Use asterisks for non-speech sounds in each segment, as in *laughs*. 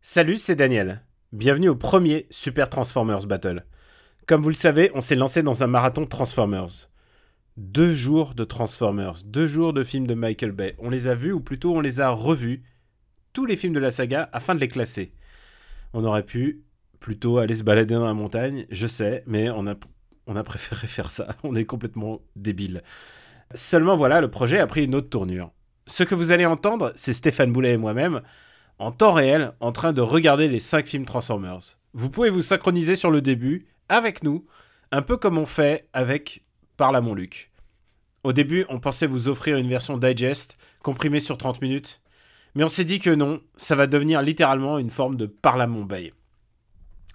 Salut, c'est Daniel. Bienvenue au premier Super Transformers Battle. Comme vous le savez, on s'est lancé dans un marathon Transformers. Deux jours de Transformers, deux jours de films de Michael Bay. On les a vus, ou plutôt on les a revus, tous les films de la saga, afin de les classer. On aurait pu plutôt aller se balader dans la montagne, je sais, mais on a, on a préféré faire ça. *laughs* On est complètement débile. Seulement voilà, le projet a pris une autre tournure. Ce que vous allez entendre, c'est Stéphane Boulet et moi-même, en temps réel, en train de regarder les 5 films Transformers. Vous pouvez vous synchroniser sur le début, avec nous, un peu comme on fait avec Parle à mon Luc. Au début, on pensait vous offrir une version digest, comprimée sur 30 minutes, mais on s'est dit que non, ça va devenir littéralement une forme de Parle à mon bail.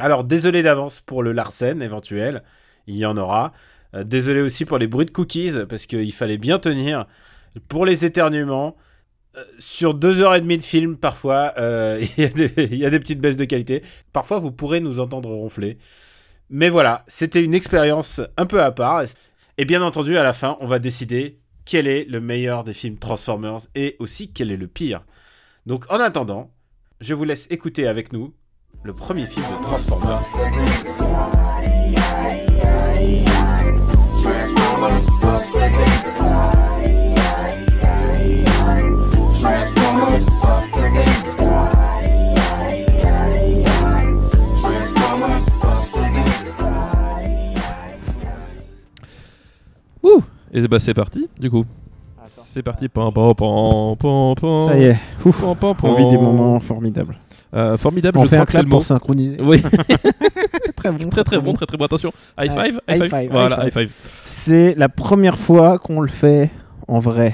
Alors désolé d'avance pour le Larsen éventuel, il y en aura. Euh, Désolé aussi pour les bruits de cookies, parce qu'il fallait bien tenir pour les éternuements. euh, Sur deux heures et demie de film, parfois, euh, *laughs* il y, a des- il y a des petites baisses de qualité. Parfois, vous pourrez nous entendre ronfler. Mais voilà, c'était une expérience un peu à part. Et bien entendu, à la fin, on va décider quel est le meilleur des films Transformers et aussi quel est le pire. Donc, en attendant, je vous laisse écouter avec nous le premier film de Transformers. Transformers, Busters Inc. Transformers, Busters Inc. Transformers, Busters Inc. Ouh Et bah c'est parti, du coup. C'est parti. Pam, pam, pam, pam, pam. Ça y est, ouf, Pam, pam, pam. on vit des moments formidables. Euh, formidable, On je fait crois un que c'est clap le mot. pour synchroniser. *laughs* Oui, très bon, très très bon, très très bon. Attention. High Euh, five, high high five. five, Voilà, high high five. C'est la première fois qu'on le fait en vrai,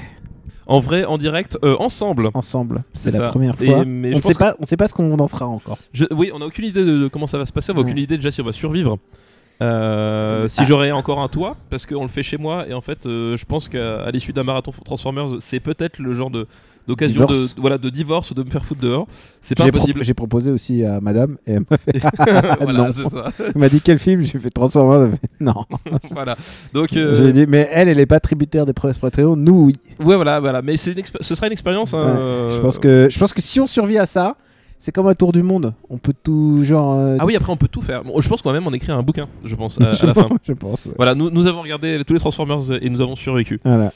En vrai, en direct, euh, ensemble. ensemble. C'est ça. la première Et- fois. mais on je ne pense sait que- pas, on sait pas ce qu'on en fera encore. je- oui, on a aucune idée de, de comment ça va se passer. On a Ouais. aucune idée déjà si on va survivre. Ah, Euh, si j'aurais encore un toit, parce qu'on le fait chez moi, et en fait, euh, je pense qu'à à l'issue d'un marathon Transformers, c'est peut-être le genre de d'occasion de, Divorce. voilà, de divorce ou de me faire foutre dehors. C'est pas J'ai pro- impossible. j'ai proposé aussi à Madame et elle *laughs* m'a- voilà, *laughs* Non. c'est ça. *laughs* elle m'a dit quel film. J'ai fait Transformers. elle a fait *laughs* Non. voilà. Donc, euh, J'ai dit mais elle, elle est pas tributaire des preuves Patreon. Nous, oui. Ouais, voilà, voilà. Mais c'est une expé- ce sera une expérience. hein, Ouais, euh, Je pense que, je pense que si on survit à ça, c'est comme un tour du monde. On peut tout genre. euh, Ah *laughs* oui, après on peut tout faire. Bon, je pense qu'on va même en écrire un bouquin, je pense, à, à je la fin. pense- Je pense. ouais. Voilà, nous, nous avons regardé tous les Transformers et nous avons survécu. Voilà.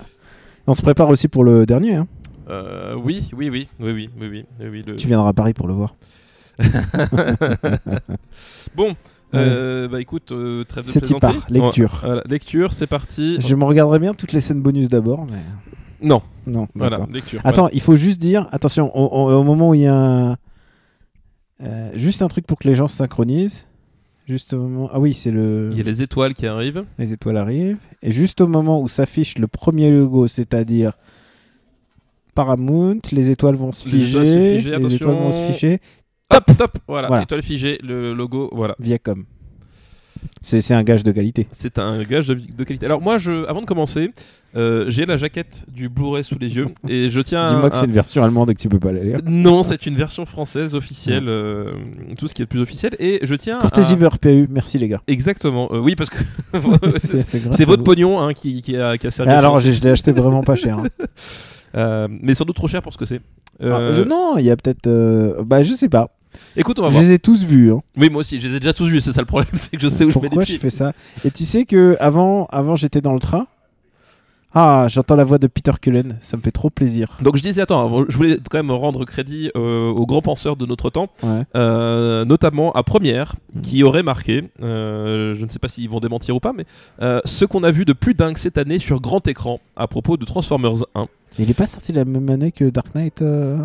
On se prépare aussi pour le dernier. hein. Euh, oui, oui, oui, oui, oui, oui, oui, oui, oui, le- Tu viendras à Paris pour le voir. *laughs* bon, euh, bah écoute, euh, trêve de C'est y part. plaisanterie. Lecture. Ouais, voilà, lecture, c'est parti. Je me regarderai bien toutes les scènes bonus d'abord, mais Non, non. voilà, d'accord. lecture. Attends, il faut juste dire, attention, au, au- au moment où il y a un- euh, juste un truc pour que les gens se synchronisent. Juste au moment, ah oui, c'est le Il y a les étoiles qui arrivent. les étoiles arrivent et juste au moment où s'affiche le premier logo, c'est-à-dire Paramount, les étoiles vont se Les figer, étoiles se figer, les étoiles vont se attention. figer Top, top, voilà, Voilà. étoile figée, le logo, voilà. Viacom. C'est c'est un gage de qualité. C'est un gage de, de qualité. Alors moi, je, avant de commencer, euh, j'ai la jaquette du Blu-ray sous les yeux et *laughs* je tiens Dis-moi que à, c'est une version allemande et que tu peux pas la lire. Non, c'est une version française officielle, euh, tout ce qui est le plus officiel. Et je tiens Courtesy à... vers PAU, merci *laughs* les gars. Exactement, euh, oui, parce que *laughs* *laughs* c'est grâce c'est à votre vous. pognon hein, qui, qui a, qui a servi. Ah, aux alors, Français. je je l'ai acheté vraiment pas cher. hein. Euh, mais sans doute trop cher pour ce que c'est. Ah, Euh, je- non, il y a peut-être. euh, bah, je sais pas. Écoute, on va Je voir. les ai tous vus. hein. Oui, moi aussi, je les ai déjà tous vus, c'est ça le problème, *laughs* c'est que je sais où je Pourquoi mets je les pieds. fais ça Et tu sais que avant, avant j'étais dans le train. Ah, j'entends la voix de Peter Cullen. Ça me fait trop plaisir. Donc je disais, attends, avant- je voulais quand même rendre crédit euh, aux grands penseurs de notre temps, Ouais. Mm. euh, notamment à Première, qui aurait marqué, euh, je ne sais pas s'ils vont démentir ou pas, mais euh, ce qu'on a vu de plus dingue cette année sur grand écran à propos de Transformers 1. Il est pas sorti la même année que Dark Knight. euh,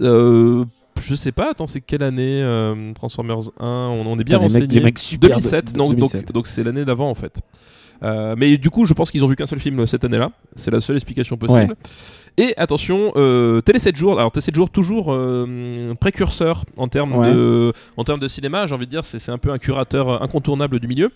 Euh, je sais pas, attends, c'est quelle année euh, Transformers 1 On en est bien Putain, les renseigné. mecs- les mecs superbes. 2007, donc- donc- 2007. donc c'est l'année d'avant en fait. Euh, mais du coup, je pense qu'ils ont vu qu'un seul film euh, cette année-là. C'est la seule explication possible. Et attention, euh, Télé 7 jours. Alors, Télé 7 jours, toujours euh, précurseur en termes, Ouais. de, en termes de cinéma, j'ai envie de dire, c'est c'est un peu un curateur euh, incontournable du milieu,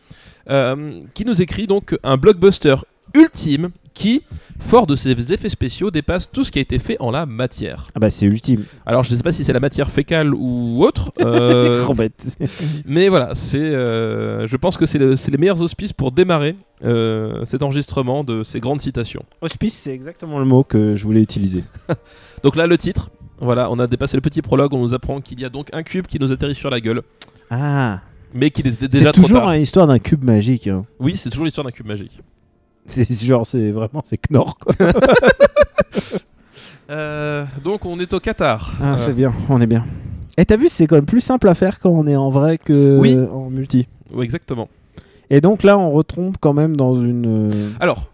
euh, qui nous écrit donc un blockbuster ultime qui, fort de ses effets spéciaux, dépasse tout ce qui a été fait en la matière. Ah bah c'est ultime. Alors je sais pas si c'est la matière fécale ou autre, euh, *laughs* Trop bête. mais voilà, c'est, euh, je pense que c'est le- c'est les meilleurs auspices pour démarrer euh, cet enregistrement de ces grandes citations. Hospice, c'est exactement le mot que je voulais utiliser. Donc là le titre, Voilà, on a dépassé le petit prologue, on nous apprend qu'il y a donc un cube qui nous atterrit sur la gueule, Ah, mais qu'il était déjà c'est trop toujours tard. une histoire d'un cube magique. hein. Oui, c'est toujours l'histoire d'un cube magique. C'est *laughs* genre, c'est vraiment, c'est Knorr quoi. Euh, donc on est au Qatar. Ah, Euh, c'est bien, on est bien. Et t'as vu, c'est quand même plus simple à faire quand on est en vrai que Oui. euh, en multi. ouais, exactement. Et donc là, on retombe quand même dans une. euh, Alors,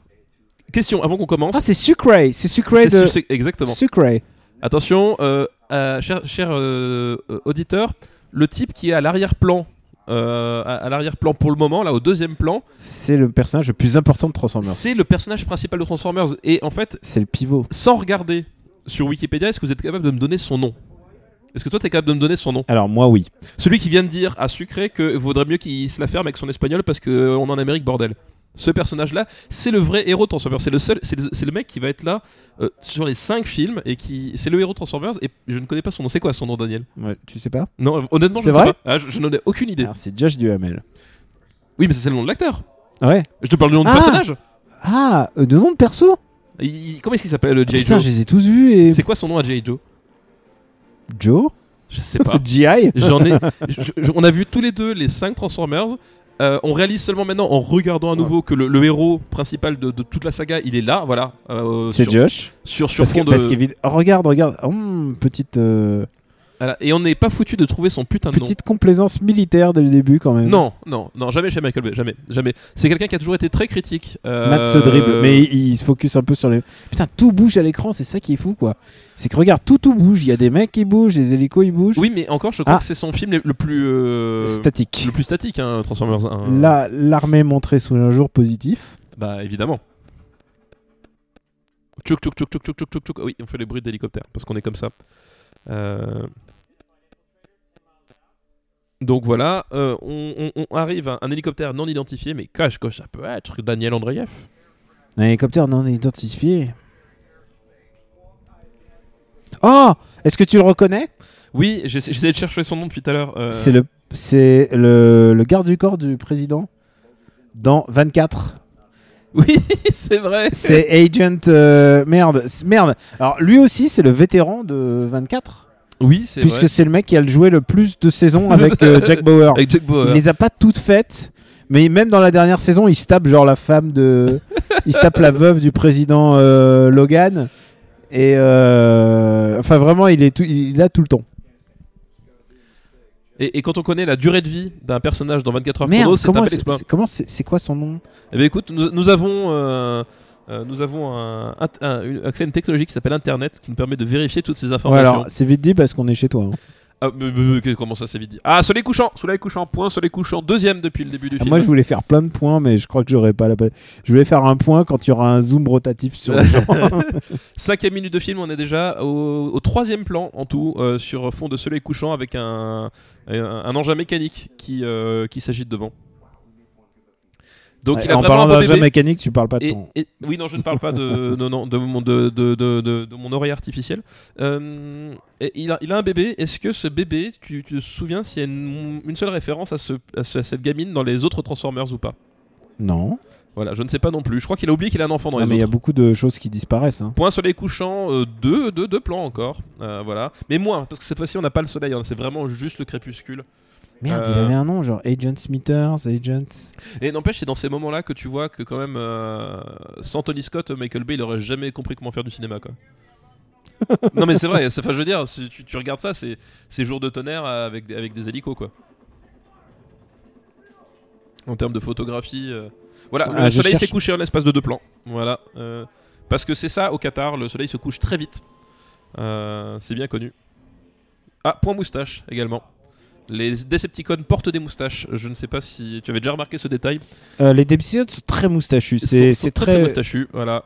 question avant qu'on commence. Ah, c'est sucré, c'est sucré C'est- de c'est- Exactement. sucré. Attention, euh, euh, cher, cher, euh, euh, auditeur, le type qui est à l'arrière-plan, euh, à, à l'arrière-plan pour le moment, là au deuxième plan, C'est le personnage le plus important de Transformers. c'est le personnage principal de Transformers. Et en fait, C'est le pivot. sans regarder sur Wikipédia, est-ce que vous êtes capable de me donner son nom Est-ce que toi, t'es capable de me donner son nom Alors moi, oui. Celui qui vient de dire à Sucré que vaudrait mieux qu'il se la ferme avec son espagnol parce qu'on est en Amérique, bordel. Ce personnage-là, c'est le vrai héros de Transformers. C'est le seul, c'est le, c'est le mec qui va être là euh, sur les cinq films et qui, c'est le héros de Transformers. Et je ne connais pas son nom. C'est quoi son nom, Daniel tu sais pas Non, honnêtement, je C'est ne sais vrai pas. Ah, je je n'en ai aucune idée. Alors c'est Josh Duhamel. Oui, mais ça, c'est le nom de l'acteur. Ouais. Je te parle du nom Ah du personnage. Ah, euh, de nom de perso Il- il- comment est-ce qu'il s'appelle, euh, Ah, G.I. Putain, je Joe les ai tous vus et C'est quoi son nom à G.I. Joe Joe, Je sais *laughs* pas. GI. J'en ai. je- je- on a vu tous les deux les 5 Transformers. Euh, on réalise seulement maintenant en regardant à nouveau que le, le héros principal de, de toute la saga, il est là, voilà. euh, C'est sur, Josh. Sur, sur Parce que, fond de- Ah, parce qu'évid- oh, regarde, regarde, Hum, petite euh, Voilà. Et on n'est pas foutu de trouver son putain de nom. petite complaisance militaire dès le début quand même. Non, non, non, jamais chez Michael Bay, jamais, jamais. C'est quelqu'un qui a toujours été très critique. euh, Matt se dribble, mais il, il se focus un peu sur les. Putain, tout bouge à l'écran, c'est ça qui est fou quoi. C'est que regarde, tout tout bouge. Il y a des mecs qui bougent, des hélicos ils bougent. Oui, mais encore, je crois Ah. que c'est son film le- le plus. euh, Statique. le plus statique, hein, Transformers 1. Là, l'armée montrée sous un jour positif. Bah, évidemment. Tchouk, tchouk, tchouk, tchouk, tchouk, tchouk, tchouk, tchouk. Oui, on fait les bruits d'hélicoptère parce qu'on est comme ça. Euh, Donc voilà, euh, on, on- on arrive à un hélicoptère non identifié, mais cache que ça peut être Daniel Andreev. Un hélicoptère non identifié. Oh Est-ce que tu le reconnais Euh. Oui, j'essa- j'essayais de chercher son nom depuis tout à l'heure. euh, C'est le c'est le, le garde du corps du président dans 24. *laughs* Oui, c'est vrai. *laughs* C'est Agent euh, merde, c'est- merde. Alors lui aussi c'est le vétéran de 24 Oui, c'est vrai. puisque c'est le mec qui a le joué le plus de saisons avec euh, Jack Bauer. Avec Jack Bauer. Il les a pas toutes faites. Mais même dans la dernière saison, il se tape genre la femme de. il se tape la veuve du président euh, Logan. Et. euh, Enfin, vraiment, il est tout... il a tout le temps. Et, et quand on connaît la durée de vie d'un personnage dans 24 heures chrono, Merde, c'est un comment bel c'est- exploit. c'est- comment c'est c'est quoi son nom Eh bien, écoute, nous, nous avons, euh, euh, nous avons un, un- un- une- accès à une technologie qui s'appelle Internet qui nous permet de vérifier toutes ces Ouais, informations. Alors, c'est vite dit parce qu'on est chez toi. *laughs* hein. Ah, mais- mais- mais que- comment ça, c'est vite dit Ah, soleil couchant, soleil couchant, point, soleil couchant, deuxième depuis le début du Ah, film. Moi, je voulais faire plein de points, mais je crois que j'aurais pas la. Je voulais faire un point quand il y aura un zoom rotatif sur les gens. Cinquième minute de film, on est déjà au, au troisième plan en tout, euh, sur fond de soleil couchant avec un, un, un engin mécanique qui, euh, qui s'agite devant. *laughs* Donc, il a en vraiment parlant un beau d'engin bébé. mécanique, tu parles pas de Et- ton. et- oui, non, je ne parle pas *laughs* de, non, non, de, mon, de, de, de- de- de mon oreille artificielle. Euh, et il, a, il a un bébé. Est-ce que ce bébé, tu, tu te souviens s'il y a une, une seule référence à, ce, à, ce- à cette gamine dans les autres Transformers ou pas Non. Voilà, je ne sais pas non plus. Je crois qu'il a oublié qu'il a un enfant dans Non, mais il les y a autres. beaucoup de choses qui disparaissent. hein. Point soleil couchant, euh, deux, deux, deux plans encore. Euh, voilà. Mais moins, parce que cette fois-ci, on n'a pas le soleil. hein, c'est vraiment juste le crépuscule. Merde, il Euh. avait un nom, genre Agent Smithers, Agent. Et n'empêche, c'est dans ces moments-là que tu vois que, quand même, euh, sans Tony Scott, Michael Bay, il aurait jamais compris comment faire du cinéma, *laughs* quoi. non, mais c'est vrai, c'est- enfin, je veux dire, si tu, tu regardes ça, c'est c'est jour de tonnerre avec, des- avec des hélicos, quoi. En termes de photographie. euh, Voilà, Ah, le je soleil s'est cherche. couché en l'espace de deux plans. Voilà. euh, parce que c'est ça, au Qatar, le soleil se couche très vite. Euh, c'est bien connu. Ah, point moustache également. Les Decepticons portent des moustaches. Je ne sais pas si tu avais déjà remarqué ce détail. Euh, les épisodes sont très moustachus. Ils C'est sont- sont c'est très, très très. moustachus, voilà.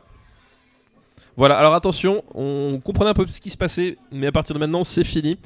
Voilà, alors attention, on comprenait un peu ce qui se passait, mais à partir de maintenant, c'est fini.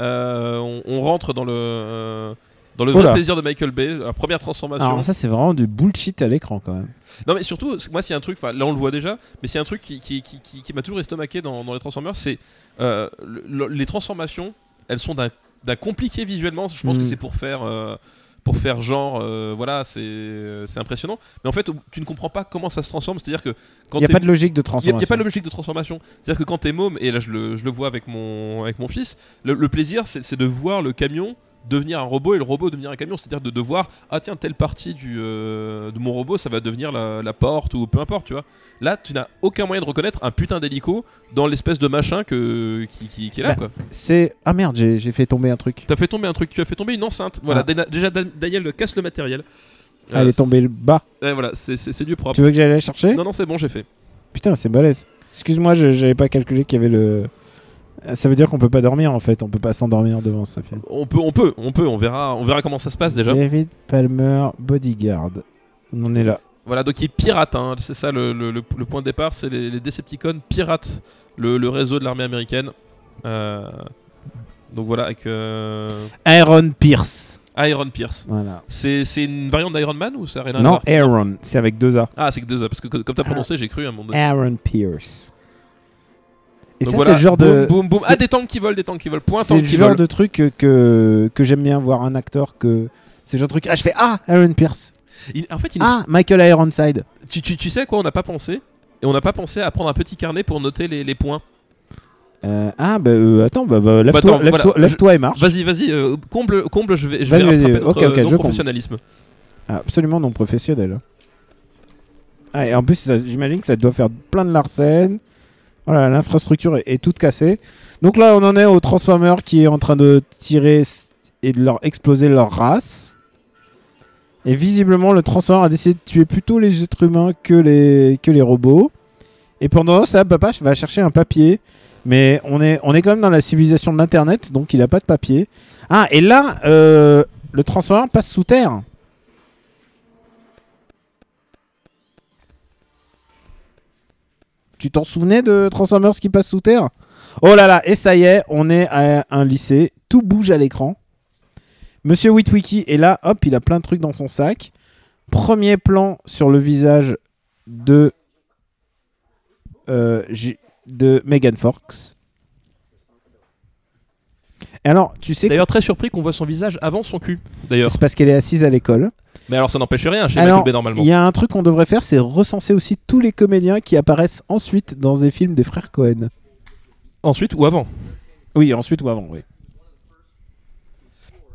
Euh, on, on rentre dans le, euh, dans le vrai Oula. Ah, plaisir de Michael Bay, la première transformation. Alors ça c'est vraiment du bullshit à l'écran quand même. Non, mais surtout, parce que moi, c'est un truc, enfin là, on le voit déjà, mais c'est un truc qui, qui, qui, qui- qui m'a toujours estomaqué dans, dans les Transformers c'est euh, le- le- les transformations, elles sont d'un d'un compliqué visuellement. Je pense Mm. que c'est pour faire. euh, pour faire genre, euh, voilà, c'est euh, c'est impressionnant. Mais en fait, tu ne comprends pas comment ça se transforme. C'est-à-dire que quand Il n'y a t'es- pas de logique il n'y de a, transformation. pas de logique de transformation. C'est-à-dire que quand t'es môme, et là je le, je le vois avec mon, avec mon fils, le, le plaisir c'est c'est de voir le camion devenir un robot et le robot devenir un camion. C'est-à-dire de, de voir, ah tiens, telle partie du, euh, de mon robot ça va devenir la, la porte ou peu importe, tu vois. Là, tu n'as aucun moyen de reconnaître un putain d'hélico dans l'espèce de machin que, qui, qui- qui est là, Bah. quoi. C'est ah merde, j'ai j'ai fait tomber un truc. T'as fait tomber un truc, tu as fait tomber une enceinte. Voilà, Dana- déjà Dan- Daniel casse le matériel. Ah, elle est tombée le bas. Euh, c'est- ouais, voilà, c'est- c'est c'est du propre. Tu veux que j'aille la chercher Non, non, c'est bon, j'ai fait. Putain, c'est balèze. Excuse-moi, je- j'avais pas calculé qu'il y avait le. Euh, Ça veut dire qu'on peut pas dormir en fait, on peut pas s'endormir devant ce film. On peut, on peut, on peut, on verra, on verra comment ça se passe déjà. David Palmer, Bodyguard. On en est là. Voilà, donc il pirate, hein, c'est ça le, le- le- le point de départ, c'est les, les Decepticons piratent le, le réseau de l'armée américaine. Euh, donc voilà, avec euh, Aaron Pierce. Iron Pierce. Voilà. C'est c'est une variante d'Iron Man ou ça a rien à Non, voir Aaron, c'est avec deux A. Ah, c'est que deux A, parce que comme t'as prononcé, j'ai cru à un moment donné. Aaron Pierce. Et Donc Eh, ça, voilà, c'est le genre de. Boum, boum, boum. c'est- Ah, des tanks qui volent, des tanks qui volent. Point, C'est tanks le qui genre volent. de truc euh, que, que j'aime bien voir un acteur que. C'est le genre de truc. Ah, je fais Ah, Aaron Pierce. Il- en fait, il nous- Ah, Michael Ironside. tu, tu- tu sais à quoi on n'a pas pensé Et on n'a pas pensé à prendre un petit carnet pour noter les, les points. Euh, ah, bah euh, attends, bah, bah, lève-toi attends, lève-toi- voilà, lève-toi et marche. Vas-y, vas-y, euh, comble, comble, je vais, je vais Vas-y, vas-y, rattraper ok, notre, euh, ok, je non-professionnalisme. Ah, absolument non professionnel. hein. Ah, et en plus, ça- j'imagine que ça doit faire plein de larcènes. Voilà, l'infrastructure est, est toute cassée. Donc là, on en est au Transformer qui est en train de tirer s- et de leur exploser leur race. Et visiblement, le Transformer a décidé de tuer plutôt les êtres humains que les, que les robots. Et pendant ça, papa va chercher un papier. Mais on est, on est quand même dans la civilisation de l'Internet, donc il n'a pas de papier. Ah, et là, euh, le Transformer passe sous terre. Tu t'en souvenais de Transformers qui passe sous terre Oh là là, et ça y est, on est à un lycée, tout bouge à l'écran. Monsieur Witwicky est là, hop, il a plein de trucs dans son sac. Premier plan sur le visage de, euh, J- de Megan Fox. Et alors, tu sais que D'ailleurs, très surpris qu'on voit son visage avant son cul. D'ailleurs. c'est parce qu'elle est assise à l'école. Mais alors ça n'empêche rien chez Alors, Michael Bay normalement. il y a un truc qu'on devrait faire, c'est recenser aussi tous les comédiens qui apparaissent ensuite dans des films des frères Cohen. Ensuite ou avant. Oui, ensuite ou avant, oui.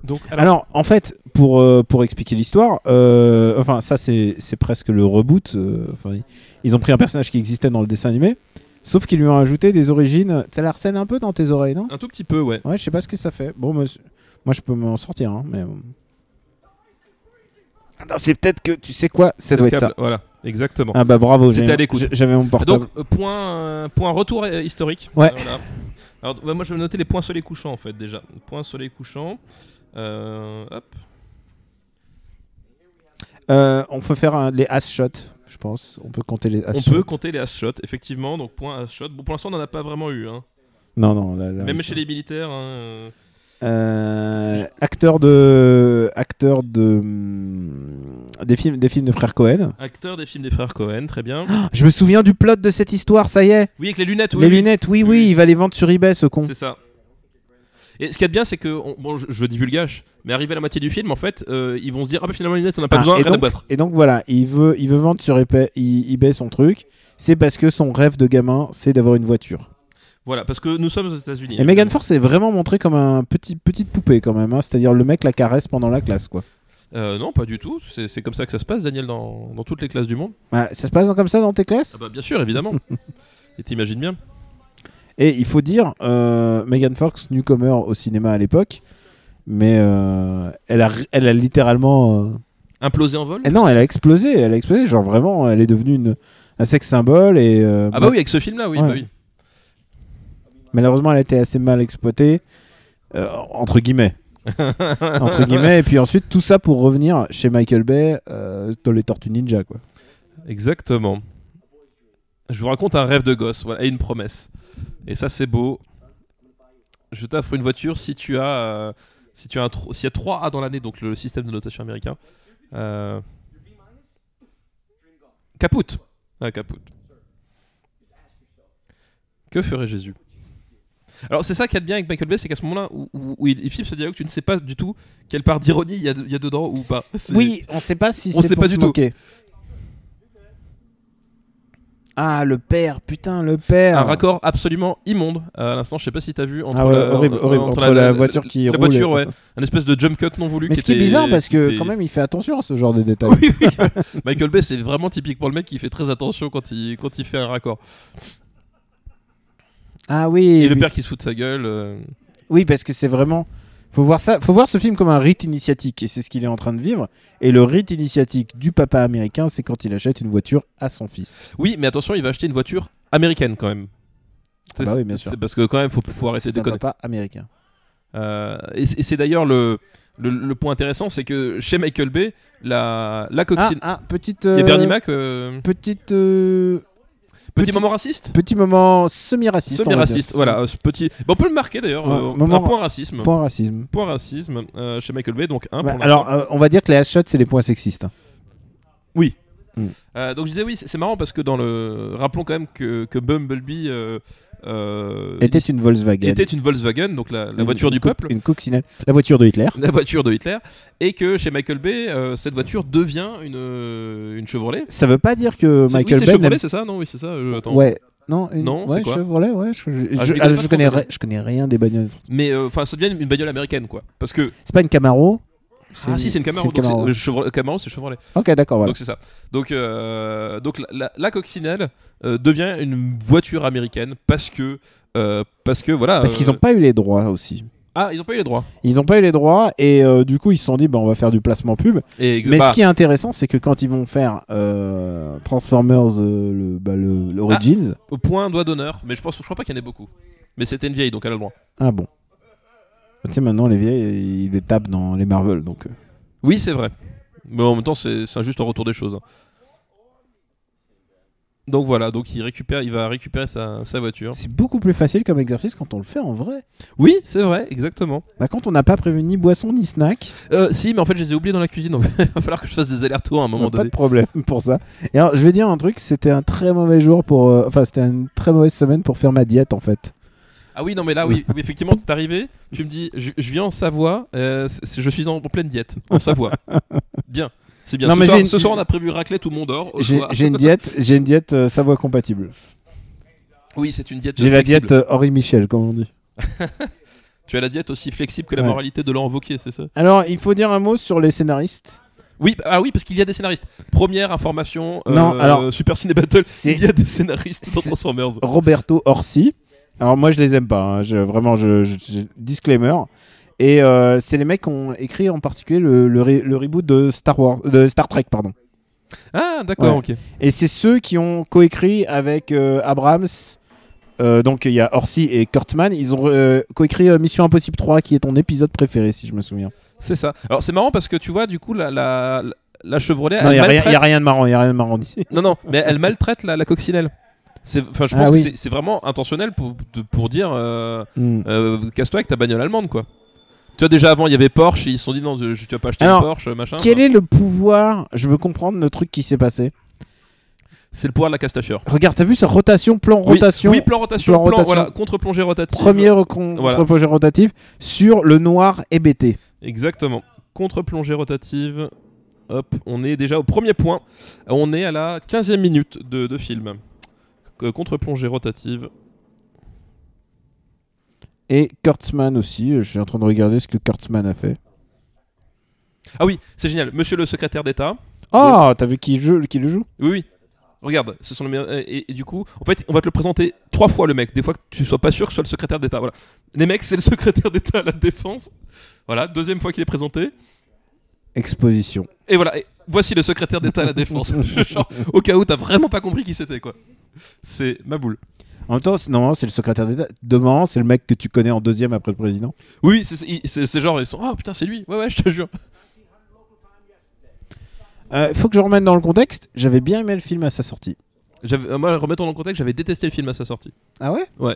Donc alors, Alors, en fait, pour, euh, pour expliquer l'histoire, euh, enfin, ça, c'est c'est presque le reboot. euh, enfin, ils- ils ont pris un personnage qui existait dans le dessin animé, sauf qu'ils lui ont ajouté des origines. Ça la recène un peu dans tes oreilles, non un tout petit peu ouais. Ouais, je sais pas ce que ça fait. Bon, moi, c'est- moi, je peux m'en sortir, hein, mais. Attends, c'est peut-être que. Tu sais quoi Ça doit être Câble, ça. Voilà, exactement. Ah bah bravo, C'était j'ai- à l'écoute. j'ai- j'avais mon portable. Donc euh, point euh, point retour euh, historique. Ouais. Euh, voilà. Alors ouais, moi je vais noter les points soleil couchant en fait déjà. Point soleil couchant. Euh, hop. Euh, on peut faire un- les as shots, je pense. On peut compter les as On shots. peut compter les ass shots effectivement donc point ass shot. Bon pour l'instant on n'en a pas vraiment eu hein. Non, non, là, là, Même ils chez sont- les militaires. hein, euh, Euh, acteur de acteur de hum, des films des films de frères Cohen. acteurs des films des frères Cohen très bien. Je me souviens du plot de cette histoire, ça y est. Oui avec les lunettes. oui, Ah les oui. lunettes, oui, oui, Oui. il va les vendre sur eBay, ce con. C'est ça. Et ce qu'il y a de bien, c'est que, on- bon, je, je divulgage, mais arrivé à la moitié du film, en fait, euh, ils vont se dire Ah, bah finalement, les lunettes, on n'a pas Ah, besoin, et, rien à donc, boîte. et donc voilà, il veut il veut vendre sur eBay, i- eBay son truc. C'est parce que son rêve de gamin, c'est d'avoir une voiture. Voilà, parce que nous sommes aux États-Unis. Et Megan Force est vraiment montrée comme un petit petite poupée quand même. hein. C'est-à-dire le mec la caresse pendant la classe, quoi. Euh, Non, pas du tout. C'est c'est comme ça que ça se passe, Daniel, dans, dans toutes les classes du monde. Ah, ça se passe comme ça dans tes classes Ah, bah bien sûr, *laughs* évidemment. Et t'imagines bien. Et il faut dire, euh, Megan Fox, newcomer au cinéma à l'époque, mais euh, elle, a, elle a littéralement. euh, Implosé en vol eh non, elle a explosé, elle a explosé. Genre vraiment, elle est devenue une, un sexe symbole. Et, euh, Ah, bah ma- oui, avec ce film-là, oui, Ouais. bah oui. Malheureusement, elle a été assez mal exploitée, euh, *laughs* entre guillemets. entre guillemets. Et puis ensuite, tout ça pour revenir chez Michael Bay euh, dans les Tortues Ninja, quoi. Exactement. Je vous raconte un rêve de gosse, voilà, et une promesse. Et ça, c'est beau. Je t'offre une voiture si tu as, euh, si tu as un tro- s'il y a 3 A dans l'année, donc le système de notation américain. Euh... Caput. Ah, caput. Que ferait Jésus Alors c'est ça qu'il y a de bien avec Michael Bay, c'est qu'à ce moment-là où, où- où il, il filme ce dialogue, tu ne sais pas du tout quelle part d'ironie il y, a de- il y a dedans ou pas. C'est- Oui, on sait pas si On c'est sait pour pas se du tout. moquer. Ah, le père, putain, le père. Un raccord absolument immonde. Euh, à l'instant, je sais pas si t'as vu entre Ah ouais, la, horrible, entre- horrible. entre Entre, la- la, la- voiture qui la roule. voiture, et- ouais. Un espèce de jump cut non voulu. Mais qui ce qui est était- bizarre parce que était- quand même il fait attention à ce genre de détails. *laughs* Oui, oui. Michael Bay, c'est vraiment typique pour le mec qui fait très attention quand il, quand il fait un raccord. Ah oui. Et, le oui. père qui se fout de sa gueule. euh, Oui, parce que c'est vraiment. Faut voir ça. Faut voir ce film comme un rite initiatique, et c'est ce qu'il est en train de vivre. Et le rite initiatique du papa américain, c'est quand il achète une voiture à son fils. Oui, mais attention, il va acheter une voiture américaine quand même. C'est- bah oui, bien c'est- sûr. Bah, C'est parce que quand même, faut, faut arrêter C'est de un déconner. papa américain. Euh, et c'est et c'est d'ailleurs le, le, le point intéressant, c'est que chez Michael Bay, la, la Ah, coxine. ah, petite. Il y euh, a Bernie Mac. euh, Petite. euh, petit, petit- moment raciste Petit moment semi-raciste. on va dire. Semi-raciste, voilà. euh, ce petit... bah, on peut le marquer d'ailleurs. Ouais, euh, moment- un point racisme. Point, Point racisme. racisme euh, chez Michael Bay, donc un Ouais, pour l'instant. alors, euh, on va dire que les headshots, c'est les points sexistes. hein. Euh, donc je disais oui, c'est c'est marrant parce que dans le rappelons quand même que, que Bumblebee euh, euh, Était une Volkswagen. était une Volkswagen, donc la, la Une- voiture une du co- peuple, *laughs* Une coccinelle. La voiture de Hitler. la voiture de Hitler, et que chez Michael Bay, euh, cette voiture devient une euh, une Chevrolet. Ça veut pas dire que C'est- oui, c'est Michael Bay. n'aime- Chevrolet, c'est ça Non, oui, c'est ça. euh, attends. Ouais. Non, une... Non, ouais, c'est quoi Chevrolet, ouais. Je, je- Ah, je je- m'y connais alors, pas je trop, connais, mais- ri- je connais rien des bagnoles. Mais euh, enfin, ça devient une- une bagnole américaine, quoi. Parce que C'est pas une Camaro ah si, c'est une Camaro. donc c'est- Camaro. euh, Chevrolet- Camaro, c'est Chevrolet. Ok, d'accord, voilà. Donc c'est ça. Donc, euh, donc la, la- la coccinelle euh, devient une voiture américaine parce que euh, parce que voilà. Parce euh, qu'ils n'ont pas eu les droits aussi. ah ils ont pas eu les droits. Ils n'ont pas eu les droits et euh, du coup ils se sont dit bah, on va faire du placement pub. Et Mais bah, ce qui est intéressant c'est que quand ils vont faire euh, Transformers euh, le, bah, le- l'Origins, au point doigt d'honneur, mais je pense, je crois pas qu'il y en ait beaucoup. Mais c'était une vieille, donc elle a le droit. ah, bon. Tu sais maintenant les vieilles ils les tapent dans les Marvel donc. euh. Oui, c'est vrai. Mais en même temps, c'est c'est juste un retour des choses. hein. Donc voilà, donc il récupère, il va récupérer sa, sa voiture. C'est beaucoup plus facile comme exercice quand on le fait en vrai. Oui, c'est vrai, exactement. Bah, quand on n'a pas prévu ni boisson ni snack. Euh, si, mais en fait, je les ai oubliés dans la cuisine, donc *laughs* il va falloir que je fasse des allers-retours à un moment Pas donné. de problème *laughs* pour ça. Et alors, je vais dire un truc, c'était un très mauvais jour pour... euh, enfin, c'était une très mauvaise semaine pour faire ma diète, en fait. Ah oui, non, mais là, oui, oui, effectivement, t'es arrivé, tu me dis, je, je viens en Savoie, euh, c'est- je suis en, en pleine diète, en Savoie. *laughs* Bien, c'est bien. Non, ce, mais soir, j'ai une- ce soir, on a prévu raclette ou Mondor. au J'ai choix. j'ai une diète, j'ai une diète euh, Savoie compatible. *laughs* Oui, c'est une diète. J'ai la flexible. diète euh, Henri Michel, comme on dit. Tu as la diète aussi flexible que la Ouais. moralité de Laurent Wauquiez, c'est ça Alors, il faut dire un mot sur les scénaristes. Oui, bah- ah oui, parce qu'il y a des scénaristes. Première information, euh, Non, alors- Super Ciné Battle, C'est- il y a des scénaristes dans c'est- Transformers. Roberto Orsi. Alors, moi, je les aime pas. hein. Je- vraiment, je, je- je- disclaimer. Et euh, c'est les mecs qui ont écrit en particulier le, le re- le reboot de Star, Wars, de Star Trek. pardon. Ah, d'accord, ok. Et c'est ceux qui ont coécrit avec euh, Abrams. Euh, donc il y a Orsi et Kurtman. Ils ont euh, coécrit euh, Mission Impossible 3, qui est ton épisode préféré, si je me souviens. C'est ça. Alors, c'est marrant parce que tu vois, du coup, la, la, la- la Chevrolet, non, elle il n'y a, rien- maltraite. y a rien de marrant, il n'y a rien de marrant d'ici. Non, non, mais elle maltraite la, la coccinelle. C'est- Enfin, je pense Ah que oui. c'est- c'est vraiment intentionnel pour, de- pour dire euh, Hmm. euh, casse-toi avec ta bagnole allemande, quoi. Tu vois, déjà avant, il y avait Porsche, ils se sont dit non, je- tu vas pas acheter Alors, une Porsche, machin. Quel est le pouvoir Je veux comprendre le truc qui s'est passé. C'est le pouvoir de la Castafiore. Regarde, t'as vu sa rotation, plan Oui, rotation, Oui, plan rotation, plan plan, rotation. voilà, contre-plongée rotative. premier recon- Voilà. contre-projet rotatif sur le noir hébété. Exactement. Contre-plongée rotative. Hop, on est déjà au premier point. On est à la 15e minute de, de film. Euh, Contre-plongée rotative. Et Kurtzman aussi. euh, Je suis en train de regarder ce que Kurtzman a fait. Ah oui, c'est génial. Monsieur le secrétaire d'État. Ah, t'as vu qui, joue, qui le joue Oui, oui. Regarde, ce sont les meilleurs- euh, et, et- et du coup, en fait, on va te le présenter trois fois le mec. Des fois que tu sois pas sûr que ce soit le secrétaire d'État. Voilà. Les mecs, c'est le *laughs* secrétaire d'État à la défense. Voilà, deuxième fois qu'il est présenté. Exposition. Et voilà, et voici le secrétaire d'État à la défense. *laughs* Genre, au cas où t'as vraiment pas compris qui c'était, quoi. C'est ma boule. En même temps, c'est- normalement, c'est le secrétaire d'État. Demain, c'est le mec que tu connais en deuxième après le président. Oui, c'est- c'est c'est- c'est genre, ils sont. Oh putain, c'est lui, ouais, ouais, je te jure. Il Euh, faut que je remette dans le contexte. J'avais bien aimé le film à sa sortie. J'avais- euh, Moi, remettons dans le contexte, j'avais détesté le film à sa sortie. Ah ouais Ouais.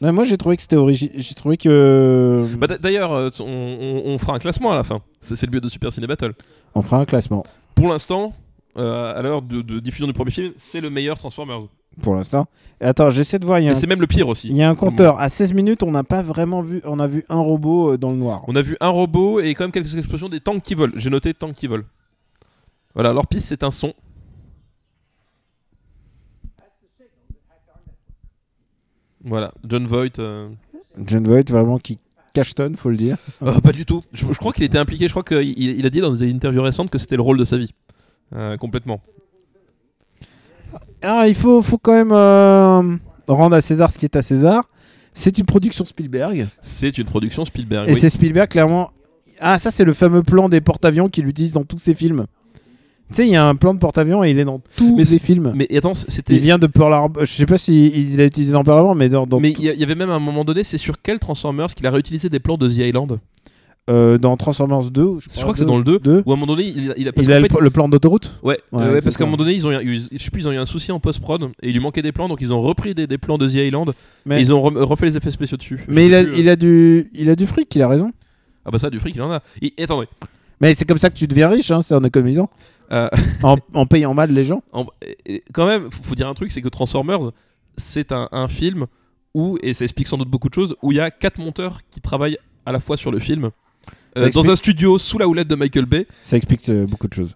Ouais, moi, j'ai trouvé que c'était origi- J'ai trouvé que. Bah, d'a- D'ailleurs, euh, on, on- on fera un classement à la fin. C'est c'est le but de Super Ciné Battle. On fera un classement. Pour l'instant, euh, à l'heure de, de diffusion du premier film, c'est le meilleur Transformers. pour l'instant. Et Attends, j'essaie de voir. Il y a Et un- c'est même le pire il aussi. y a un compteur. À 16 minutes, on n'a pas vraiment vu. On a vu un robot euh, dans le noir. On a vu un robot et quand même quelques explosions des tanks qui volent. J'ai noté tanks qui volent. Voilà, leur piste c'est un son. Voilà, John Voight. euh, John Voight, vraiment, qui cachetonne, faut le dire. euh, pas du tout. Je, je crois qu'il était impliqué. Je crois qu'il il il a dit dans des interviews récentes que c'était le rôle de sa vie. Euh, complètement. Ah, il faut, faut quand même euh, rendre à César ce qui est à César. C'est une production Spielberg. C'est une production Spielberg. Et Ah oui. c'est Spielberg, clairement. Ah, ça, c'est le fameux plan des porte-avions qu'il utilise dans tous ses films. Tu sais, il y a un plan de porte-avions et il est dans tous Mais ses films. Mais attends, c'était. il vient de Pearl Harbor. Euh, Je sais pas s'il il l'a utilisé dans Pearl Harbor, mais dans, dans, Mais il y, a- il y avait même un moment donné, c'est sur quel Transformers qu'il a réutilisé des plans de The Island euh, dans Transformers 2. Je crois, Je crois que c'est dans le 2. deux. Ou à un moment donné, il, a- il a. parce Il a qu'en le, fait, le plan d'autoroute Ouais, Ouais, euh, ouais, parce qu'à exactement. un moment donné, ils ont, eu, ils- je sais plus, ils ont eu un souci en post-prod et il lui manquait des plans, donc ils ont repris des, des plans de The Island Mais- et ils ont re- refait les effets spéciaux dessus. Je Mais sais il a, plus, euh. il, a du, il a du fric, il a raison. Ah bah ça, du fric, il en a. Et, attendez, Mais c'est comme ça que tu deviens riche, hein, c'est en économisant, euh, *laughs* en, en payant mal les gens. en- et- et quand même, faut faut dire un truc, c'est que Transformers, c'est un, un film où, et ça explique sans doute beaucoup de choses, où il y a quatre monteurs qui travaillent à la fois sur le film, Ça euh, explique- dans un studio sous la houlette de Michael Bay, Ça explique euh, beaucoup de choses.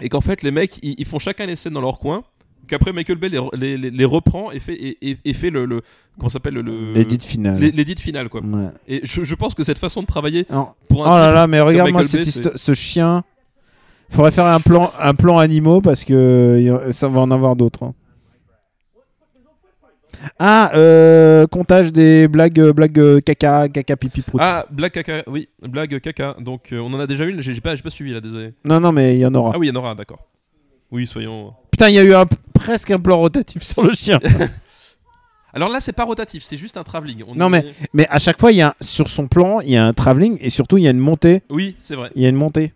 et qu'en fait les mecs ils, ils font chacun les scènes dans leur coin qu'après Michael Bay les, re- les- les- les reprend et fait et, et- et fait le, le comment ça s'appelle le- le L'édite finale. Euh, les- l'édit final quoi Ouais. et je, je pense que cette façon de travailler Alors, pour Oh un là type- là, mais regarde-moi Michael cette Bay, histo- ce chien. Faudrait faire un plan, un plan animaux parce que euh, y a- ça va en avoir d'autres. hein. Ah, euh, comptage des blagues, euh, blagues euh, caca, caca, pipi, prout. ah blague caca oui blague caca donc euh, on en a déjà une j'ai j'ai pas j'ai pas suivi là désolé Non, non, mais il y en aura. ah oui il y en aura d'accord oui soyons euh. Putain, il y a eu un- presque un plan rotatif sur *laughs* le chien. alors là c'est pas rotatif c'est juste un travelling On Non, est- mais à chaque fois, il y a un- sur son plan, il y a un travelling et surtout, il y a une montée. oui c'est vrai Il y a une montée.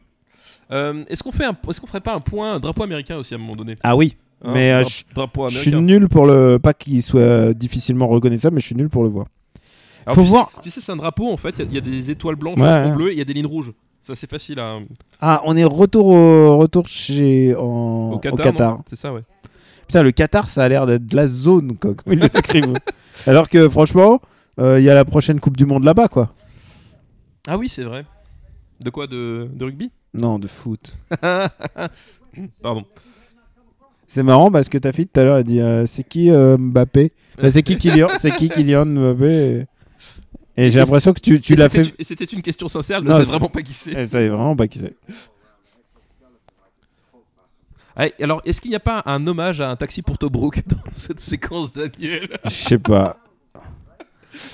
Euh, est-ce qu'on fait un- est-ce qu'on ferait pas un point un drapeau américain aussi à un moment donné Ah oui. Hein, Mais, euh, dra- je- drapeau Je suis américain nul pour le. Pas qu'il soit euh, difficilement reconnaissable, mais je suis nul pour le voir. Alors, Faut tu sais- voir. tu sais c'est un drapeau en fait il y a- il y, a des étoiles blanches Ouais, un fond ouais. bleu et il y a des lignes rouges ça c'est facile hein, à Ah, on est retour au retour chez en- au Qatar, non c'est ça ouais Putain, le Qatar, ça a l'air d'être de la zone *laughs* quoi, comme ils le décrivent. *laughs* Alors que franchement, euh, il y a la prochaine Coupe du Monde là-bas quoi. Ah oui, c'est vrai. De quoi de, de rugby *laughs* Non, de foot. Pardon. C'est marrant parce que ta fille tout à l'heure a dit euh, c'est qui euh, Mbappé Bah, C'est qui *laughs* Kylian C'est qui Kylian Mbappé Et, et j'ai l'impression que tu, tu Et l'as c'était fait. Eh, une- Et c'était une question sincère, je Non, ne sais c'est- vraiment pas qui c'est. Elle savait vraiment pas qui c'est. Ah, et alors, est-ce qu'il n'y a pas un hommage à un taxi pour Tobruk *laughs* dans cette séquence, Daniel Je sais pas.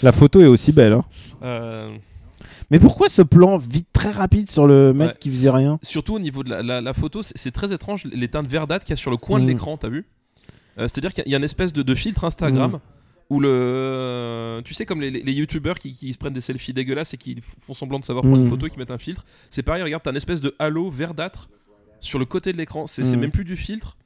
La photo est aussi belle. Hein. Euh, Mais pourquoi ce plan vite très rapide sur le mec Ouais. qui faisait rien Surtout au niveau de la, la- la photo, c'est c'est très étrange les teintes verdâtres qu'il y a sur le coin de Mm. l'écran, t'as vu Euh, C'est-à-dire qu'il y a- il y, a une espèce de, de filtre Instagram Mm. où le. Tu sais, comme les, les- les youtubeurs qui, qui se prennent des selfies dégueulasses et qui f- font semblant de savoir prendre Mm. une photo et qui mettent un filtre, c'est pareil, regarde, t'as une espèce de halo verdâtre sur le côté de l'écran, c'est c'est Mm. même plus du filtre.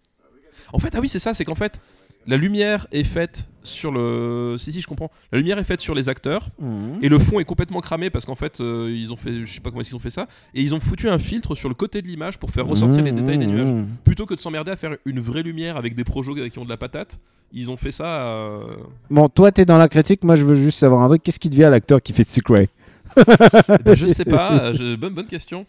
En fait, ah oui, c'est ça, c'est qu'en fait, la lumière est faite sur le. Si, si, je comprends. La lumière est faite sur les acteurs. Mmh. Et le fond est complètement cramé parce qu'en fait, euh, ils ont fait, je sais pas comment ils ont fait ça, et ils ont foutu un filtre sur le côté de l'image pour faire ressortir Mmh. les détails des nuages. Plutôt que de s'emmerder à faire une vraie lumière avec des projos qui ont de la patate, ils ont fait ça. euh, Bon, toi, t'es dans la critique. Moi, je veux juste savoir un truc. Qu'est-ce qui devient l'acteur qui fait Secret eh ben, je sais pas, euh, je- bonne, bonne question.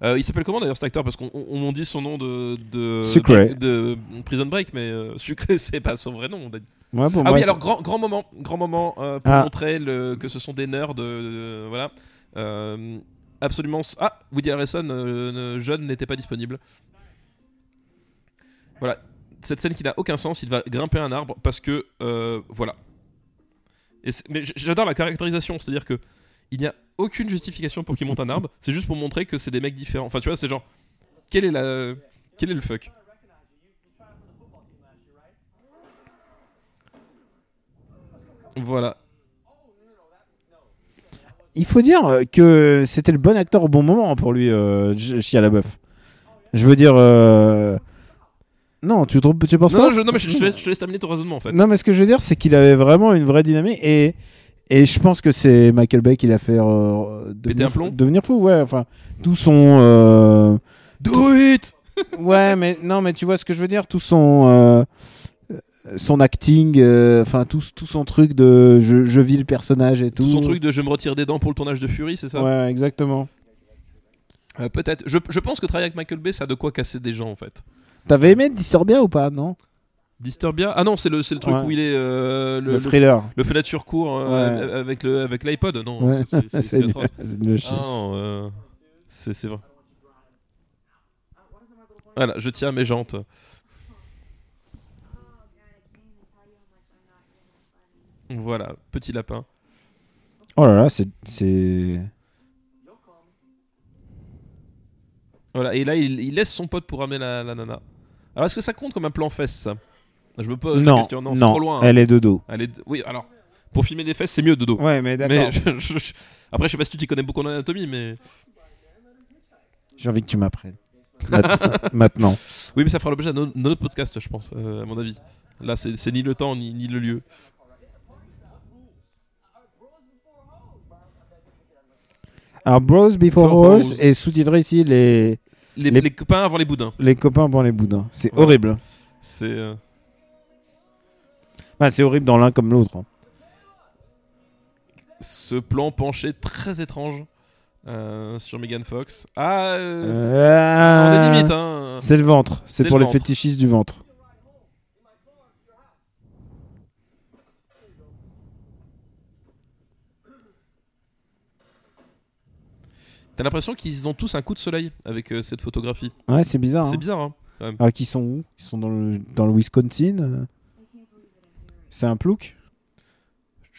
Euh, il s'appelle comment d'ailleurs cet acteur Parce qu'on on- on m'en dit son nom de, de, Sucré. de, de Prison Break, mais euh, Sucré, *laughs* c'est pas son vrai nom. on a dit. Moi, pour Ah moi, oui, c'est- alors grand, grand moment, grand moment euh, pour Ah. montrer le- que ce sont des nerds. euh, voilà. Euh, absolument. s- Ah, Woody Harrelson, euh, ne- jeune, n'était pas disponible. Voilà. Cette scène qui n'a aucun sens, il va grimper un arbre parce que. euh, voilà. Et c'est- mais j- j'adore la caractérisation, c'est-à-dire que il n'y a aucune justification pour qu'il monte un arbre, c'est juste pour montrer que c'est des mecs différents. Enfin, tu vois, c'est genre. Quel est, la, quel est le fuck Voilà. il faut dire euh, que c'était le bon acteur au bon moment pour lui, euh, J- Shia LaBeouf. Je veux dire. euh, Non, tu, te- tu penses Non, pas non, je, non, mais je, je te *laughs* laisse- je te laisse terminer ton raisonnement en fait. Non, mais ce que je veux dire, c'est qu'il avait vraiment une vraie dynamique et. Et je pense que c'est Michael Bay qui l'a fait euh, Péter un devenir, plomb devenir fou, ouais. Enfin, tout son euh, Do it Ouais, mais non, mais tu vois ce que je veux dire. Tout son, euh, son acting, euh, enfin tout, tout son truc de je, je vis le personnage et tout. Tout son truc de je me retire des dents pour le tournage de Fury, c'est ça Ouais, exactement. Euh, Peut-être. Je, je pense que travailler avec Michael Bay, ça a de quoi casser des gens en fait. T'avais aimé Disturbia ou pas, non Disturbia Ah non, c'est le, c'est le truc Ouais. où il est. euh, le, le, le, thriller. le fait là sur cours euh, Ouais. avec le avec l'iPod Non, Ouais, c'est- c'est- c'est nul, atroce. *laughs* c'est nul, je Ah sais. non, euh, c'est c'est vrai. Voilà, je tiens mes jantes. Voilà, petit lapin. Oh là là, c'est- c'est. Voilà, et là, il, il laisse son pote pour ramener la, la nana. Alors, est-ce que ça compte comme un plan fesse, ça Je me pose Oh, la Non, question. Non, non, c'est trop loin. hein. elle est de dos. Elle est- Oui, alors, pour filmer des fesses, c'est mieux de dos. Ouais, mais mais je- *laughs* je- je- Après, je sais pas si tu t'y connais beaucoup en anatomie, mais. *laughs* J'ai envie que *laughs* tu m'apprennes. Mat- Maintenant. Oui, mais ça fera l'objet d'un autre- d'un autre podcast, je pense, euh, à mon avis. Là, c'est c'est ni le temps, ni, ni le lieu. Alors, Bros Before Before Rose Bros. est sous-titré ici les, Les, Les- les copains avant les boudins. les copains pour les boudins. C'est Ouais. horrible. C'est. euh, Enfin, c'est horrible dans l'un comme l'autre. hein. ce plan penché très étrange euh, sur Megan Fox. Ah, euh, Euh, on est limite, hein. C'est le ventre. C'est C'est pour le les ventre. fétichistes du ventre. T'as l'impression qu'ils ont tous un coup de soleil avec euh, cette photographie. Ouais, c'est bizarre. hein. C'est bizarre, hein. quand même. Alors, qui sont où Ils sont dans le, dans le Wisconsin. euh. C'est un plouc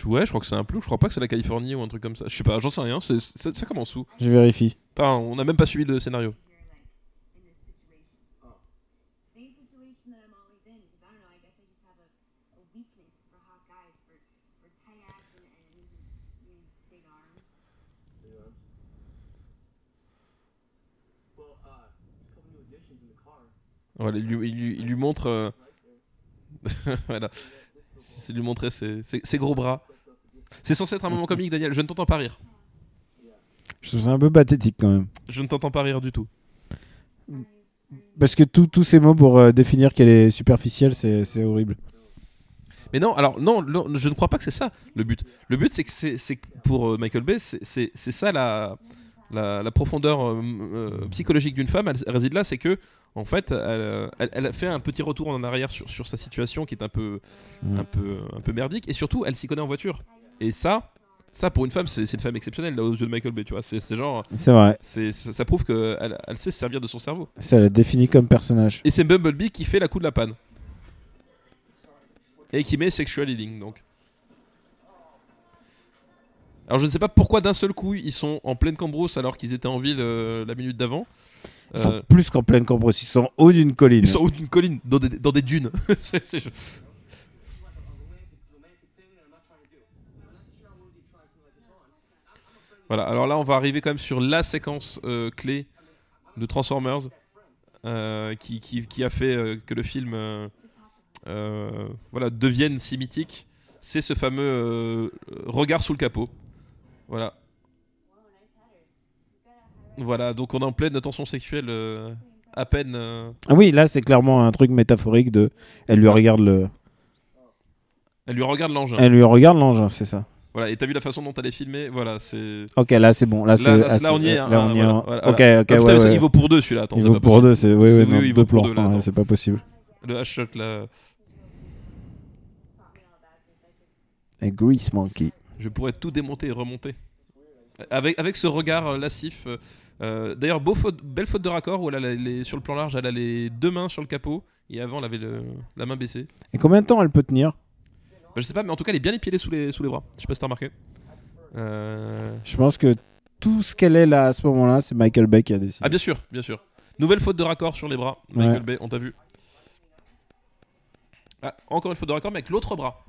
Ouais, je crois que c'est un plus. Je crois pas que c'est la Californie ou un truc comme ça. Je sais pas, j'en sais rien. c'est- c'est- ça commence où Je vérifie. Putain, on n'a même pas suivi le scénario. same situation that I'm always in because I don't know. I guess I just have a, a weakness for hot guys for for tight ass and, and you know, big arms. Voilà, il, lui, il lui- il lui montre. euh, *laughs* voilà. C'est lui montrer ses, ses- ses gros bras. C'est censé être un moment comique, Daniel. Je ne t'entends pas rire. Je trouve ça un peu pathétique quand même. Je ne t'entends pas rire du tout. Parce que tout- tous ces mots pour euh, définir qu'elle est superficielle, c'est c'est horrible. Mais non, alors non, non, je ne crois pas que c'est ça le but. Le but, c'est que c'est c'est que pour euh, Michael Bay, c'est- c'est c'est ça la, la, la profondeur euh, m- euh, psychologique d'une femme. Elle, elle réside là, c'est que en fait, elle, euh, elle, elle fait un petit retour en arrière sur, sur sa situation qui est un peu, Mm. un peu, un peu merdique, et surtout, elle s'y connaît en voiture. Et ça, ça pour une femme, c'est c'est une femme exceptionnelle là aux yeux de Michael Bay. Tu vois, c'est c'est genre, C'est vrai. c'est ça, ça prouve qu'elle elle sait se servir de son cerveau. Ça la définit comme personnage. Et c'est Bumblebee qui fait la coup de la panne. Et qui met Sexual Healing donc. Alors je ne sais pas pourquoi d'un seul coup ils sont en pleine cambrousse alors qu'ils étaient en ville euh, la minute d'avant. Ils sont Euh, plus qu'en pleine cambrousse, ils sont en haut d'une colline. ils sont au haut d'une colline, dans des, dans des dunes. *laughs* C'est- c'est- Voilà, alors là on va arriver quand même sur la séquence euh, clé de Transformers euh, qui, qui- qui a fait euh, que le film euh, euh, voilà, devienne si mythique. C'est ce fameux euh, regard sous le capot. Voilà. Voilà, donc on est en pleine tension sexuelle euh, à peine. euh, Ah oui, là c'est clairement un truc métaphorique de. Elle lui regarde le. Elle lui regarde l'engin. Elle lui regarde l'engin, c'est ça. Voilà, et t'as vu la façon dont elle est filmée Voilà, c'est. Ok, là c'est bon. Là, c'est- là, ah, là, on y est, hein, Là on y est. voilà, hein. voilà, Ok, Ah, ok, putain, ouais, ça- ouais. Il vaut pour deux celui-là, attends. Il c'est vaut pas pour possible. deux, c'est. Oui, C'est- oui, oui, non, oui, il deux vaut pour plans. deux, là, Ouais, attends. c'est pas possible. Le H-Shot là. Et Grease Monkey. Je pourrais tout démonter et remonter. Avec, avec ce regard euh, lascif. euh, euh, D'ailleurs, beau faute- belle faute de raccord où elle a la- les- sur le plan large, elle a les deux mains sur le capot et avant, elle avait le- la main baissée. Et combien de temps elle peut tenir Bah, je sais pas, mais en tout cas, elle est bien épielée sous les, sous les bras. Je sais pas si t'as remarqué. Euh, Je pense que tout ce qu'elle est là à ce moment-là, c'est Michael Bay qui a décidé. Ah, bien sûr, bien sûr. Nouvelle faute de raccord sur les bras. Michael Ouais. Bay, on t'a vu. Ah, encore une faute de raccord, mais avec l'autre bras.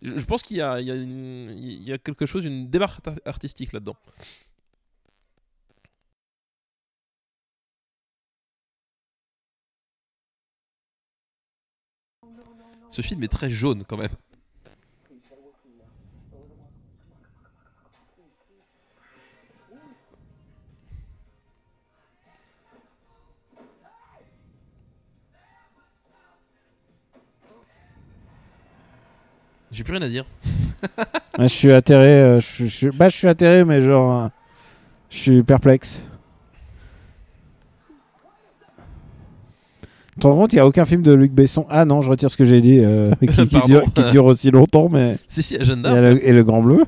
Je, je pense qu'il y, a- il y a une- il y a quelque chose, une démarche art- artistique là-dedans. Ce film est très jaune quand même. J'ai plus rien à dire. Ouais, je suis atterré, euh, je, suis- je suis- bah, je suis atterré, mais genre, euh, je suis perplexe. Tu te rends compte, il n'y a aucun film de Luc Besson. Ah non, je retire ce que j'ai *laughs* dit, euh, qui, qui Pardon. dure, qui dure aussi longtemps, mais. Si, si, Jeanne Et d'Arc. le, et le Grand Bleu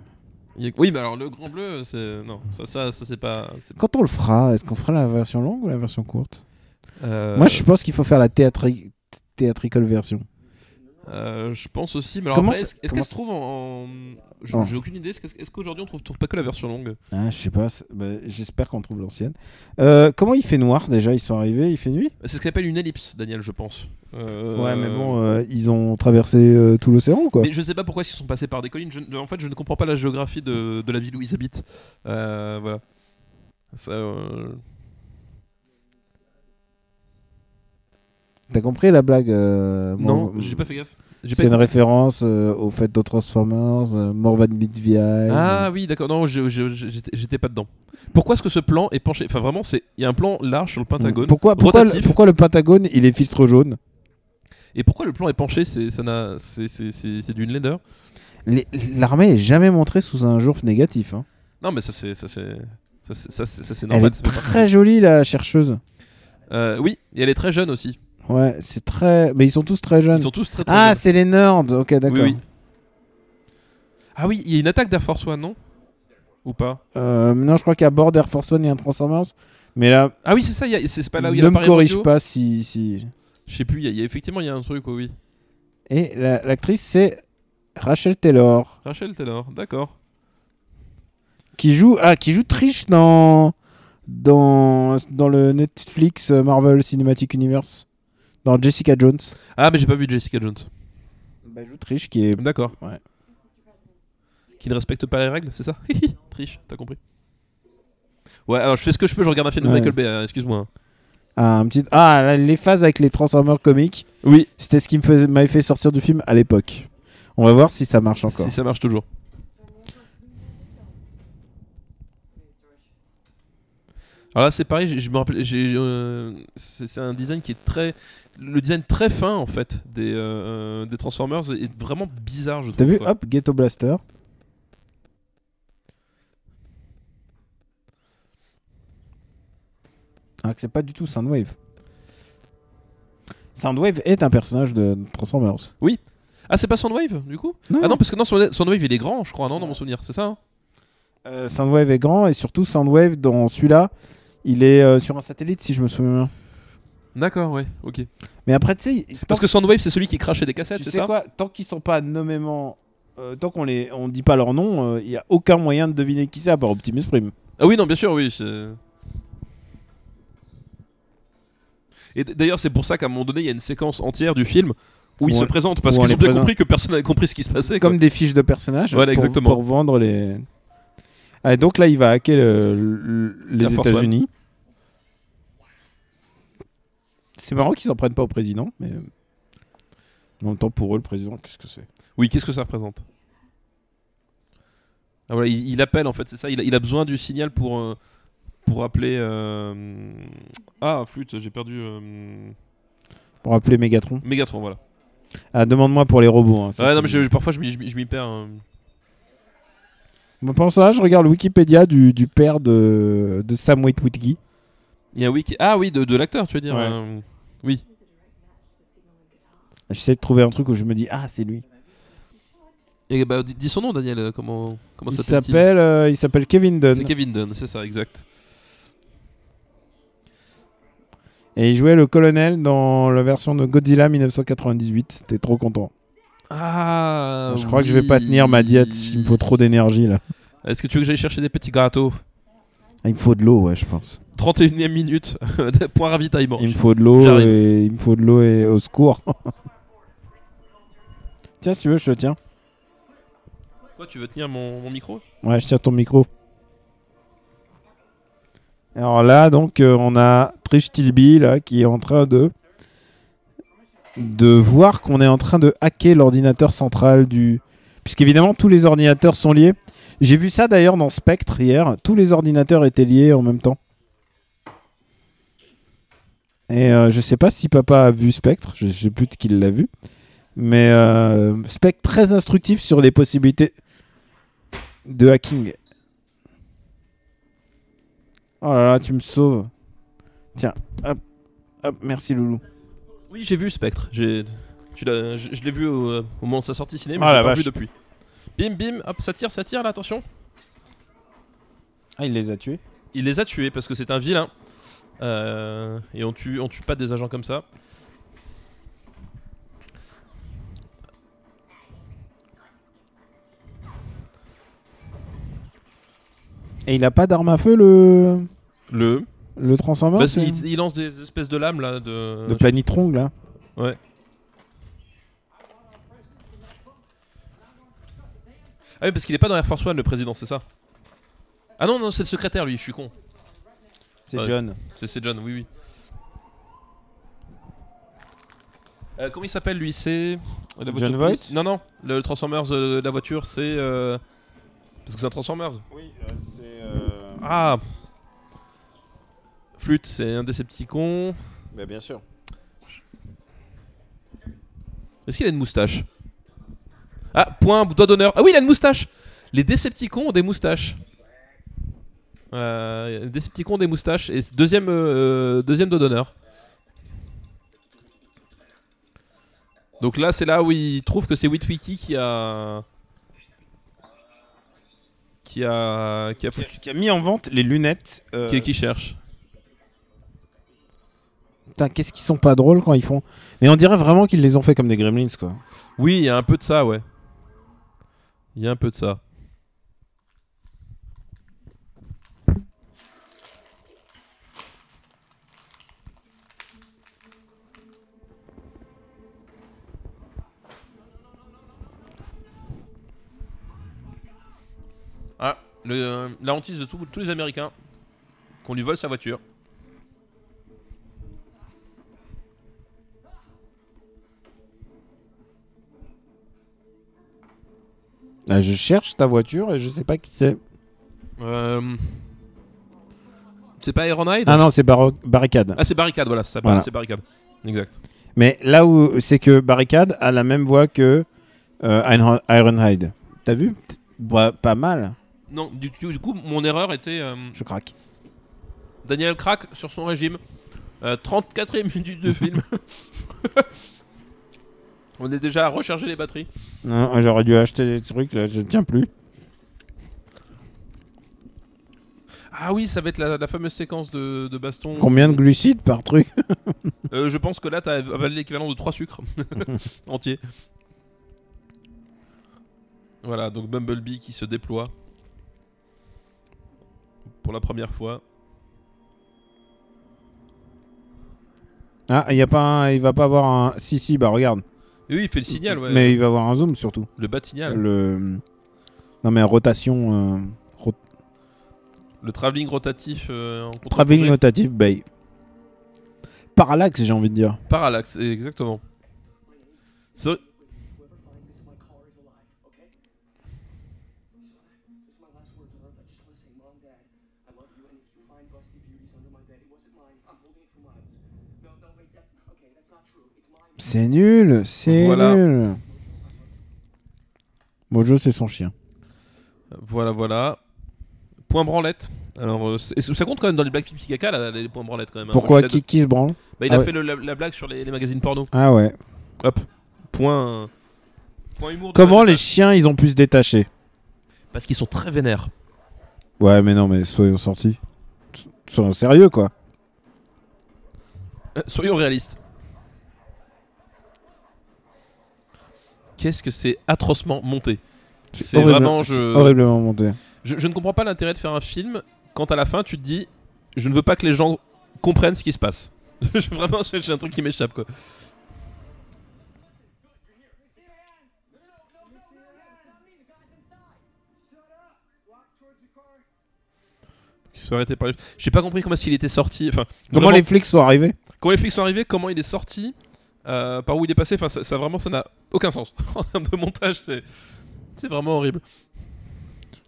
il y a- Oui, mais alors le grand bleu, c'est. Non, ça, ça, ça, c'est pas. c'est- Quand on le fera, est-ce qu'on fera la version longue ou la version courte Euh, Moi, je pense qu'il faut faire la théâtri- théâtricole version. euh, je pense aussi. Mais alors Comment après, ça- est-ce est-ce comment qu'elle se ça- trouve en. en- je- Non. J'ai aucune idée. Est-ce que- est-ce qu'aujourd'hui on trouve toujours pas que la version longue Ah, je sais pas, c'est- bah, j'espère qu'on trouve l'ancienne. Euh, comment il fait noir déjà Ils sont arrivés, il fait nuit C'est ce qu'on appelle une ellipse, Daniel, je pense. Euh, Ouais, mais bon, euh, ils ont traversé euh, tout l'océan, quoi. Mais je sais pas pourquoi ils se sont passés par des collines. Je- en fait, je ne comprends pas la géographie de, de la ville où ils habitent. Euh, voilà. Ça, euh, T'as compris la blague euh, non, Mor- j'ai pas fait gaffe. J'ai pas C'est une été- référence euh, au fait de Transformers, euh, Morvan Midvia. euh, Ah oui, d'accord. Non, je- je- je- j'étais j'étais pas dedans. Pourquoi est-ce que ce plan est penché Enfin, vraiment, c'est il y a un plan large sur le Pentagone. Hmm. Pourquoi, pourquoi, le, rotatif. pourquoi le Pentagone, il est filtre jaune Et pourquoi le plan est penché C'est ça n'a- c'est- c'est- c'est- c'est d'une laideur. Les- L'armée est jamais montrée sous un jour négatif. hein. Non, mais ça c'est ça c'est ça, c'est- ça, c'est- ça, c'est Elle normal. est bah, ça fait partie. très jolie, la chercheuse. Euh, oui, et elle est très jeune aussi. Ouais, c'est très. Mais ils sont tous très jeunes. Ils sont tous très très ah, jeunes. c'est les nerds. Ok, d'accord. Oui, oui. Ah oui, il y a une attaque d'Air Force One, non Ou pas Euh, non, je crois qu'à bord d'Air Force One, il y a un Transformers. Mais là, Ah oui, c'est ça, il y a- c'est pas là où il y a ne l'appareil me corrige radio pas si. si... Je sais plus, il y a- il y a- effectivement, il y a un truc, oui. Et la- l'actrice, c'est Rachel Taylor. Rachel Taylor, d'accord. qui joue ah qui joue Trish dans dans dans le Netflix euh, Marvel Cinematic Universe dans Jessica Jones. Ah, mais j'ai pas vu Jessica Jones. Bah, elle joue Trish qui est D'accord. Ouais. Qui ne respecte pas les règles, c'est ça *laughs* Hihi, Triche, t'as compris. Ouais, alors je fais ce que je peux, je regarde un film de Ouais. Michael Bay, euh, excuse-moi. ah, un petit ah là, les phases avec les Transformers comiques. Oui. C'était ce qui me faisait m'avait fait sortir du film à l'époque. On va voir si ça marche encore. Si ça marche toujours. Alors là, c'est pareil, j'ai- je me rappelle, j'ai, euh, c'est, c'est un design qui est très. Le design très fin, en fait, des, euh, des Transformers est vraiment bizarre, je trouve. T'as vu Ah. quoi. hop Ghetto Blaster. Ah que c'est pas du tout Soundwave. Soundwave est un personnage de Transformers. Ah, c'est pas Soundwave, du coup Ah non, parce que non, Sound- Soundwave, il est grand, je crois, non, dans mon souvenir, c'est ça hein Euh, Soundwave est grand et surtout Soundwave dans celui-là, il est euh, sur un satellite si je me souviens bien. D'accord, ouais, ok. Mais après tu sais, tant Parce que Soundwave, c'est celui qui crachait des cassettes, tu c'est sais ça quoi, tant qu'ils sont pas nommément euh, tant qu'on les on dit pas leur nom, euh, il y a aucun moyen de deviner qui c'est à part Optimus Prime. Ah oui, non, bien sûr, oui. c'est- Et d- d'ailleurs, c'est pour ça qu'à un moment donné, il y a une séquence entière du film où ils Où on- se présentent parce où on qu'ils les ont bien présente. compris que personne n'avait compris ce qui se passait. Comme quoi. des fiches de personnages Voilà, pour, exactement. pour vendre les Ah, et donc là, il va hacker le- le- les La Force États-Unis. C'est marrant qu'ils s'en prennent pas au président, mais en même temps pour eux le président, qu'est-ce que c'est Oui, qu'est-ce que ça représente Ah voilà, il, il appelle en fait, c'est ça. Il a, il a besoin du signal pour euh, pour appeler. euh, Ah flûte, j'ai perdu. euh, Pour appeler Megatron. Mégatron, voilà. Ah, demande-moi pour les robots. hein, ça, ouais, non, c'est- mais je- parfois je m'y- je m'y je m'y perds. hein. Bon, pendant ça, je regarde Wikipédia du, du père de, de Sam Witwicky. Il y a un wiki- Ah oui, de, de l'acteur, tu veux dire Ouais. euh, Oui. J'essaie de trouver un truc où je me dis ah c'est lui. Et bah, dis dis son nom, Daniel. euh, Comment comment Il s'appelle-t-il s'appelle euh, il s'appelle Kevin Dunn C'est Kevin Dunn, c'est ça, exact. et il jouait le colonel dans la version de Godzilla 1998. T'es trop content. Ah. je crois que je vais pas tenir ma diète. Il me faut trop d'énergie là. Est-ce que tu veux que j'aille chercher des petits gâteaux Ah, il me faut de l'eau ouais je pense. 31ème minute, *laughs* de point ravitaillement. Il me faut de l'eau J'arrive. et il me faut de l'eau et au secours. *laughs* tiens si tu veux je te tiens. Quoi, tu veux tenir mon, mon micro Ouais, je tire ton micro. Alors là, donc, euh, on a Trish Tilby là, qui est en train de de voir qu'on est en train de hacker l'ordinateur central du... Puisqu'évidemment, tous les ordinateurs sont liés. J'ai vu ça d'ailleurs dans Spectre hier. Tous les ordinateurs étaient liés en même temps. Et euh, je sais pas si papa a vu Spectre. Je sais plus de qui l'a vu. Mais euh, spec très instructif sur les possibilités de hacking. Oh là là, tu me sauves. Tiens, hop, hop, merci Loulou. Oui, j'ai vu Spectre. J'ai- tu l'as- Je, je l'ai vu au, au moment de sa sortie ciné, mais Ah, je la l'ai pas vache. vu depuis. Bim, bim, hop, ça tire, ça tire, là, attention. Ah, il les a tués. Il les a tués parce que c'est un vilain. Euh, et on tue, on tue pas des agents comme ça. Et il a pas d'arme à feu le Le. le transformeur Bah, c'est- il, il lance des espèces de lames là de. de planitron là. Ouais. Ah oui, parce qu'il est pas dans Air Force One le président, c'est ça Ah non, non, c'est le secrétaire lui, je suis con. C'est Ouais. John. C'est c'est John, oui, oui. Euh, comment il s'appelle lui C'est. euh, la voiture John de police Non, non, le Transformers euh, de la voiture, c'est. euh, Parce que c'est un Transformers. Oui, c'est. euh, Ah Flûte, c'est un Decepticon. bah, bien sûr. Est-ce qu'il a une moustache Ah, point, doigt d'honneur. Ah oui, il a une moustache Les Decepticons ont des moustaches. Euh, les Decepticons ont des moustaches. Et deuxième, euh, deuxième doigt d'honneur. Donc là, c'est là où il trouve que c'est Witwicky qui a. Qui a. Qui a foutu- Qui a mis en vente les lunettes. euh, qui- qui cherche. Putain, qu'est-ce qu'ils sont pas drôles quand ils font. Mais on dirait vraiment qu'ils les ont fait comme des gremlins quoi. Oui, il y a un peu de ça, ouais. Il y a un peu de ça. Ah, le, euh, la hantise de tous- tous les Américains qu'on lui vole sa voiture. Ah, je cherche ta voiture et je sais pas qui c'est. Euh, C'est pas Ironhide Ah non, c'est Barro- Barricade. Ah, c'est Barricade, voilà, c'est ça, Voilà. c'est Barricade. Exact. Mais là où c'est que Barricade a la même voix que euh, Iron- Ironhide. T'as vu T- bah, Pas mal. Non, du, du- du coup, mon erreur était euh, Je craque. Daniel Crack sur son régime. Euh, 34 minutes de film. *laughs* On est déjà à recharger les batteries. Non, J'aurais dû acheter des trucs, là, je tiens plus. Ah oui, ça va être la, la fameuse séquence de, de baston. Combien de glucides par truc Euh, Je pense que là, t'as avalé l'équivalent de 3 *laughs* sucres *laughs* entiers. Voilà, donc Bumblebee qui se déploie. Pour la première fois. Ah, il y a pas un- il va pas avoir un. Si, si, bah regarde. Et oui, il fait le signal, ouais. Mais il va avoir un zoom surtout. Le bat signal. Le. Non, mais rotation. euh, rot- Le travelling rotatif euh, en Travelling contre-plongée. notatif bay. Parallaxe, j'ai envie de dire. Parallaxe, exactement. C'est vrai- C'est nul, c'est Voilà. nul. Mojo, c'est son Bah, chien. Voilà, voilà. Point branlette. Alors, euh, c'est- ça compte quand même dans les blagues pipi caca, là, les points branlettes quand même. hein. Pourquoi Moi, je suis qui, qui se branle là- Bah, il Ah a ouais. fait le- la, la blague sur les, les magazines porno. Ah ouais. Hop. Point. Point humour. de Comment la- les chiens, ils ont pu se détacher Parce qu'ils sont très vénères. Ouais, mais non, mais soyons sortis. S- Soyons sérieux, quoi. Euh, soyons réalistes. Qu'est-ce que c'est atrocement monté C'est horrible- vraiment, je- c'est horriblement monté. Je, je ne comprends pas l'intérêt de faire un film quand à la fin tu te dis je ne veux pas que les gens comprennent ce qui se passe. *laughs* Je- Vraiment, c'est- j'ai un truc qui m'échappe quoi. Qu'il soit arrêté par les- J'ai pas compris comment est-ce qu'il était sorti. Enfin, Comment vraiment, les flics sont arrivés comment les flics sont arrivés, comment il est sorti, euh, par où il est passé. Enfin, ça, ça *laughs* vraiment, ça n'a aucun sens en termes de montage. C'est c'est vraiment horrible.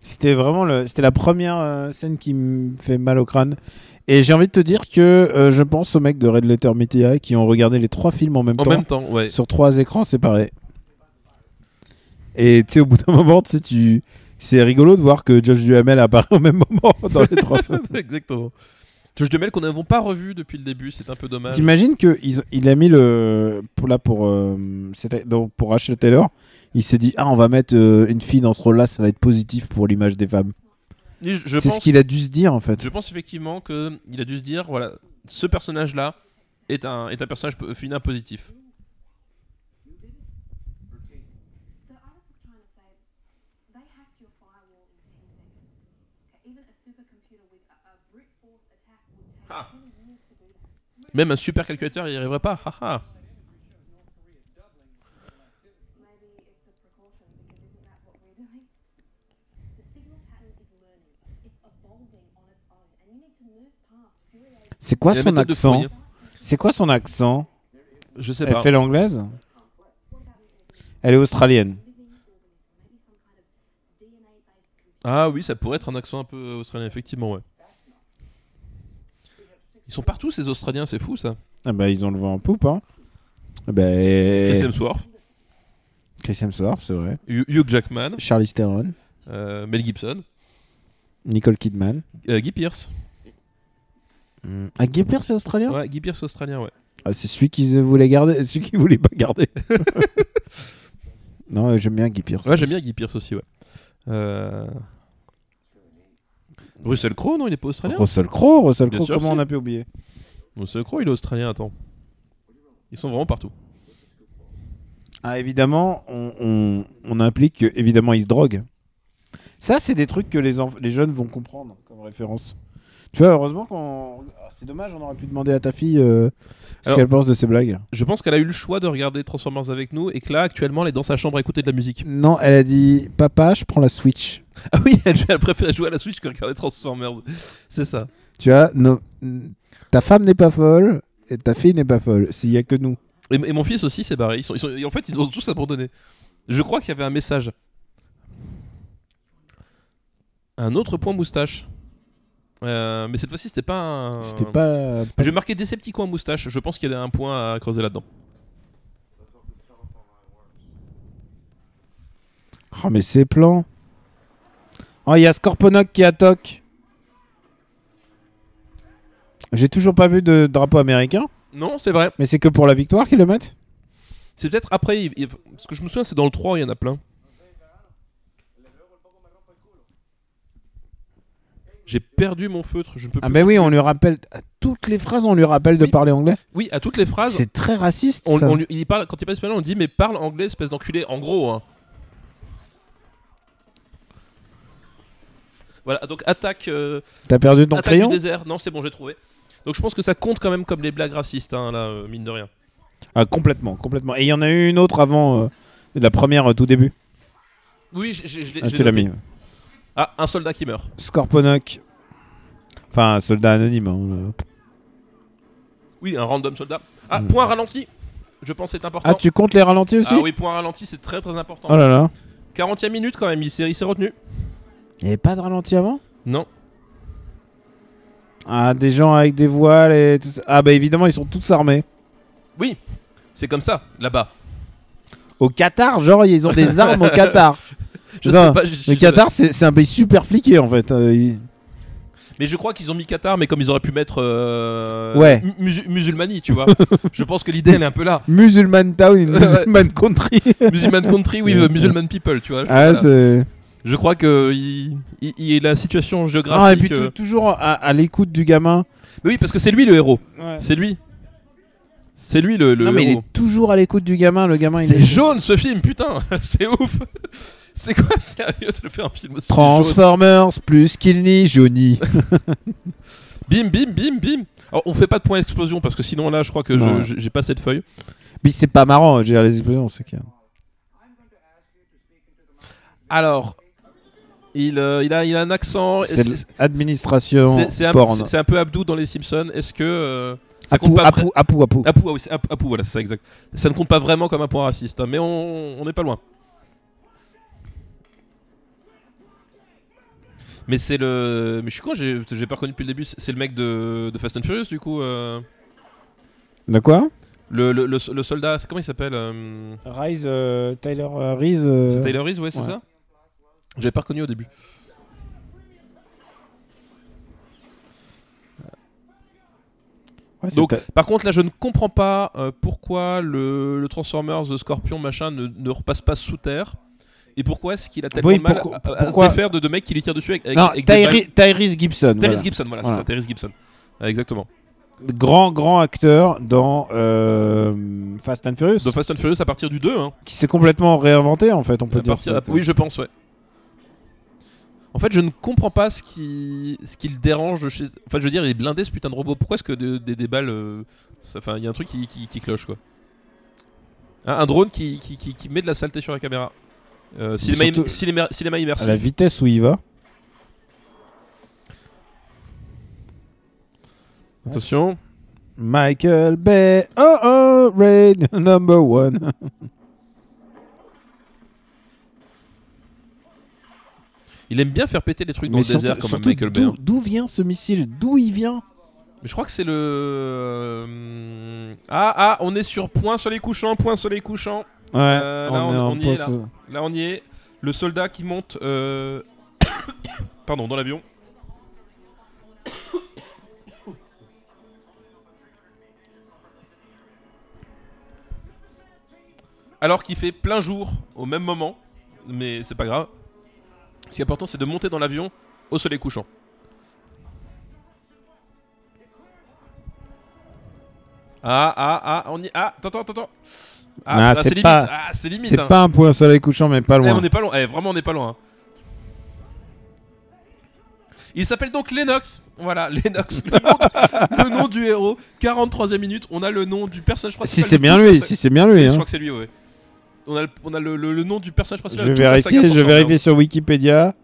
C'était vraiment le, c'était la première euh, scène qui me fait mal au crâne. Et j'ai envie de te dire que euh, je pense aux mecs de Red Letter Media qui ont regardé les trois films en même En temps même temps, ouais. sur trois écrans séparés. Et tu sais, au bout d'un *laughs* moment, tu sais, tu. C'est rigolo de voir que Josh Duhamel apparaît au même moment dans les *laughs* trois films. *laughs* Exactement. Josh Duhamel qu'on n'avons pas revu depuis le début, c'est un peu dommage. T'imagines qu'il il a mis le. Pour, là, pour, euh, c'était- donc, pour Rachel Taylor, il s'est dit Ah, on va mettre euh, une fille dans ce rôle-là, ça va être positif pour l'image des femmes. Et Je, je C'est pense, ce qu'il a dû se dire, en fait. je pense effectivement qu'il a dû se dire voilà, ce personnage-là est un, est un personnage p- féminin positif. So I was just trying to say, they hacked your firewall in 10 seconds. Okay, even a supercomputer with a, a brute force attack would take Ah. 20 years to do that. Même un super calculateur, il n'y arriverait pas. haha. Maybe it's a precaution because isn't that what we're doing? The signal pattern is learning. It's evolving on its own, and you need to move past furiating. C'est quoi Et la son méthode de accent Fourier. C'est quoi son accent Je sais Elle pas. fait l'anglaise Elle est australienne. Ah oui, ça pourrait être un accent un peu australien, effectivement, ouais. Ils sont partout ces Australiens, c'est fou ça. Ah bah, ils ont le vent en poupe, hein. Ah bah, et- Chris Hemsworth, Chris Hemsworth, c'est vrai. Hugh Hugh Jackman, Charlize Theron, euh, Mel Gibson, Nicole Kidman. euh, Guy Pearce. Ah, Guy Pearce est australien Ouais, Guy Pearce australien, ouais. Ah, c'est celui qui voulait garder, celui qui voulait pas garder. *laughs* non, euh, j'aime bien Guy Pearce. Ouais, j'aime bien Guy Pearce aussi, ouais. Euh, Russell Crowe, non, il est pas australien Russell Crowe, Russell Bien Crowe, sûr, comment si. on a pu oublier Russell Crowe, il est australien, attends. Ils sont vraiment partout. Ah, évidemment, on, on, on implique que, évidemment, il se drogue. Ça, c'est des trucs que les, enf- les jeunes vont comprendre comme référence. Tu vois, heureusement qu'on. Ah, C'est dommage, on aurait pu demander à ta fille euh, ce Alors- qu'elle pense de ces blagues. Je pense qu'elle a eu le choix de regarder Transformers avec nous et que là, actuellement, elle est dans sa chambre à écouter de la musique. Non, elle a dit Papa, je prends la Switch. Ah oui, *laughs* elle, elle préfère jouer à la Switch que regarder Transformers. C'est ça. Tu vois, nos- ta femme n'est pas folle et ta fille n'est pas folle. S'il y a que nous. Et, et mon fils aussi, c'est pareil. Ils sont, ils sont- et en fait, ils ont tous abandonné. Je crois qu'il y avait un message. Un autre point moustache. Euh, mais cette fois-ci, c'était pas un. C'était pas. pas- J'ai marqué Decepticon à moustache. Je pense qu'il y a un point à creuser là-dedans. Oh, mais c'est plan. Oh, il y a Scorponok qui attaque. J'ai toujours pas vu de drapeau américain, Non, c'est vrai. mais c'est que pour la victoire qu'ils le mettent C'est peut-être après. il- il- ce que je me souviens, c'est dans le 3, il y en a plein. J'ai perdu mon feutre, je ne peux plus. Ah, mais oui, on lui rappelle. à Toutes les phrases, on lui rappelle de Oui. parler anglais. Oui, à toutes les phrases, C'est très raciste. on, ça. on lui- il parle, quand il parle espagnol, on dit mais parle anglais, espèce d'enculé, en gros. Hein. Voilà, donc attaque, euh, T'as perdu ton attaque du crayon désert. Non, c'est bon, j'ai trouvé. Donc je pense que ça compte quand même comme les blagues racistes, hein, là, euh, mine de rien. Ah, Complètement, complètement. Et il y en a eu une autre avant euh, la première, euh, tout début. Oui, j'ai- j'ai- je l'ai Ah, je tu l'ai l'as noté. mis. Ah, un soldat qui meurt. Scorponok. Enfin, un soldat anonyme. hein, euh. Oui, un random soldat. Ah, Mm. point ralenti. Je pense que c'est important. Ah, tu comptes les ralentis aussi Ah oui, point ralenti, c'est très très important. Oh là là. 40 e minute quand même, il s'est il s'est retenu. Il n'y avait pas de ralenti avant Non. Ah, des gens avec des voiles et tout ça. Ah, bah évidemment, ils sont tous armés. Oui, c'est comme ça, là-bas. Au Qatar, genre, ils ont des armes *laughs* au Qatar. Je Non, sais pas. je- je- Le Qatar, c'est c'est un pays super fliqué en fait. Euh, ils- Mais je crois qu'ils ont mis Qatar, mais comme ils auraient pu mettre euh, Ouais. mu- musu- musulmanie, tu vois. *laughs* je pense que l'idée elle est un peu là. Musulman town, une *laughs* Ouais. musulman *laughs* country. Musulman country with euh, musulman people, tu vois. ah, Voilà. c'est. Je crois que il, il- il- la situation géographique. Ah, et puis euh, tou- toujours à, à l'écoute du gamin. mais oui, parce que c'est lui le héros. C'est lui. C'est lui le, le non, mais il héros. est toujours à l'écoute du gamin. Le gamin, il C'est est. jaune ce film, putain, *laughs* c'est ouf. C'est quoi *laughs* sérieux de faire un film aussi jaune *laughs* Transformers plus Kilny, *laughs* Johnny. Bim, bim, bim, bim. Alors, on fait pas de point d'explosion parce que sinon là, je crois que Non. je- je- j'ai pas cette feuille. Puis c'est pas marrant, j'ai les explosions, c'est clair. Alors, il, euh, il, a, il a un accent. C'est de C'est- l'administration c'est- c'est un, porn. c'est- c'est un peu Abdou dans Les Simpsons. Est-ce que euh, ça compte Apou, pas vra- apou, apou, apou. Abou, ah oui, c'est Ab- Abou, voilà, c'est ça exact. Ça ne compte pas vraiment comme un point raciste, hein, mais on on n'est pas loin. Mais c'est le. Mais je suis con, j'ai j'ai pas reconnu depuis le début. C'est c'est le mec de, de Fast and Furious, du coup. euh, De quoi le, le, le, le soldat, c'est- comment il s'appelle euh, Rise, euh, Tyler euh, Reese. C'est euh, Tyler Reese, ouais, c'est ouais. ça J'avais pas reconnu au début. ouais, c'est Donc, Ty- par contre, là, je ne comprends pas euh, pourquoi le, le Transformers euh, Scorpion machin ne, ne repasse pas sous terre. Et pourquoi est-ce qu'il a tellement Oui, de mal pourquoi- à, à pourquoi- se défaire de deux mecs qui lui tirent dessus avec, avec- Non, avec des balles Tyree- Tyrese Gibson. Tyrese voilà. Gibson, voilà, Voilà. c'est ça, Tyrese Gibson. Ah, exactement. Grand, grand acteur dans euh, Fast and Furious. De Fast and Furious à partir du 2, hein. qui s'est complètement réinventé en fait, on peut À dire partir- ça. à- Oui, je pense, ouais. En fait, je ne comprends pas ce qui, ce qui le dérange. Chez... Enfin, je veux dire, il est blindé ce putain de robot. Pourquoi est-ce que de- des, des balles. euh, ça- Enfin, il y a un truc qui, qui, qui cloche, quoi. Un, un drone qui, qui, qui, qui met de la saleté sur la caméra. Euh, cinéma, Surtout- im- cinéma- cinéma À immersif. la vitesse où il va. Attention. Michael Bay, oh oh, raid *laughs* number one. Il aime bien faire péter des trucs dans le surtout- désert comme un surtout, Michael Bay. d'où- hein. D'où vient ce missile D'où il vient Mais je crois que c'est le. euh, Ah, ah, on est sur point soleil couchant, point soleil couchant. Ouais, Euh, là, on- est en on y est, pause. Là, on y est. Le soldat qui monte. euh, *coughs* Pardon, dans l'avion. Alors qu'il fait plein jour au même moment, mais c'est pas grave. Ce qui est important, c'est de monter dans l'avion au soleil couchant. Ah, ah, ah, on y. Ah, attends, attends, attends. Ah, là, c'est limite. pas- Ah, c'est limite. C'est hein. pas un point soleil couchant, mais pas Eh, loin. on n'est pas loin. Eh, vraiment, on n'est pas loin. Il s'appelle donc Lennox. Voilà, *laughs* Lennox. Le nom du, le nom du héros. 43 e minute. On a le nom du personnage principal. Si c'est de bien toute lui, la si sa- c'est bien lui. Je hein. crois que c'est lui, ouais. On a, le, on a le, le- le nom du personnage Je principal. vais de toute la saga hein. vérifier, je vais Transformers. vérifier sur Wikipédia.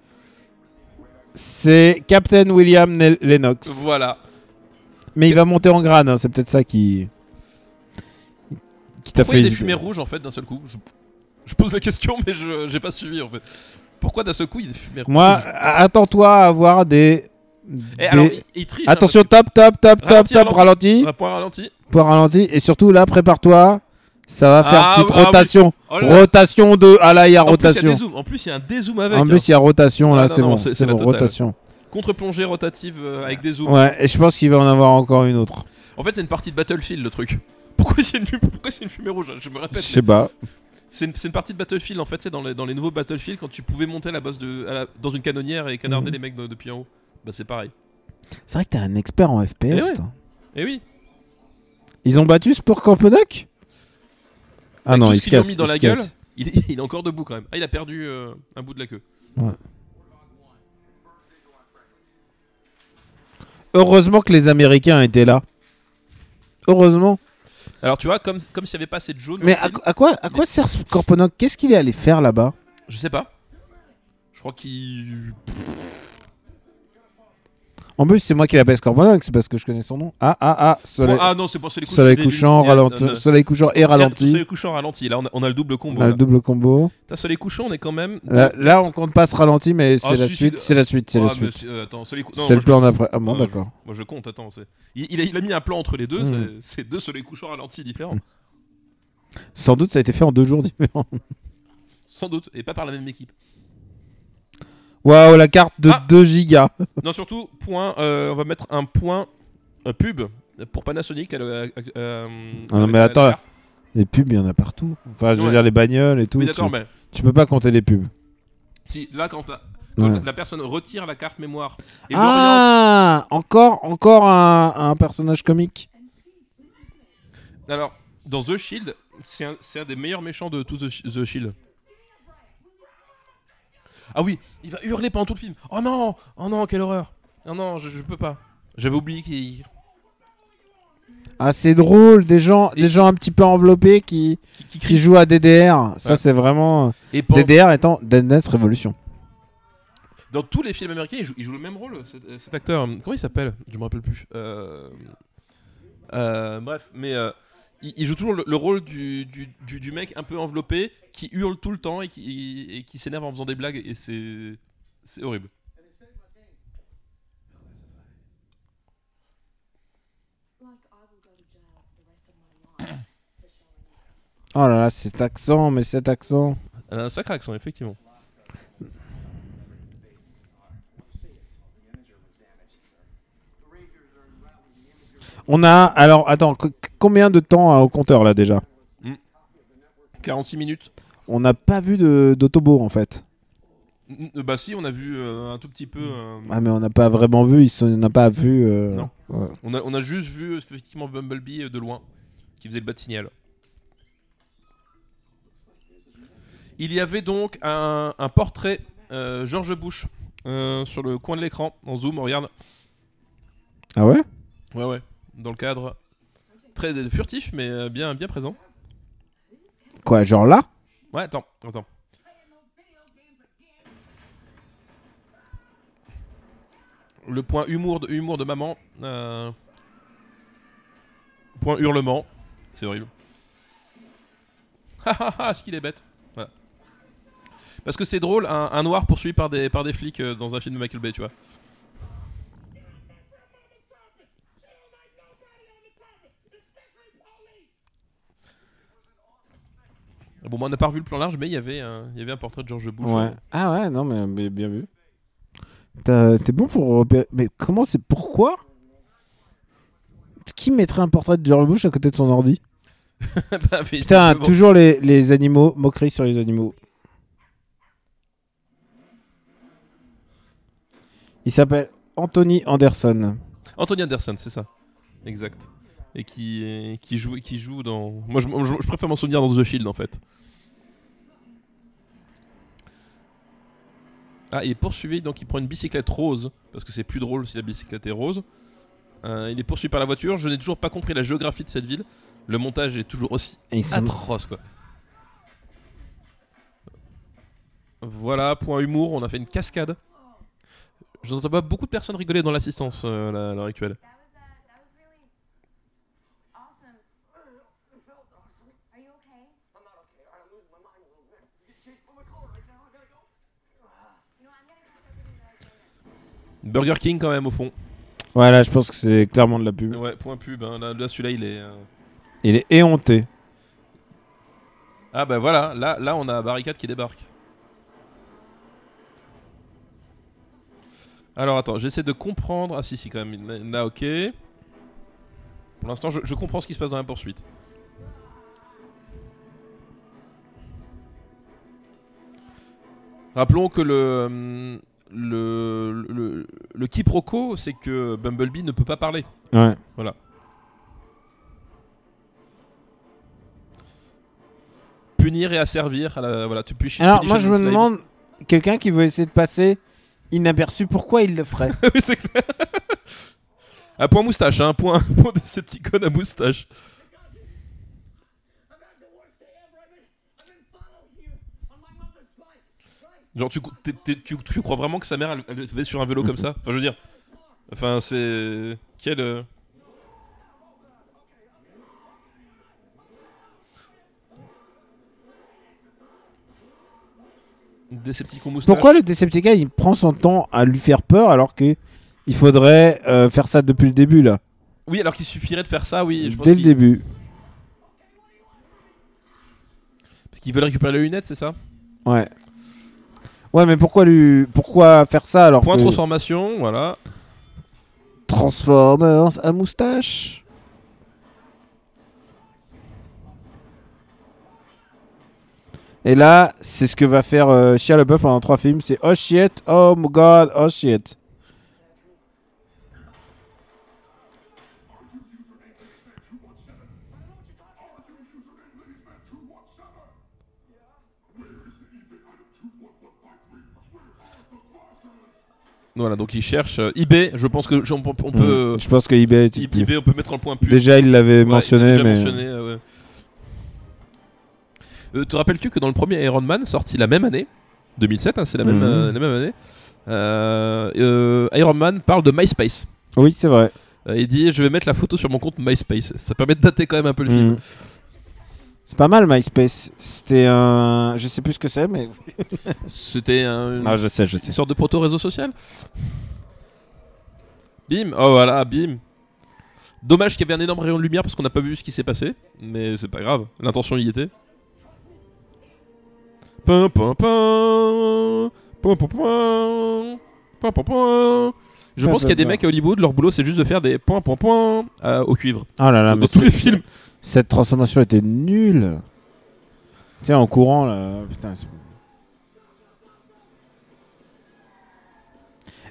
C'est Captain William Ne- Lennox. Voilà. Mais il va monter en grade, hein, c'est peut-être ça qui. qui t'a Pourquoi il y a fait des hésiter. fumées rouges en fait d'un seul coup je, je pose la question, mais je j'ai pas suivi en fait. Pourquoi d'un seul coup il y a des fumées rouges Moi, a- attends-toi à avoir des. Eh, des- alors, il, il triche. hein, Attention, parce top, top, top, top, Ralentir, top, ralenti. que- Point ralenti. Point ralenti. Et surtout, là, prépare-toi. Ça va faire Ah, petite ah oui. rotation. Oh là là. Rotation de. Ah là, il y a En plus, il y a rotation. des zooms. En plus, il y a un dézoom avec. En hein. plus, il y a rotation, Ah, là, non, c'est non, bon. c'est- C'est c'est la bon, totale. rotation. Contre-plongée rotative euh, avec des zooms. Ouais, et je pense qu'il va en avoir encore une autre. En fait, c'est une partie de Battlefield le truc. *laughs* Pourquoi il y a une, fum- pourquoi c'est une fumée rouge Je me Je répète. sais pas. mais C'est une, c'est une partie de Battlefield en fait. C'est dans les, dans les nouveaux Battlefield quand tu pouvais monter à la bosse de, à la- dans une canonnière et canarder Mhm. les mecs de- depuis en haut. Bah, c'est pareil. C'est vrai que t'es un expert en Eh FPS. ouais. toi. Et oui. Ils ont battu Sport Camponac Ah Avec non, tout il ce se qu'ils lui ont casse. mis dans il la se gueule, casse. il, *laughs* il est encore debout quand même. Ah, il a perdu euh, un bout de la queue. Heureusement que les Américains étaient là. Heureusement. Alors tu vois, comme comme s'il n'y avait pas assez de jaune. dans Mais le à, film, à quoi, à quoi sert Sport Camponac Qu'est-ce qu'il est allé faire là-bas je sais pas. Je crois qu'il. En plus, c'est moi qui l'appelle Scorponac, c'est parce que je connais son nom. Ah, ah, ah, soleil, Ah non, c'est pour soleil couchant. soleil je l'ai lu. couchant, Il y a- ralenti, euh, euh, soleil couchant et ralenti. Soleil couchant ralenti. Là, on a, on a le double combo. On a le là. double combo. Putain, soleil couchant, on est quand même. Là, là, on compte pas ce ralenti, mais c'est Ah, la si, si, suite, de- c'est la suite, c'est Ah, la mais suite. c'est- euh, attends, soleil cou- non, moi, C'est le je- plan d'après. Ah bon, Ah, je- d'accord. Moi je compte, attends. c'est- Il, il a, il a mis un plan entre les deux, Mm. c'est- c'est deux soleils couchants ralentis différents. Mm. Sans doute, ça a été fait en deux *laughs* jours différents. Sans doute, et pas par la même équipe. *laughs* Waouh, la carte de Ah. 2 gigas. non, surtout, point, euh, on va mettre un point euh, pub pour Panasonic. euh, euh, Ah non, avec mais la- attends. la carte. Les pubs, il y en a partout. Enfin, je veux Ouais. dire, les bagnoles et tout. Oui, tu, d'accord, mais tu peux pas compter les pubs. si, là, quand, la, quand Ouais. la personne retire la carte mémoire et l'oriente- Ah, encore, encore un, un personnage comique. Alors, dans The Shield, c'est un, c'est un des meilleurs méchants de tout The, Sh- The Shield. Ah oui, il va hurler pendant tout le film. Oh non Oh non, quelle horreur Oh non, je, je peux pas. J'avais oublié qu'il Ah, c'est drôle, des gens, Et- des gens un petit peu enveloppés qui, qu'il- qu'il qui crie. jouent à DDR. Ça, Ouais. c'est vraiment. Et pendant- DDR étant Dead Dance Revolution. dans tous les films américains, il joue, il joue le même rôle, cet, euh, cet acteur. Comment il s'appelle Je me rappelle plus. Euh, euh, bref, mais euh, il, il joue toujours le, le rôle du, du, du- du mec un peu enveloppé qui hurle tout le temps et qui, et qui s'énerve en faisant des blagues et c'est c'est horrible. Like I will go to jail for the rest of my life for showing up. Oh là là, cet accent, mais cet accent. Elle a un sacré accent, effectivement. On a. Alors, attends, co- combien de temps euh, au compteur là déjà 46 minutes. On n'a pas vu de- d'autobour en fait. N- euh, Bah si, on a vu euh, un tout petit peu. euh, Ah, mais on n'a pas vraiment vu, ils sont- on n'a pas vu. euh, Non. ouais. on, a, on a juste vu euh, effectivement Bumblebee euh, de loin, qui faisait le bas de signal. Il y avait donc un, un portrait euh, George Bush euh, sur le coin de l'écran, en zoom, regarde. Ah ouais Ouais, ouais. Dans le cadre très euh, furtif, mais euh, bien, bien présent. Quoi, genre là Ouais, attends, attends. Le point humour de, humour de maman. euh, Point hurlement. C'est horrible. Ah ah ah, ce qu'il est bête. Voilà. Parce que c'est drôle, un, un noir poursuivi par des, par des flics euh, dans un film de Michael Bay, tu vois. Bon, moi, on n'a pas revu le plan large, mais il y avait un, il y avait un portrait de George Bush. Ouais. euh, Ah ouais, non, mais, mais bien vu. T'as- T'es bon pour repérer. Mais comment c'est. Pourquoi Qui mettrait un portrait de George Bush à côté de son ordi *laughs* bah, mais Putain, justement. toujours les, les animaux, moqueries sur les animaux. Il s'appelle Anthony Anderson. Anthony Anderson, c'est ça. Exact. Et qui, qui, joue, qui joue dans. Moi, je, je- je préfère m'en souvenir dans The Shield, en fait. Ah, il est poursuivi, donc il prend une bicyclette rose. Parce que c'est plus drôle si la bicyclette est rose. Euh, il est poursuivi par la voiture. Je n'ai toujours pas compris la géographie de cette ville. Le montage est toujours aussi Et ils sont- atroce, quoi. Voilà, point humour, on a fait une cascade. Je n'entends pas beaucoup de personnes rigoler dans l'assistance euh, là, à l'heure actuelle. That was uh, that was really awesome. Are you okay? I'm not okay. I'm losing my mind a little bit. You chased my car right now. I gotta go. You know, I'm gonna pass over to the Burger King quand même au fond. Ouais, là, je pense que c'est clairement de la pub. Ouais, point pub. hein. Là, là, celui-là, il est. euh, Il est éhonté. Ah bah voilà, là, là on a Barricade qui débarque. Alors attends, j'essaie de comprendre. Ah si, si, quand même. Là, là, ok. Pour l'instant, je, je comprends ce qui se passe dans la poursuite. Rappelons que le. hum, Le, le, le quiproquo, c'est que Bumblebee ne peut pas parler. Ouais. Punir et asservir. à la- voilà, tu puis Alors, moi, je me demande, quelqu'un qui veut essayer de passer inaperçu, pourquoi il le ferait *laughs* Oui, c'est clair. Un point moustache, hein, un point, *laughs* un point de ces petits connes à moustache. Genre, tu, cou- t'es- t'es- tu, tu crois vraiment que sa mère, elle, elle était sur un vélo comme ça Enfin, je veux dire. Enfin, c'est. Quel. euh, Décepticon moustache. Pourquoi le Decepticon il prend son temps à lui faire peur alors que il faudrait euh, faire ça depuis le début là Oui, alors qu'il suffirait de faire ça, oui. Je pense Dès le qu'il- début. Parce qu'ils veulent récupérer les lunettes, c'est ça Ouais. Ouais, mais pourquoi lui pourquoi faire ça alors Point que transformation, voilà. Transformers à moustache Et là, c'est ce que va faire euh, Shia LaBeouf pendant trois films, c'est oh shit, oh my god, oh shit. Voilà, donc ils cherchent euh, eBay. Je pense que je- on, peut- on peut. Mm. Je pense que eBay, tu- I- eBay, on peut mettre un point pub. déjà il l'avait Ouais, mentionné, déjà mais mentionné, euh, ouais. Euh, te rappelles-tu que dans le premier Iron Man, sorti la même année, 2007, hein, c'est la, même, Mhm. euh, la même année, euh, euh, Iron Man parle de MySpace. oui, c'est vrai. Euh, il dit Je vais mettre la photo sur mon compte MySpace. Ça permet de dater quand même un peu le film. Mm. C'est pas mal MySpace. C'était un. Je sais plus ce que c'est, mais. C'était un- une, je sais, je sais. une sorte de proto-réseau social. Bim Oh voilà, bim Dommage qu'il y avait un énorme rayon de lumière parce qu'on n'a pas vu ce qui s'est passé, mais c'est pas grave, l'intention y était. Pin, pin, pin. Pin, pin, pin. Pin, pin, pin. Je Pin, pense qu'il pin, y a des pin. mecs à Hollywood, leur boulot c'est juste de faire des points, points, points euh, au cuivre. Oh là là, Dans mais tous les c'est- films. Cette transformation était nulle. Tu sais, en courant, là. Putain, c'est-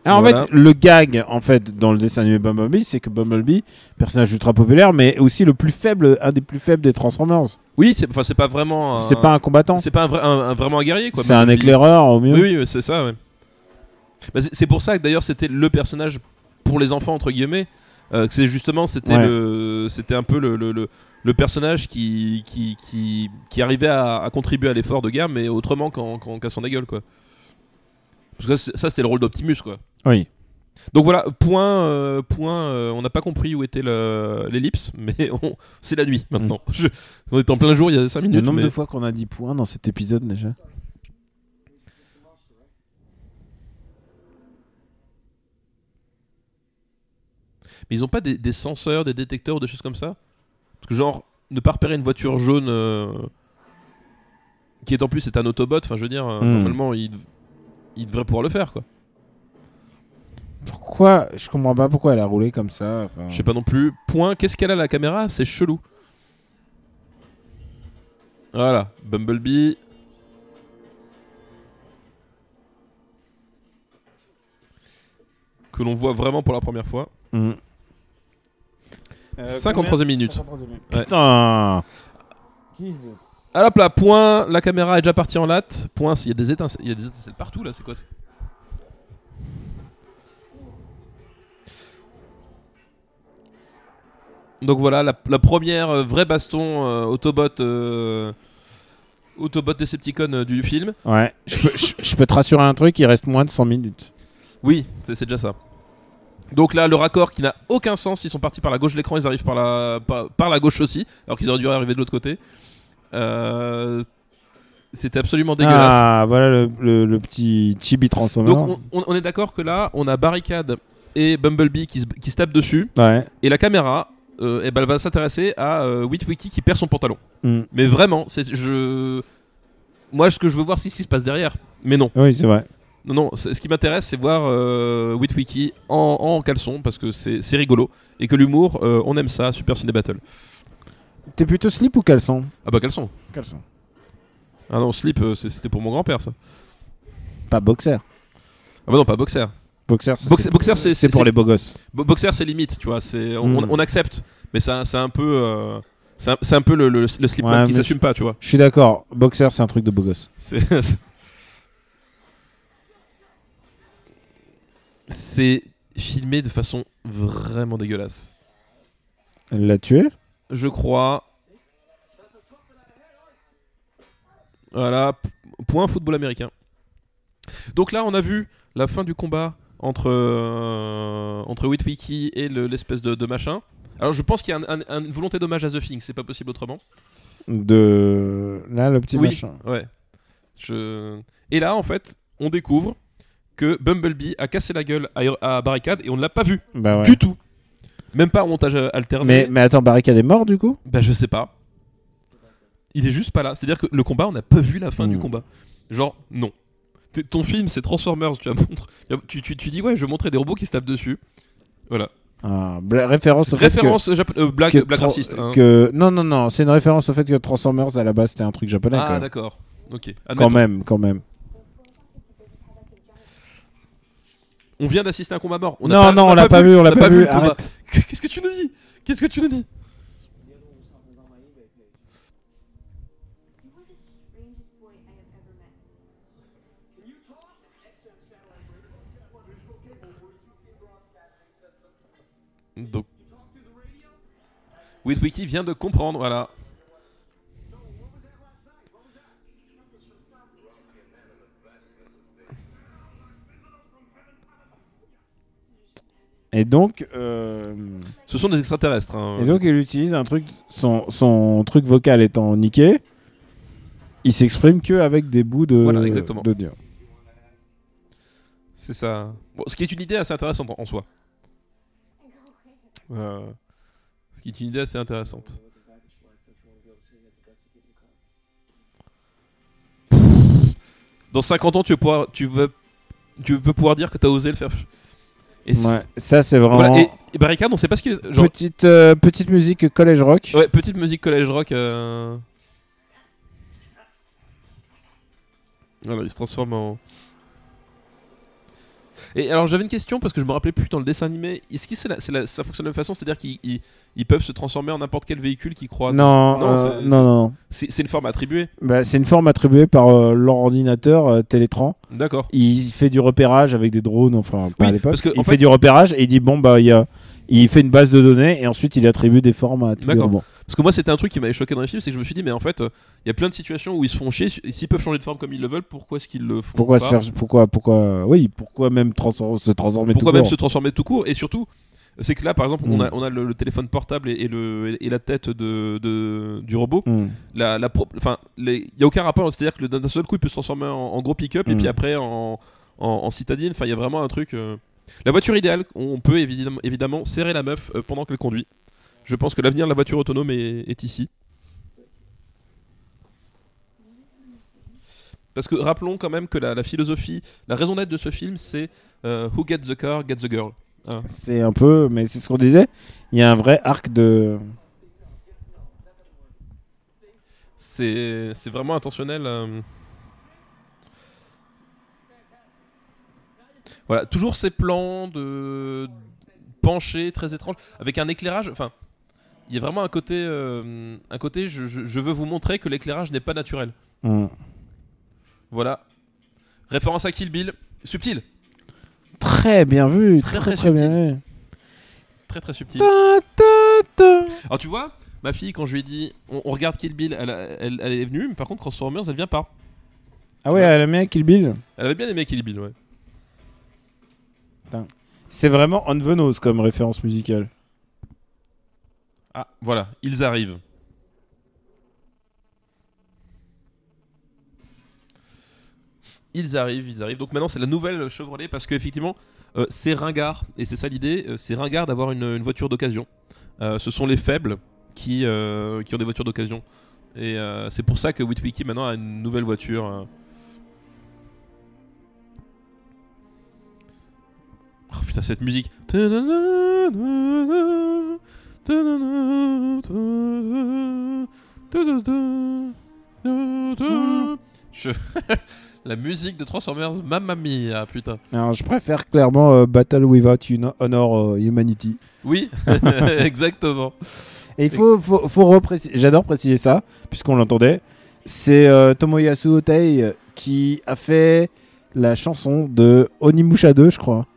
Ah, en Voilà. fait, le gag, en fait, dans le dessin animé Bumblebee, c'est que Bumblebee, personnage ultra populaire, mais aussi le plus faible, un des plus faibles des Transformers. Oui, c'est enfin, c'est pas vraiment. un- C'est pas un combattant, Ah. C'est pas un vrai- un- un- vraiment un guerrier quoi. c'est un Bumblebee. éclaireur au mieux. Oui, oui, c'est ça, ouais. Bah, c'est- c'est pour ça que d'ailleurs c'était le personnage pour les enfants, entre guillemets. euh, que c'est justement, c'était Ouais. le, c'était un peu le, le, le- le personnage qui, qui, qui, qui arrivait à, à contribuer à l'effort de guerre, mais autrement qu'en qu'en cassant la gueule, quoi. Parce que ça, c'est- ça, c'était le rôle d'Optimus, quoi. Oui. Donc voilà, point, euh, point. euh, on n'a pas compris où était le- l'ellipse, mais *laughs* on- c'est la nuit maintenant. Je- on est en plein jour, il y a 5 minutes. Mm. Le nombre mais- de fois qu'on a dit points dans cet épisode déjà. Mais ils ont pas des, des senseurs, des détecteurs ou des choses comme ça Parce que genre, ne pas repérer une voiture jaune euh, qui est en plus c'est un Autobot, enfin je veux dire, euh, Hmm. normalement ils, ils devraient pouvoir le faire quoi. Pourquoi Je comprends pas pourquoi elle a roulé comme ça. enfin. Je sais pas non plus. Point, qu'est-ce qu'elle a la caméra C'est chelou. Voilà, Bumblebee. Que l'on voit vraiment pour la première fois. Mm. 53 e minute. Ah Putain hop là, point, la caméra est déjà partie en latte. Point, il y a des étincelles, il y a des étincelles partout là, c'est quoi c'est- Donc voilà, la, la première euh, vraie baston euh, Autobot euh, Autobot Decepticon euh, du film. Ouais, je peux, je- je peux te rassurer un truc, il reste moins de 100 minutes. Oui, c'est c'est déjà ça. Donc là, le raccord qui n'a aucun sens, ils sont partis par la gauche de l'écran, ils arrivent par la, par, par la gauche aussi, alors qu'ils auraient dû arriver de l'autre côté. Euh, C'était absolument dégueulasse. Ah, voilà le, le- le petit chibi transformer. Donc on, on- on est d'accord que là, on a Barricade et Bumblebee qui se, qui se tapent dessus, Ouais. et la caméra, euh, eh ben, elle va s'intéresser à euh, Witwicky qui perd son pantalon. Mm. Mais vraiment, c'est je... Moi, ce que je veux voir, c'est ce qui se passe derrière. Mais non, Oui, c'est vrai. non, non. c'est- Ce qui m'intéresse, c'est voir euh, Witwicky en, en caleçon parce que c'est c'est rigolo et que l'humour, euh, on aime ça. à Super Ciné Battle. T'es plutôt slip ou caleçon Ah bah caleçon. Caleçon. Ah non, slip, euh, c'est- c'était pour mon grand-père ça. Pas boxer. Ah bah non, pas boxer. Boxer, ça, Boxer, c'est boxer, c'est c'est pour les beaux gosses. Bo- Boxer, c'est limite, tu vois. C'est on, Mm. on- on accepte, mais c'est un- c'est un peu, euh, c'est un, c'est un peu le, le, le slip Ouais, qui mais s'assume pas, tu vois. *laughs* Je suis d'accord, boxer c'est un truc de beau gosse. C'est- c'est- C'est filmé de façon vraiment dégueulasse. Elle l'a tué Je crois. Voilà, p- point football américain. Donc là, on a vu la fin du combat entre, euh, entre Witwicky et le- l'espèce de, de machin. Alors je pense qu'il y a un- un- un- une volonté d'hommage à The Thing, c'est pas possible autrement. De. Là, le petit Oui. machin. Ouais. Je... Et là, en fait, on découvre que Bumblebee a cassé la gueule à, à Barricade et on ne l'a pas vu Bah ouais. du tout. Même pas en montage euh, alterné. Mais, mais attends, Barricade est mort du coup Ben, je sais pas. Il est juste pas là. C'est-à-dire que le combat, on n'a pas vu la fin du Mm. combat. Genre, non. T- ton film, c'est Transformers, tu, la montres, tu, tu, tu dis, ouais, je vais montrer des robots qui se tapent dessus. Voilà. ah, bla- Référence au fait que- Référence japo- euh, blague, que blague tra- raciste. hein. que- Non, non, non, c'est une référence au fait que Transformers à la base c'était un truc japonais ah, quand même. d'accord. Ok. Ah, Quand Admettons. même, quand même. On vient d'assister à un combat mort. On a non, pas- non, a on l'a pas vu, on l'a a pas vu, le combat. arrête. Qu'est-ce que tu nous dis Qu'est-ce que tu nous dis You are the strangest boy I have ever met. Donc. Witwiki vient de comprendre, voilà. Et donc, euh, Ce sont des extraterrestres. hein. et donc, il utilise un truc, son, son truc vocal étant niqué, il s'exprime que avec des bouts de Voilà, exactement. d'audio. C'est ça. Bon, ce qui est une idée assez intéressante en, en soi. Euh, Ce qui est une idée assez intéressante. Dans 50 ans, tu veux pouvoir, tu veux, tu veux pouvoir dire que t'as osé le faire. Et c'est- Ouais, ça c'est vraiment voilà, et, et Barricade, on sait pas ce qu'il. Genre, petite euh, petite musique collège rock. ouais, petite musique collège rock. euh. Voilà, il se transforme en. Et alors j'avais une question parce que je me rappelais plus dans le dessin animé. Est-ce que c'est la- c'est la- ça fonctionne de la même façon, c'est-à-dire qu'ils ils- ils peuvent se transformer en n'importe quel véhicule qu'ils croisent non, Non, euh, c'est- non, non, non. C'est c'est une forme attribuée. Bah, c'est une forme attribuée par euh, l'ordinateur euh, Télétran. D'accord. Il fait du repérage avec des drones, enfin pas Oui, à l'époque. parce que, en il fait- fait du repérage et il dit bon bah il y a, il fait une base de données et ensuite il attribue des formes à tous les D'accord. robots. Parce que moi, c'était un truc qui m'avait choqué dans les films, c'est que je me suis dit, mais en fait, euh, il y a plein de situations où ils se font chier. s- S'ils peuvent changer de forme comme ils le veulent, pourquoi est-ce qu'ils le font Pourquoi pas se faire, pourquoi, pourquoi, euh, oui, pourquoi même transfor- se transformer Pourquoi tout même court se transformer tout court Et surtout, c'est que là, par exemple, on Mm. a, on a le, le téléphone portable et, et le, et la tête de, de- du robot. Hmm. La, la pro- enfin, les- il y a aucun rapport. C'est-à-dire que le- d'un seul coup, il peut se transformer en, en gros pick-up et Mm. puis après en, en- en citadine. Enfin, il y a vraiment un truc. euh. La voiture idéale, on peut évidemment, évidemment serrer la meuf euh, pendant qu'elle conduit. Je pense que l'avenir de la voiture autonome est, est ici. Parce que rappelons quand même que la, la philosophie, la raison d'être de ce film, c'est euh, Who gets the car, gets the girl. C'est un peu, mais c'est ce qu'on disait. Il y a un vrai arc de. C'est c'est vraiment intentionnel. euh. Voilà, toujours ces plans de penchés très étranges, avec un éclairage. Enfin, il y a vraiment un côté, euh, un côté. Je, je- je veux vous montrer que l'éclairage n'est pas naturel. Hmm. Voilà. Référence à Kill Bill, subtil, Très bien vu, Très, très très très, bien vu. très très subtil. Ta, ta, ta. Alors tu vois, ma fille quand je lui ai dit, on, on regarde Kill Bill, elle, a- elle- elle est venue, mais par contre Transformers, elle vient pas. Ah ouais, elle aime bien Kill Bill. Elle avait bien aimé Kill Bill, ouais. C'est vraiment on the nose comme référence musicale. Ah, voilà, ils arrivent. Ils arrivent, ils arrivent. Donc maintenant, c'est la nouvelle Chevrolet parce qu'effectivement, euh, c'est ringard. Et c'est ça l'idée euh, c'est ringard d'avoir une, une voiture d'occasion. Euh, ce sont les faibles qui, euh, qui ont des voitures d'occasion. Et euh, c'est pour ça que Witwiki maintenant a une nouvelle voiture. euh. Oh putain, cette musique. Je... *laughs* La musique de Transformers, mamma mia, putain. Alors, je préfère clairement euh, Battle Without Uno- Honor euh, Humanity. Oui, *laughs* exactement. Et il faut, faut, faut repréciser, j'adore préciser ça, puisqu'on l'entendait. C'est euh, Tomoyasu Otei qui a fait la chanson de Onimusha 2, je crois.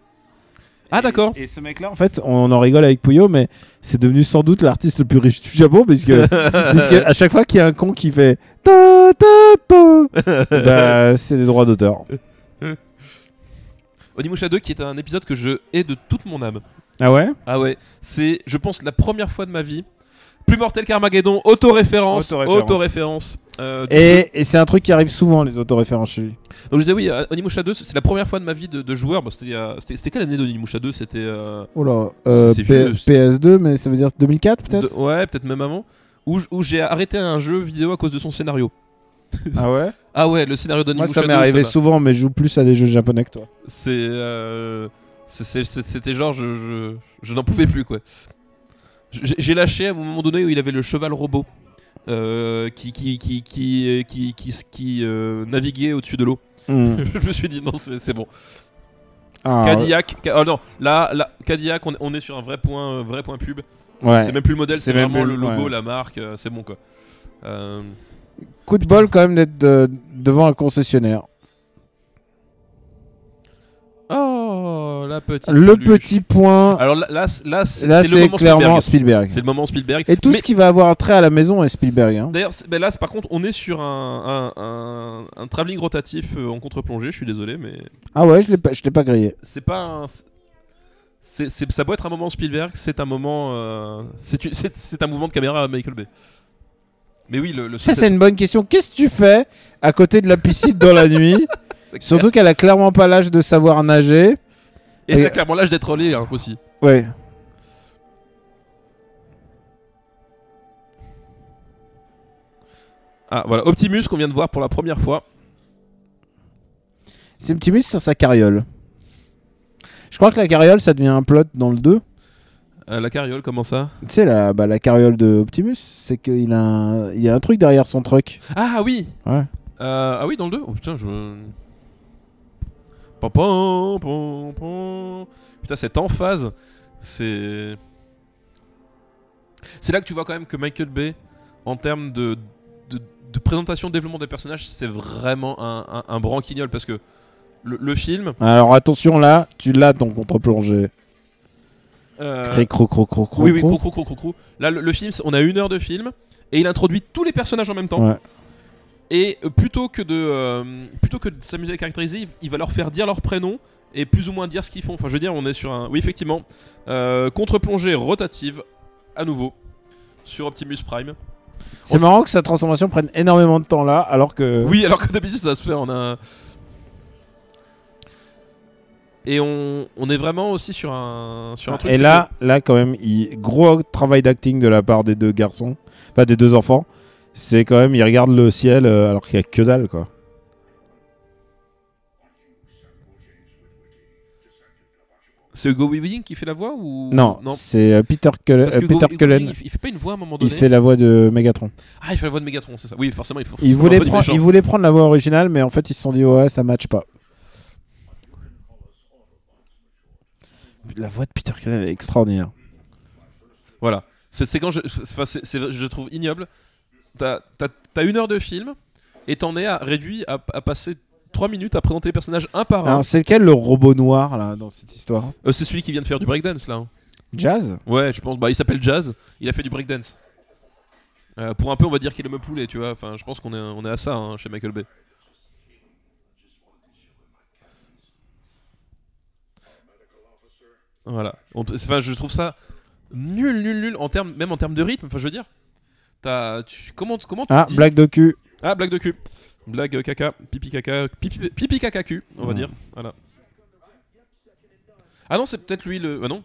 Ah d'accord. Et ce mec-là, en fait, on en rigole avec Puyo, mais c'est devenu sans doute l'artiste le plus riche du Japon, *laughs* puisque, puisque à chaque fois qu'il y a un con qui fait ta ta *laughs* ta, bah, c'est les droits d'auteur. Onimusha 2 qui est un épisode que je hais de toute mon âme. Ah ouais Ah ouais, c'est je pense la première fois de ma vie. Plus mortel qu'Armageddon, autoréférence, Autoréférence. autoréférence. euh, du jeu. Et, et c'est un truc qui arrive souvent, les autoréférences chez lui. Donc je disais oui, euh, Onimusha 2, c'est la première fois de ma vie de, de joueur. Bon, c'était, euh, c'était, c'était quelle année d'Onimusha 2 C'était euh, Oh là, euh, C'est P- vieux, c'est- PS2, mais ça veut dire 2004 peut-être de- ouais, peut-être même avant. Où, j- où j'ai arrêté un jeu vidéo à cause de son scénario. Ah ouais Ah ouais, le scénario Moi d'Onimusha ça 2. m'est arrivé m'a- souvent, mais je joue plus à des jeux japonais que toi. C'est, euh, c'est- c'est- c'est- c'était genre je, je, je n'en pouvais plus quoi. J'ai j'ai lâché à un moment donné où il avait le cheval robot euh, qui qui qui qui qui, qui- qui, euh, naviguait au-dessus de l'eau. *laughs* Hmm. je me suis dit non c'est c'est bon. Ah, Cadillac. ca- oh non là là Cadillac on, on est sur un vrai point euh, vrai point pub. C'est- Ouais. C'est même plus le modèle C'est c'est même vraiment le plus le- logo ouais. la marque euh, c'est bon quoi. Euh, ouais. Coup de bol quand même d'être de- devant un concessionnaire. Oh la petite. Le peluche. petit point, Alors là là, c'est- là, c'est là c'est le Ah, c'est moment clairement Spielberg. Spielberg. C'est le moment Spielberg. Et tout Mais- ce qui va avoir un trait à la maison est Spielberg. hein. D'ailleurs, c'est- ben là, c'est- par contre, on est sur un, un, un, un travelling rotatif euh, en contre-plongée. Je suis désolé, mais Ah ouais, je l'ai pas, je l'ai pas grillé. c'est pas. Un, c'est, c'est- ça peut être un moment Spielberg, c'est un moment. euh, c'est, une- c'est, c'est un mouvement de caméra à Michael Bay. Mais oui, le. le Ça c'est une bonne question. Qu'est-ce que tu fais à côté de la piscine dans la *laughs* nuit c'est- Surtout qu'elle a clairement pas l'âge de savoir nager. Et là, clairement, l'âge d'être allé hein, aussi. Ouais. Ah voilà, Optimus qu'on vient de voir pour la première fois. C'est Optimus sur sa carriole. Je crois que la carriole, ça devient un plot dans le 2. Euh, la carriole, comment ça Tu sais, la, bah, la carriole de Optimus, c'est qu'il a, un- il y a un truc derrière son truck. Ah oui Ouais. Euh, Ah oui, dans le 2 Oh putain, je. Pam, pam, pam, pam. Putain, cette emphase, c'est. C'est là que tu vois quand même que Michael Bay, en termes de, de, de présentation, développement des personnages, c'est vraiment un, un- un branquignol parce que le, le film. Alors attention là, tu l'as ton contre-plongée. euh, Cric, croc, croc, croc, croc, oui, oui, croc. crou, crou, crou, crou, crou. Là, le, le film, c'est- on a une heure de film et il introduit tous les personnages en même temps. Ouais. Et euh, plutôt que de euh, plutôt que de s'amuser à les caractériser, il, il va leur faire dire leur prénom et plus ou moins dire ce qu'ils font. Enfin, je veux dire, on est sur un. Oui, effectivement, euh, contre-plongée rotative à nouveau sur Optimus Prime. C'est On- marrant que sa transformation prenne énormément de temps là, alors que. Oui, alors que d'habitude ça se fait en un. Et on, on est vraiment aussi sur un sur un truc. Et c'est là, là quand même, il... gros travail d'acting de la part des deux garçons, pas des deux enfants. C'est quand même, ils regardent le ciel euh, alors qu'il y a que dalle quoi. que- c'est Hugo Weaving qui fait la voix ou Non, c'est euh, Peter, Cullen, Parce euh, que Peter Hugo- Hugo Cullen. Weaving, il, f- il fait pas une voix à un moment Il donné. fait la voix de Megatron. Ah, il fait la voix de Megatron, c'est ça. Oui, forcément, il faut. Ils forcément voulaient, un peu du prendre, méchant. ils voulaient prendre la voix originale, mais en fait, ils se sont dit, ouais, ça match pas. La voix de Peter Cullen est extraordinaire. Voilà. Cette séquence, je, c'est- enfin, c'est- c'est- je trouve ignoble. T'as t'as- t'as une heure de film et t'en es à, réduit à, à passer 3 minutes à présenter les personnages un par un. Alors, c'est lequel le robot noir, là, dans cette histoire Euh, c'est celui qui vient de faire du breakdance là. hein. Jazz Ouais, je pense. Bah, il s'appelle Jazz. Il a fait du breakdance. Euh, pour un peu, on va dire qu'il aime le poulet, tu vois. Enfin, je pense qu'on est, on est à ça hein, chez Michael Bay. Voilà. On- Enfin, je trouve ça nul, nul, nul en termes, même en termes de rythme. Enfin, je veux dire, t'as, tu, comment, comment tu Ah, dis- blague de cul. ah, blague de cul. Blague euh, caca, pipi caca, pipi, pipi caca cul, on va dire. Voilà. Ah non, c'est peut-être lui le. Ah non.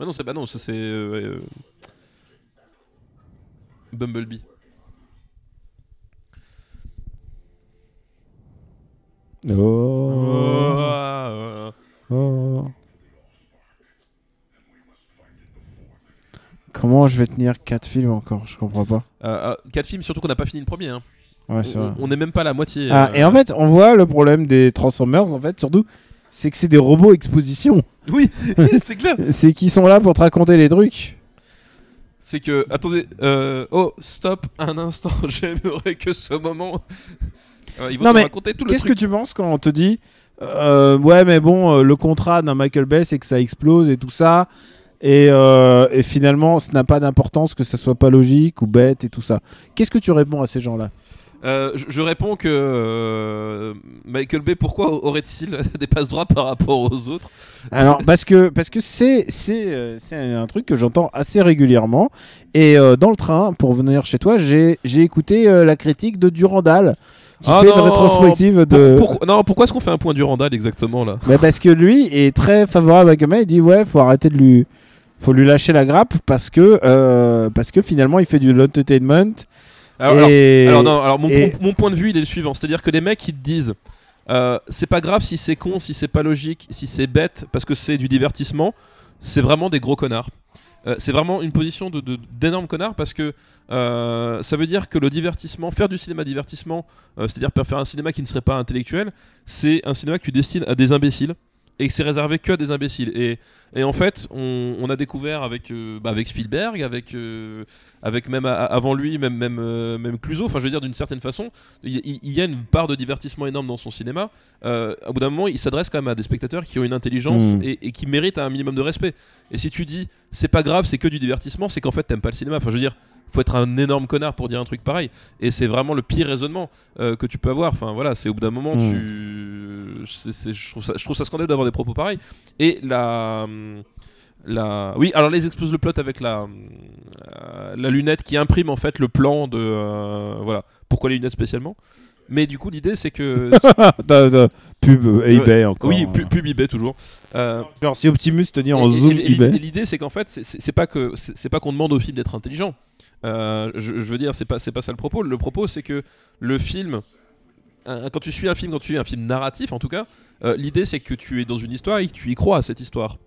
Ah non, c'est bah non, ça c'est euh, euh, Bumblebee. Oh. Ah, Oh. Comment je vais tenir 4 films encore Je comprends pas. ah, quatre films, surtout qu'on n'a pas fini le premier. hein. Ouais, c'est vrai. On on n'est même pas à la moitié. Ah, euh. *laughs* et en fait, on voit le problème des Transformers, en fait, surtout, c'est que c'est des robots exposition. *laughs* Oui, c'est clair. C'est qu'ils sont là pour te raconter les trucs. C'est que attendez, euh, oh stop un instant, *laughs* j'aimerais que ce moment. *laughs* Ah, Ils vont Non, te mais raconter tout le Qu'est-ce truc. que tu penses quand on te dit euh, Ouais, mais bon, euh, le contrat d'un Michael Bay, c'est que ça explose et tout ça. Et, euh, et finalement, ça n'a pas d'importance que ça soit pas logique ou bête et tout ça. Qu'est-ce que tu réponds à ces gens-là Euh, je, je réponds que euh, Michael Bay, pourquoi aurait-il *laughs* des passes droits par rapport aux autres Alors, parce que parce que c'est c'est euh, c'est un truc que j'entends assez régulièrement. Et euh, dans le train pour venir chez toi, j'ai j'ai écouté euh, la critique de Durandal qui Ah fait une non, rétrospective de. Pour- pour- Non, pourquoi est-ce qu'on fait un point du Randall exactement là Bah, parce que lui est très favorable à Gomez. Il dit ouais, faut arrêter de lui, faut lui lâcher la grappe parce que euh, parce que finalement il fait du l'entertainment. alors, alors- et... alors, *laughs* non, alors mon, et- mon- mon point de vue il est le suivant, c'est-à-dire que les mecs ils te disent euh, c'est pas grave si c'est con, si c'est pas logique, si c'est bête, parce que c'est du divertissement, c'est vraiment des gros connards. Euh, c'est vraiment une position de- de- d'énorme connard parce que euh, ça veut dire que le divertissement, faire du cinéma divertissement, euh, c'est-à-dire faire un cinéma qui ne serait pas intellectuel, c'est un cinéma que tu destines à des imbéciles et que c'est réservé que à des imbéciles. Et, et en fait, on, on a découvert avec, euh, bah, avec Spielberg, avec, euh, avec même a- avant lui, même, même, euh, même Clouseau, enfin je veux dire d'une certaine façon, il il- il y, a une part de divertissement énorme dans son cinéma. Euh, au bout d'un moment, il s'adresse quand même à des spectateurs qui ont une intelligence Mm. et, et qui méritent un minimum de respect. Et si tu dis c'est pas grave, c'est que du divertissement, c'est qu'en fait t'aimes pas le cinéma. Enfin je veux dire, faut être un énorme connard pour dire un truc pareil. Et c'est vraiment le pire raisonnement euh, que tu peux avoir. Enfin voilà, c'est au bout d'un moment, Mm. tu... c'est- c'est- je, trouve ça, je trouve ça scandaleux d'avoir des propos pareils. Et la. la... Oui, alors là, ils exposent le plot avec la, euh, la lunette qui imprime en fait le plan de. euh, voilà. Pourquoi les lunettes spécialement Mais du coup, l'idée, c'est que. T'as- t'as- pub euh, eBay *laughs* encore. oui, pu- pub eBay toujours. Euh, Genre, si Optimus te dit Et- en et- zoom et- et eBay. L'idée, c'est qu'en fait, c'est- c'est c'est pas que c'est c'est pas qu'on demande au film d'être intelligent. Euh, je, je veux dire, c'est pas c'est pas ça le propos. Le propos, c'est que le film, un- quand tu suis un film, quand tu suis un film narratif, en tout cas, euh, l'idée, c'est que tu es dans une histoire et que tu y crois à cette histoire.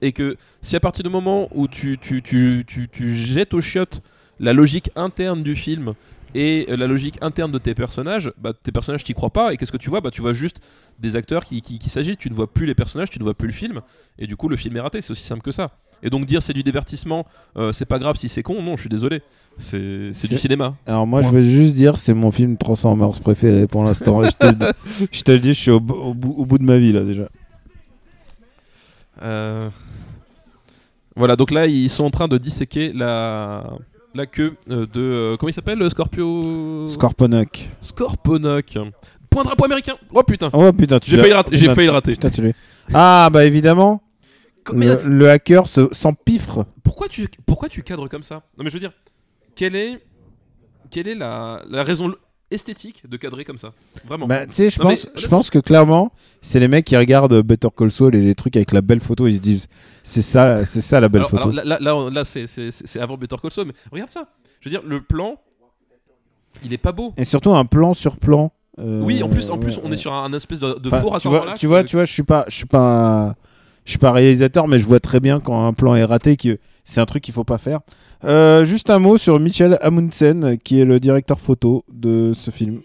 Et que si à partir du moment où tu tu tu tu, tu jettes au chiottes la logique interne du film et euh, la logique interne de tes personnages, bah, tes personnages t'y croient pas et qu'est-ce que tu vois Bah tu vois juste des acteurs qui, qui, qui s'agitent, tu ne vois plus les personnages, tu ne vois plus le film et du coup le film est raté, c'est aussi simple que ça. Et donc dire c'est du divertissement, euh, c'est pas grave si c'est con, non je suis désolé, c'est c'est du C'est- cinéma. Alors, moi, je vais juste dire, c'est mon film Transformers préféré pour l'instant. *laughs* Et je, te, le dis- je te le dis, je suis au, bo- au bout, au bout de ma vie là déjà. Euh, Voilà, donc là ils sont en train de disséquer la, la queue euh, de... euh, comment il s'appelle le Scorpio Scorponok. Scorponoc. Point drapeau américain Oh putain Oh putain, tu J'ai l'as- failli rater- j'ai putain, failli tu- rater. putain, tu l'as- Ah, bah évidemment. Combien- Le, le hacker se- s'empiffre. pourquoi tu pourquoi tu cadres comme ça Non mais je veux dire, quelle est quelle est la, la raison l- esthétique de cadrer comme ça Vraiment. Bah, tu sais, je Non, mais- pense, je pense que clairement, c'est les mecs qui regardent Better Call Saul et les trucs avec la belle photo, ils se disent, c'est ça, c'est ça la belle alors, photo. alors, là là, là, on- là, c'est- c'est c'est- c'est avant Better Call Saul, mais regarde ça. Je veux dire le plan, il est pas beau. Et surtout un plan sur plan. euh, oui, en plus en plus ouais, on ouais. est sur un, un espèce de, de Enfin, faux tu raccord en vois, l'axe. tu vois, tu vois, je suis pas, je suis pas, je suis pas réalisateur, mais je vois très bien quand un plan est raté que c'est un truc qu'il faut pas faire. Euh, juste un mot sur Michel Amundsen, qui est le directeur photo de ce film.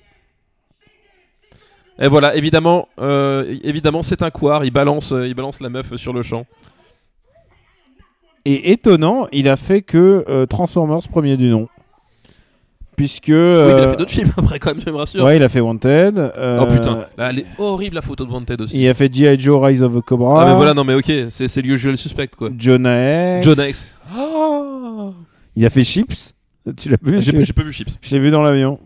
Et voilà, évidemment, euh, évidemment c'est un couard. Il balance euh, il balance la meuf sur le champ. Et étonnant, il a fait que euh, Transformers premier du nom, puisque Oui, mais il a euh, fait d'autres films après quand même, je me rassure. ouais, il a fait Wanted. euh, Oh putain, là, elle est horrible la photo de Wanted aussi. Il a fait G.I. Joe Rise of the Cobra. Ah, mais voilà, non mais ok, c'est c'est le usual suspect quoi. Jonah X. Jonah X. Il a fait Chips. Tu l'as vu J'ai Je pas- j'ai pas vu Chips. je l'ai vu dans l'avion.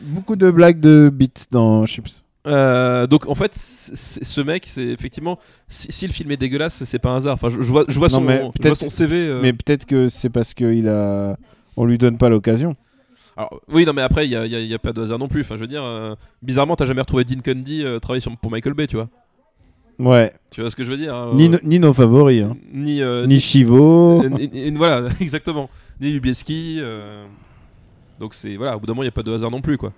Beaucoup de blagues de beats dans Chips. Euh, donc en fait, c- c- ce mec, c'est effectivement, si, si le film est dégueulasse, c'est pas un hasard. Enfin, je, je vois, je vois Non, son, mais je vois peut-être- son CV. euh, Mais peut-être que c'est parce que il a. On lui donne pas l'occasion. alors, oui, non, mais après, il y a, il y a- il y a pas de hasard non plus. Enfin, je veux dire, euh, bizarrement, t'as jamais retrouvé Dean Cundy euh, travailler sur- pour Michael Bay, tu vois. Ouais. Tu vois ce que je veux dire euh, Ni, no- ni nos favoris. hein. ni, euh, Ni Chivo. euh, ni- ni- voilà, *laughs* exactement. Ni Lubieski. euh, Donc c'est voilà, au bout d'un moment, il y a pas de hasard non plus, quoi.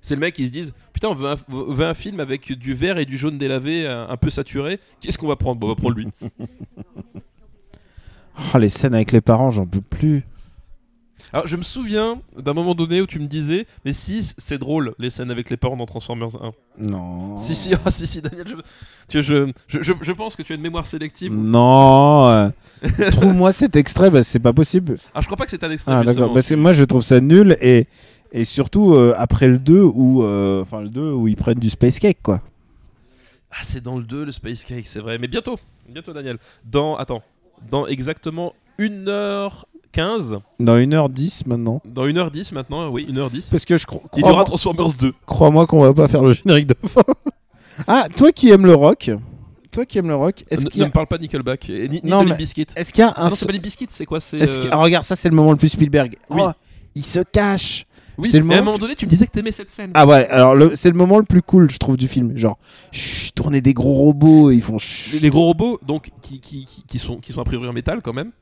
C'est le mec qui se disent putain, on veut un, on veut un film avec du vert et du jaune délavé, euh, un, un peu saturé. Qu'est-ce qu'on va prendre Bon, On va prendre lui. Oh, les scènes avec les parents, j'en peux plus. Alors, je me souviens d'un moment donné où tu me disais, mais si, c'est drôle, les scènes avec les parents dans Transformers 1. *laughs* Non. Si, si, ah, si, si, Daniel, je, tu- je, je, je- je pense que tu as une mémoire Mm. sélective. Non. *laughs* euh, Trouve-moi cet extrait, bah, c'est pas possible. Alors, je crois pas que c'est un extrait, Ah justement. d'accord. Parce que moi je trouve ça nul et et surtout euh, après le 2 où euh, enfin le 2 où ils prennent du space cake quoi. Ah, c'est dans le 2, le Space Cake, c'est vrai. Mais bientôt, bientôt, Daniel. Dans, attends, dans exactement 1h15, Dans 1h10 maintenant. dans 1h10 maintenant, oui, 1h10, Parce que je cro- il y aura crois Transformers 2. crois-moi qu'on va pas faire le générique de fin. *laughs* ah, toi qui aimes le rock, toi qui aimes le rock, est-ce Ne, qu'il y ne a, me parle pas de Nickelback, et ni, ni Non, de mais- Limp Bizkit. est-ce qu'il y a Ah un Euh, non, c'est so- pas Limp Bizkit, c'est quoi C'est. est-ce qu'il- euh, ah, regarde, ça c'est le moment le plus Spielberg. Oui. Oh, il se cache. oui, c'est le mais à un moment- moment donné, tu me disais que t'aimais cette scène. Ah ouais, alors le- c'est le moment le plus cool je trouve du film, genre chut, tourner des gros robots, et ils font les, chut. les gros robots donc qui, qui, qui- qui sont qui sont a priori en métal quand même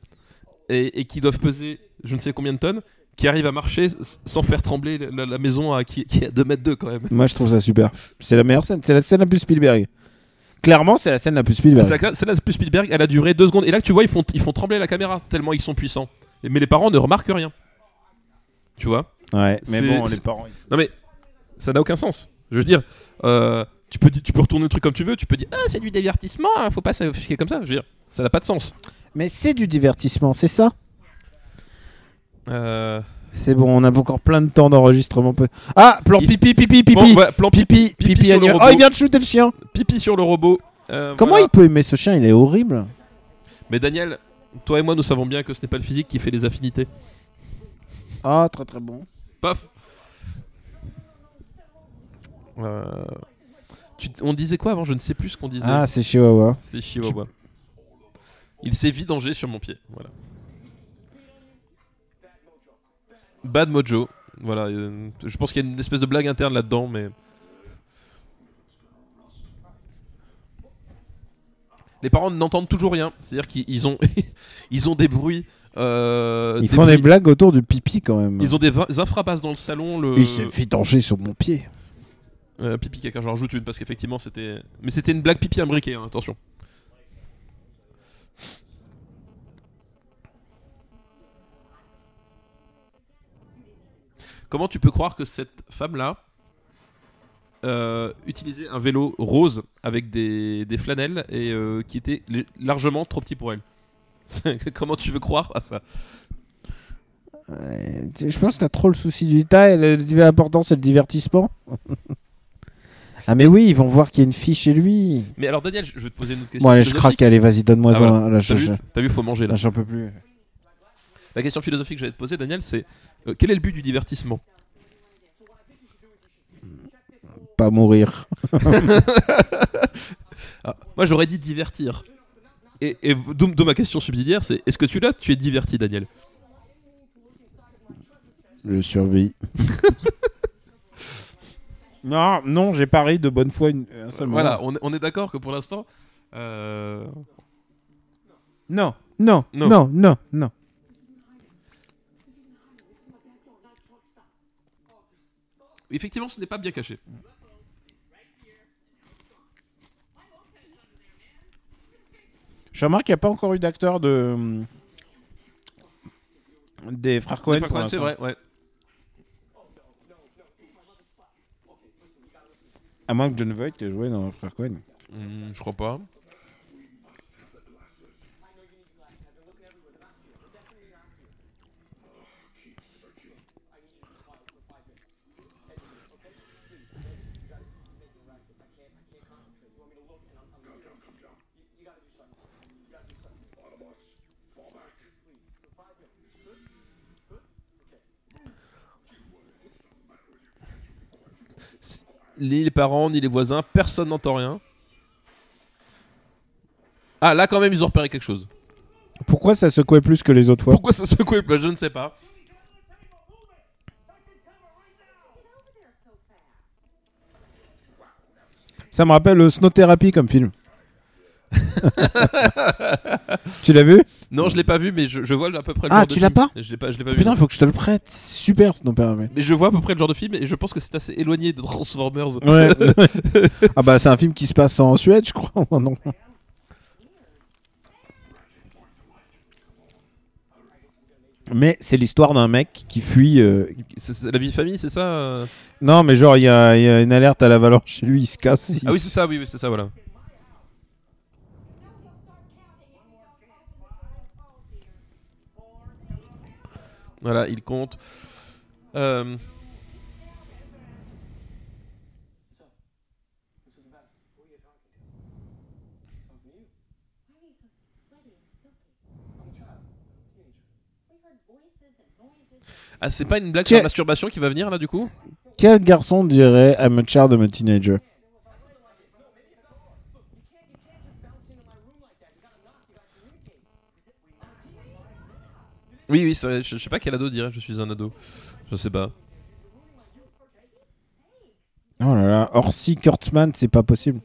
et, et qui doivent peser je ne sais combien de tonnes qui arrivent à marcher s- sans faire trembler la, la maison à, qui, qui est à 2 mètres 2 quand même Moi je trouve ça super. C'est la meilleure scène, c'est la scène la plus Spielberg. Clairement, c'est la scène la plus Spielberg. C'est la- celle-là plus Spielberg elle a duré 2 secondes et là tu vois ils font, ils font trembler la caméra tellement ils sont puissants Et- mais les parents ne remarquent rien tu vois Ouais, mais bon, les parents. non mais ça n'a aucun sens je veux dire euh, tu peux, di- tu peux retourner le truc comme tu veux, tu peux dire ah, c'est du divertissement, hein, faut pas s'offusquer comme ça. Je veux dire, ça n'a pas de sens. Mais c'est du divertissement, c'est ça Euh, C'est bon, on a encore plein de temps d'enregistrement. Peu- Ah, plan Il- pipi, pipi, pipi, bon, voilà, plan pipi, pipi, pipi, sur le annuel. robot. Oh, il vient de shooter le chien. pipi sur le robot. Euh, Comment voilà. il peut aimer ce chien Il est horrible. Mais Daniel, toi et moi, nous savons bien que ce n'est pas le physique qui fait les affinités. Ah, très très bon. Paf Euh, tu- On disait quoi avant Je ne sais plus ce qu'on disait. Ah, c'est Chihuahua. C'est Chihuahua. Il s'est vidangé sur mon pied. Voilà. Bad Mojo. Voilà, euh, je pense qu'il y a une espèce de blague interne là-dedans, mais. Les parents n'entendent toujours rien, c'est-à-dire qu'ils ils ont, *laughs* ils ont des bruits. euh, Ils font des bruits- blagues autour du pipi quand même. Ils euh, ont des, vin- des infrabasses dans le salon. Le... Il s'est fait danger sur mon pied. Euh, pipi caca, j'en rajoute une parce qu'effectivement c'était. Mais c'était une blague pipi imbriquée, hein, attention. Comment tu peux croire que cette femme-là euh, utilisait un vélo rose avec des, des flanelles et euh, qui était lé- largement trop petit pour elle *laughs* Comment tu veux croire à ça Euh, Je pense que t'as trop le souci du détail. Le le- l'important, c'est le *laughs* divertissement. ah, mais oui, ils vont voir qu'il y a une fille chez lui. Mais alors Daniel, je je vais te poser une autre question. Bon, allez, je philosophique. craque. Allez, vas-y, donne-moi Ah, un. voilà. Là, T'as je- vu, je- t'as vu, faut manger là. là, j'en peux plus. La question philosophique que j'allais te poser, Daniel, c'est euh, quel est le but du divertissement Pas mourir. Ah, Moi, j'aurais dit divertir. Et, et d'où d'où ma question subsidiaire, c'est est-ce que tu l'as Tu es diverti, Daniel. Je survis. *laughs* Non, non, j'ai pari de bonne foi une, un seul moment. Voilà, on, est- on est d'accord que pour l'instant. euh, Non, non, Non. non, non, non, non. Effectivement, ce n'est pas bien caché. Je remarque qu'il n'y a pas encore eu d'acteur de. hum, Des frères Cohen. Enfin, pour quand même, c'est l'instant. vrai, ouais. À moins que John Voight ait joué dans Frères Cohen. Hmm, je crois pas. Ni les parents, ni les voisins, personne n'entend rien. Ah, là, quand même, ils ont repéré quelque chose. Pourquoi ça secouait plus que les autres fois Pourquoi ça secouait pas Je ne sais pas. Ça me rappelle le Snow Therapy comme *laughs* film. *laughs* tu l'as vu Non, je l'ai pas vu, mais je, je vois à peu près le Ah, genre de tu l'as film. pas Je l'ai pas, je l'ai pas vu. Putain, faut que je te le prête. C'est Super Snow Therapy. Mais je vois à peu près le genre de film et je pense que c'est assez éloigné de Transformers. Ouais. *laughs* ah bah c'est un film qui se passe en Suède, je crois. non. Mais c'est l'histoire d'un mec qui fuit. euh, C'est- c'est la vie de famille, c'est ça euh Non, mais genre il y, a il y a une alerte à la valeur chez lui, il se casse. il Ah oui, se- c'est ça, oui, oui, c'est ça, voilà. Voilà, il compte. Euh, Why are you so sweaty and filthy? We heard voices and noises. Ah, c'est pas une blague sur Tiens. la masturbation qui va venir là du coup Quel garçon dirait I'm a child of a teenager Oui, oui, c'est vrai, je, je sais pas quel ado dirait je suis un ado. Je sais pas. Oh là là, Orsi Kurtzman, c'est pas possible.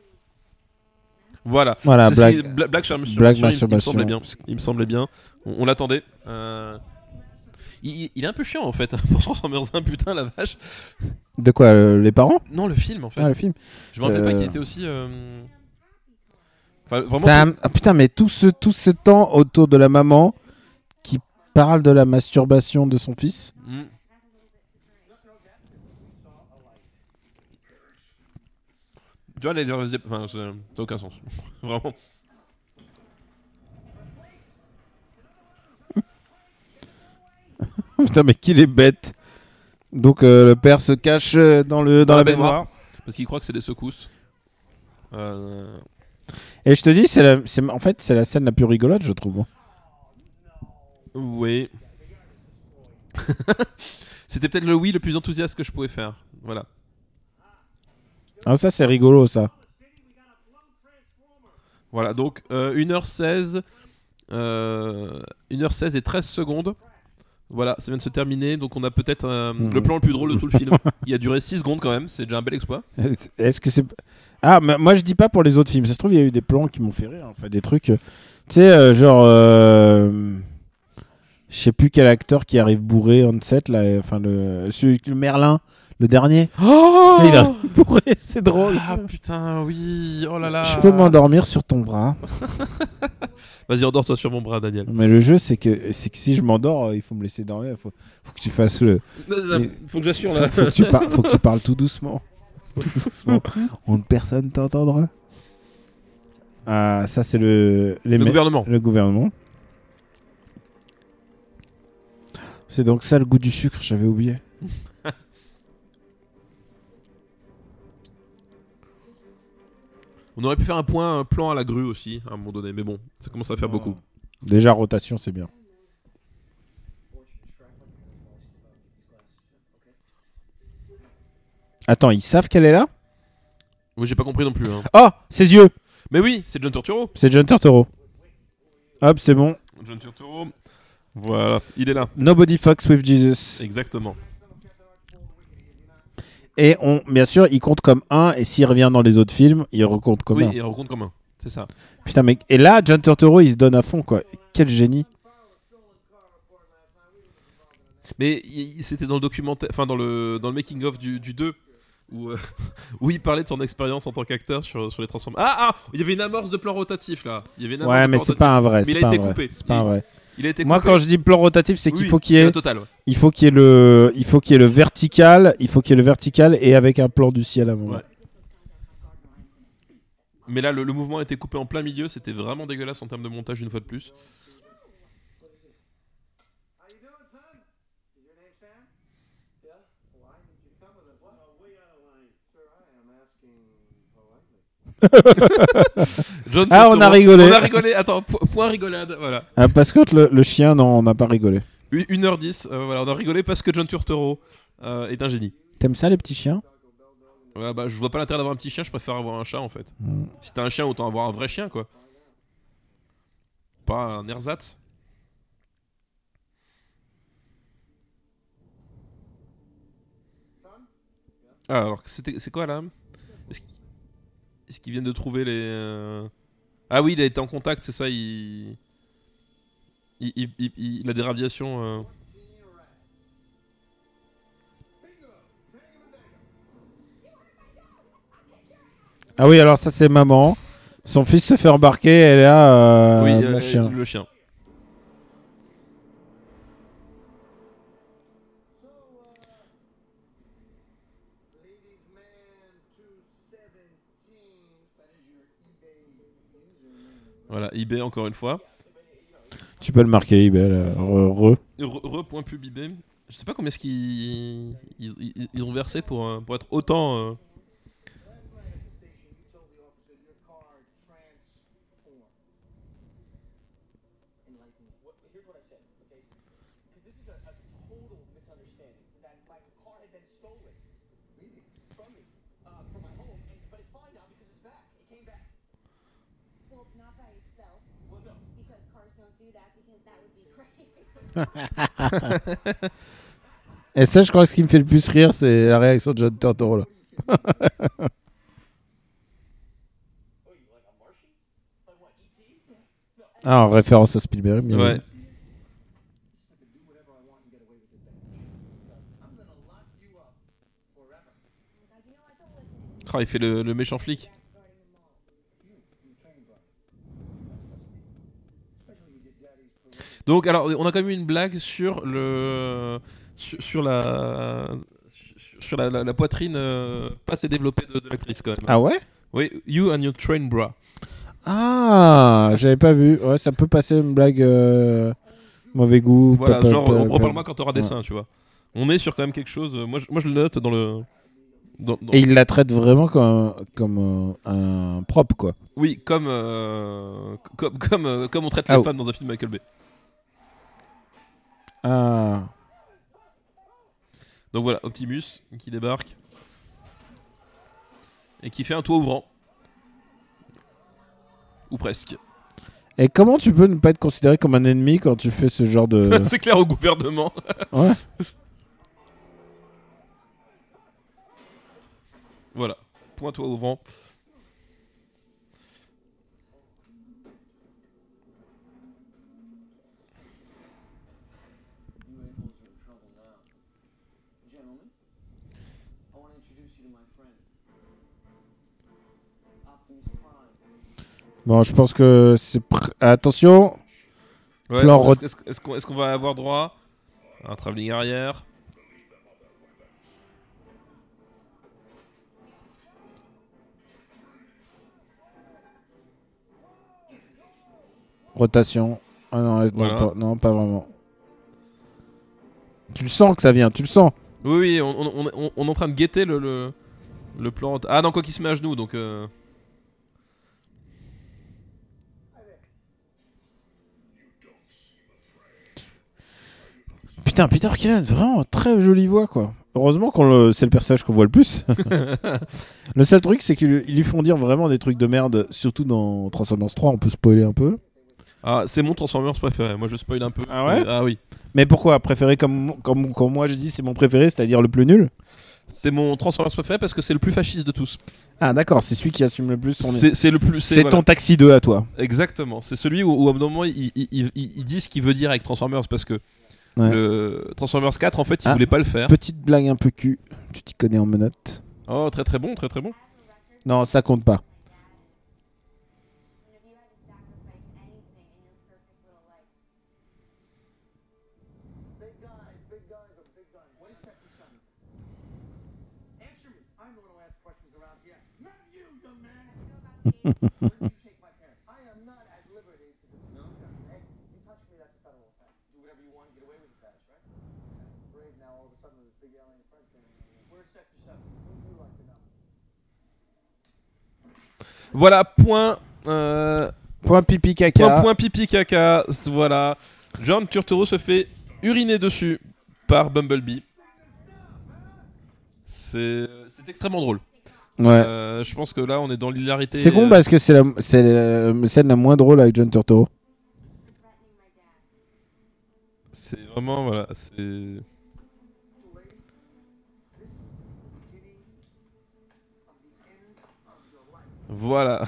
Voilà. Voilà, C'est- blague. c'est bla- blague sur la masturbation. blague il- il me masturbation. semblait bien. Il me semblait bien. On, on l'attendait. Euh, Il, il est un peu chiant en fait *laughs* pour Transformers 1, putain la vache. De quoi euh, Les parents Non, le film en fait. Ah, le film. Je me rappelle pas Euh. qu'il était aussi. euh, Enfin, vraiment. Ça- ah, putain, mais tout ce, tout ce temps autour de la maman qui parle de la masturbation de son fils. Mm. Tu vois, les enfin, ça n'a aucun sens. *laughs* Vraiment. Putain, mais qu'il est bête. Donc euh, le père se cache euh, dans, le, dans, la baignoire. Parce qu'il croit que c'est des secousses. Euh, Et je te dis, c'est la, c'est- en fait, c'est la scène la plus rigolote, je trouve. Oui. *laughs* C'était peut-être le oui le plus enthousiaste que je pouvais faire. Voilà. Ah, ça, c'est rigolo, ça. *laughs* Voilà, donc euh, 1h16, euh, 1h16 et 13 secondes Voilà, ça vient de se terminer, donc on a peut-être euh, Mhm. le plan le plus drôle de tout *laughs* le film. Il a duré 6 secondes quand même, c'est déjà un bel exploit. Est-ce que c'est. Ah, mais moi je dis pas pour les autres films. Ça se trouve, il y a eu des plans qui m'ont fait rire. Enfin, des trucs. euh, Tu sais, euh, genre. euh, Je sais plus quel acteur qui arrive bourré on set là. et- Enfin, le. Celui, le Merlin, le dernier. Oh Tu sais, il arrive *laughs* bourré, c'est drôle. Ah putain, oui, oh là là. Je peux m'endormir sur ton bras. Vas-y, endors-toi sur mon bras, Daniel. Mais le jeu, c'est que, c'est que si je m'endors, euh, il faut me laisser dormir. Il faut, faut que tu fasses le. Mais- Faut que j'assure Faut, là. faut que tu par- faut que tu parles *laughs* tout doucement. Tout doucement. On, personne t'entendra. Ah, ça, c'est le. Les Le me- gouvernement. le gouvernement. C'est donc ça le goût du sucre, j'avais oublié. On aurait pu faire un point, un plan à la grue aussi, à un moment donné, mais bon, ça commence à faire beaucoup. Déjà, rotation, c'est bien. Attends, ils savent qu'elle est là Oui, j'ai pas compris non plus. hein. Oh, ses yeux Mais oui, c'est John Turturro. C'est John Turturro. Hop, c'est bon. John Turturro. Voilà, il est là. Nobody fucks with Jesus. Exactement. Et on, bien sûr, il compte comme un, et s'il revient dans les autres films, il recompte comme oui, un. il rencontre commun. C'est ça. Putain, mec. Et là, John Turturro, il se donne à fond, quoi. Quel génie. Mais il- il- c'était dans le documentaire, enfin dans le dans le making of du, du 2 où, euh, *laughs* où il parlait de son expérience en tant qu'acteur sur, sur les Transformers. Ah ah, il y avait une amorce de plan rotatif là. Il y avait une amorce Ouais, de mais plan c'est rotatif. pas un Mais vrai. il C'est a pas été un vrai. coupé. C'est pas un Il- vrai. Il a été Moi, coupé. quand je dis plan rotatif, c'est qu'il Oui, faut qu'il y c'est ait. la totale. ouais. il faut qu'il y ait le il faut qu'il y ait le vertical il faut qu'il y ait le vertical et avec un plan du ciel à un moment Ouais. Mais là, le, le mouvement était coupé en plein milieu. C'était vraiment dégueulasse en termes de montage une fois de *laughs* plus. John Ah, on Turturro. a rigolé. On a rigolé. Attends, po- point rigolade. Voilà. Ah, parce que le, le chien non on n'a pas rigolé 1h10. euh, voilà, on a rigolé parce que John Turturro euh, est un génie. t'aimes ça les petits chiens Ouais, bah, je vois pas l'intérêt d'avoir un petit chien, je préfère avoir un chat en fait. Mm. Si t'as un chien, autant avoir un vrai chien quoi. Pas un ersatz. Ah, alors que c'était- c'est quoi là Est-ce qu'- est-ce qu'ils viennent de trouver les. euh, Ah oui, il a été en contact, c'est ça, il. Il, il- il- il- il a des radiations. euh. ah oui alors ça c'est maman son fils se fait embarquer elle a euh, oui, mon euh, chien le chien. Voilà, eBay encore une fois. tu peux le marquer Ibel euh, re, re. Re- Re.pub eBay. Je sais pas combien est-ce qu'ils ils, ils- ils ont versé pour, euh, pour être autant. euh, Well, not by itself. Because cars don't do that, because that would be *laughs* crazy. et ça je crois que ce qui me fait le plus rire c'est la réaction de John Turturro là *laughs* Ah, en référence à Spielberg, bien Ouais. Ah, il fait le, le méchant flic. Donc, alors, on a quand même eu une blague sur le sur, sur la sur la, la- la poitrine euh, pas assez développée de, de l'actrice quand même. Ah ouais Oui, you and your train bra. Ah, j'avais pas vu. Ouais, ça peut passer une blague euh, mauvais goût. Voilà, pa- pa- genre, pa- on pa- reparle-moi quand t'auras des euh, ouais. seins, tu vois. On est sur quand même quelque chose. euh, Moi, je, moi, je le note dans le. dans- dans- Et il la traite vraiment comme, comme un, un propre, quoi. Oui, comme, euh, comme, comme, euh, comme on traite Ah les oui. femmes dans un film de Michael Bay. Ah. Donc voilà, Optimus qui débarque. Et qui fait un toit ouvrant. Ou presque. Et comment tu peux ne pas être considéré comme un ennemi quand tu fais ce genre *laughs* de. *laughs* C'est clair au gouvernement. *laughs* Ouais. Voilà. Pointe-toi au vent. You animals are in trouble now. Gentlemen, I want to introduce you to my friend, Optimus Prime. Bon, je pense que c'est. pr- Attention Ouais, Plan est-ce- rot- Est-ce est-ce qu'on est-ce qu'on va avoir droit à un travelling arrière Rotation. Ah non, non, Voilà. pas, non, pas vraiment. Tu le sens que ça vient, tu le sens. Oui, oui, on, on- on- on- on est en train de guetter le, le, le plan. rot- Ah non, quoi qu'il se met à genoux, donc. euh, Putain, Peter Killen, vraiment très jolie voix, quoi. Heureusement qu'on le... c'est le personnage qu'on voit *laughs* le plus. le seul truc, c'est qu'ils ils lui font dire vraiment des trucs de merde, surtout dans Transformers 3, on peut spoiler un peu. Ah, c'est mon Transformers préféré. Moi, je spoil un peu. Ah ouais Euh, Ah oui. Mais pourquoi Préféré comme, comme, comme moi je dis, c'est mon préféré, c'est-à-dire le plus nul C'est mon Transformers préféré parce que c'est le plus fasciste de tous. Ah d'accord, c'est celui qui assume le plus son... C'est c'est le plus. C'est voilà. ton taxi 2 à toi. Exactement. C'est celui où, où, à un moment, ils il, il, il- il dit ce qu'il veut dire avec Transformers parce que Ouais. le Transformers 4, en fait, il Ah. voulait pas le faire. Petite blague un peu cul, tu t'y connais en menottes Oh, très très bon, très très bon. Non, ça compte pas. And if you had to sacrifice anything in your perfect little life, Big guy, big guy, but big guy. Wait a second, son. Answer me. I'm the one who asks questions around here. Not you, young man. Where did you take my parents? I am not at liberty to this. No. Hey, you touch me, that's a federal offense. Do whatever you want and get away with it, fast, right? Okay. Brave now, all of a sudden, with this big alien friend came in. Where's Sector 7? Who'd you like to know? Voilà, point. euh, Point pipi caca. Point, point, pipi, caca. Voilà. John Turturro se fait uriner dessus par Bumblebee. C'est c'est extrêmement drôle. Ouais. Euh, je pense que là, on est dans l'hilarité. C'est con bah- euh, parce que c'est la, c'est la scène la moins drôle avec John Turturro. threatening my dad. C'est vraiment, voilà. C'est. Voilà.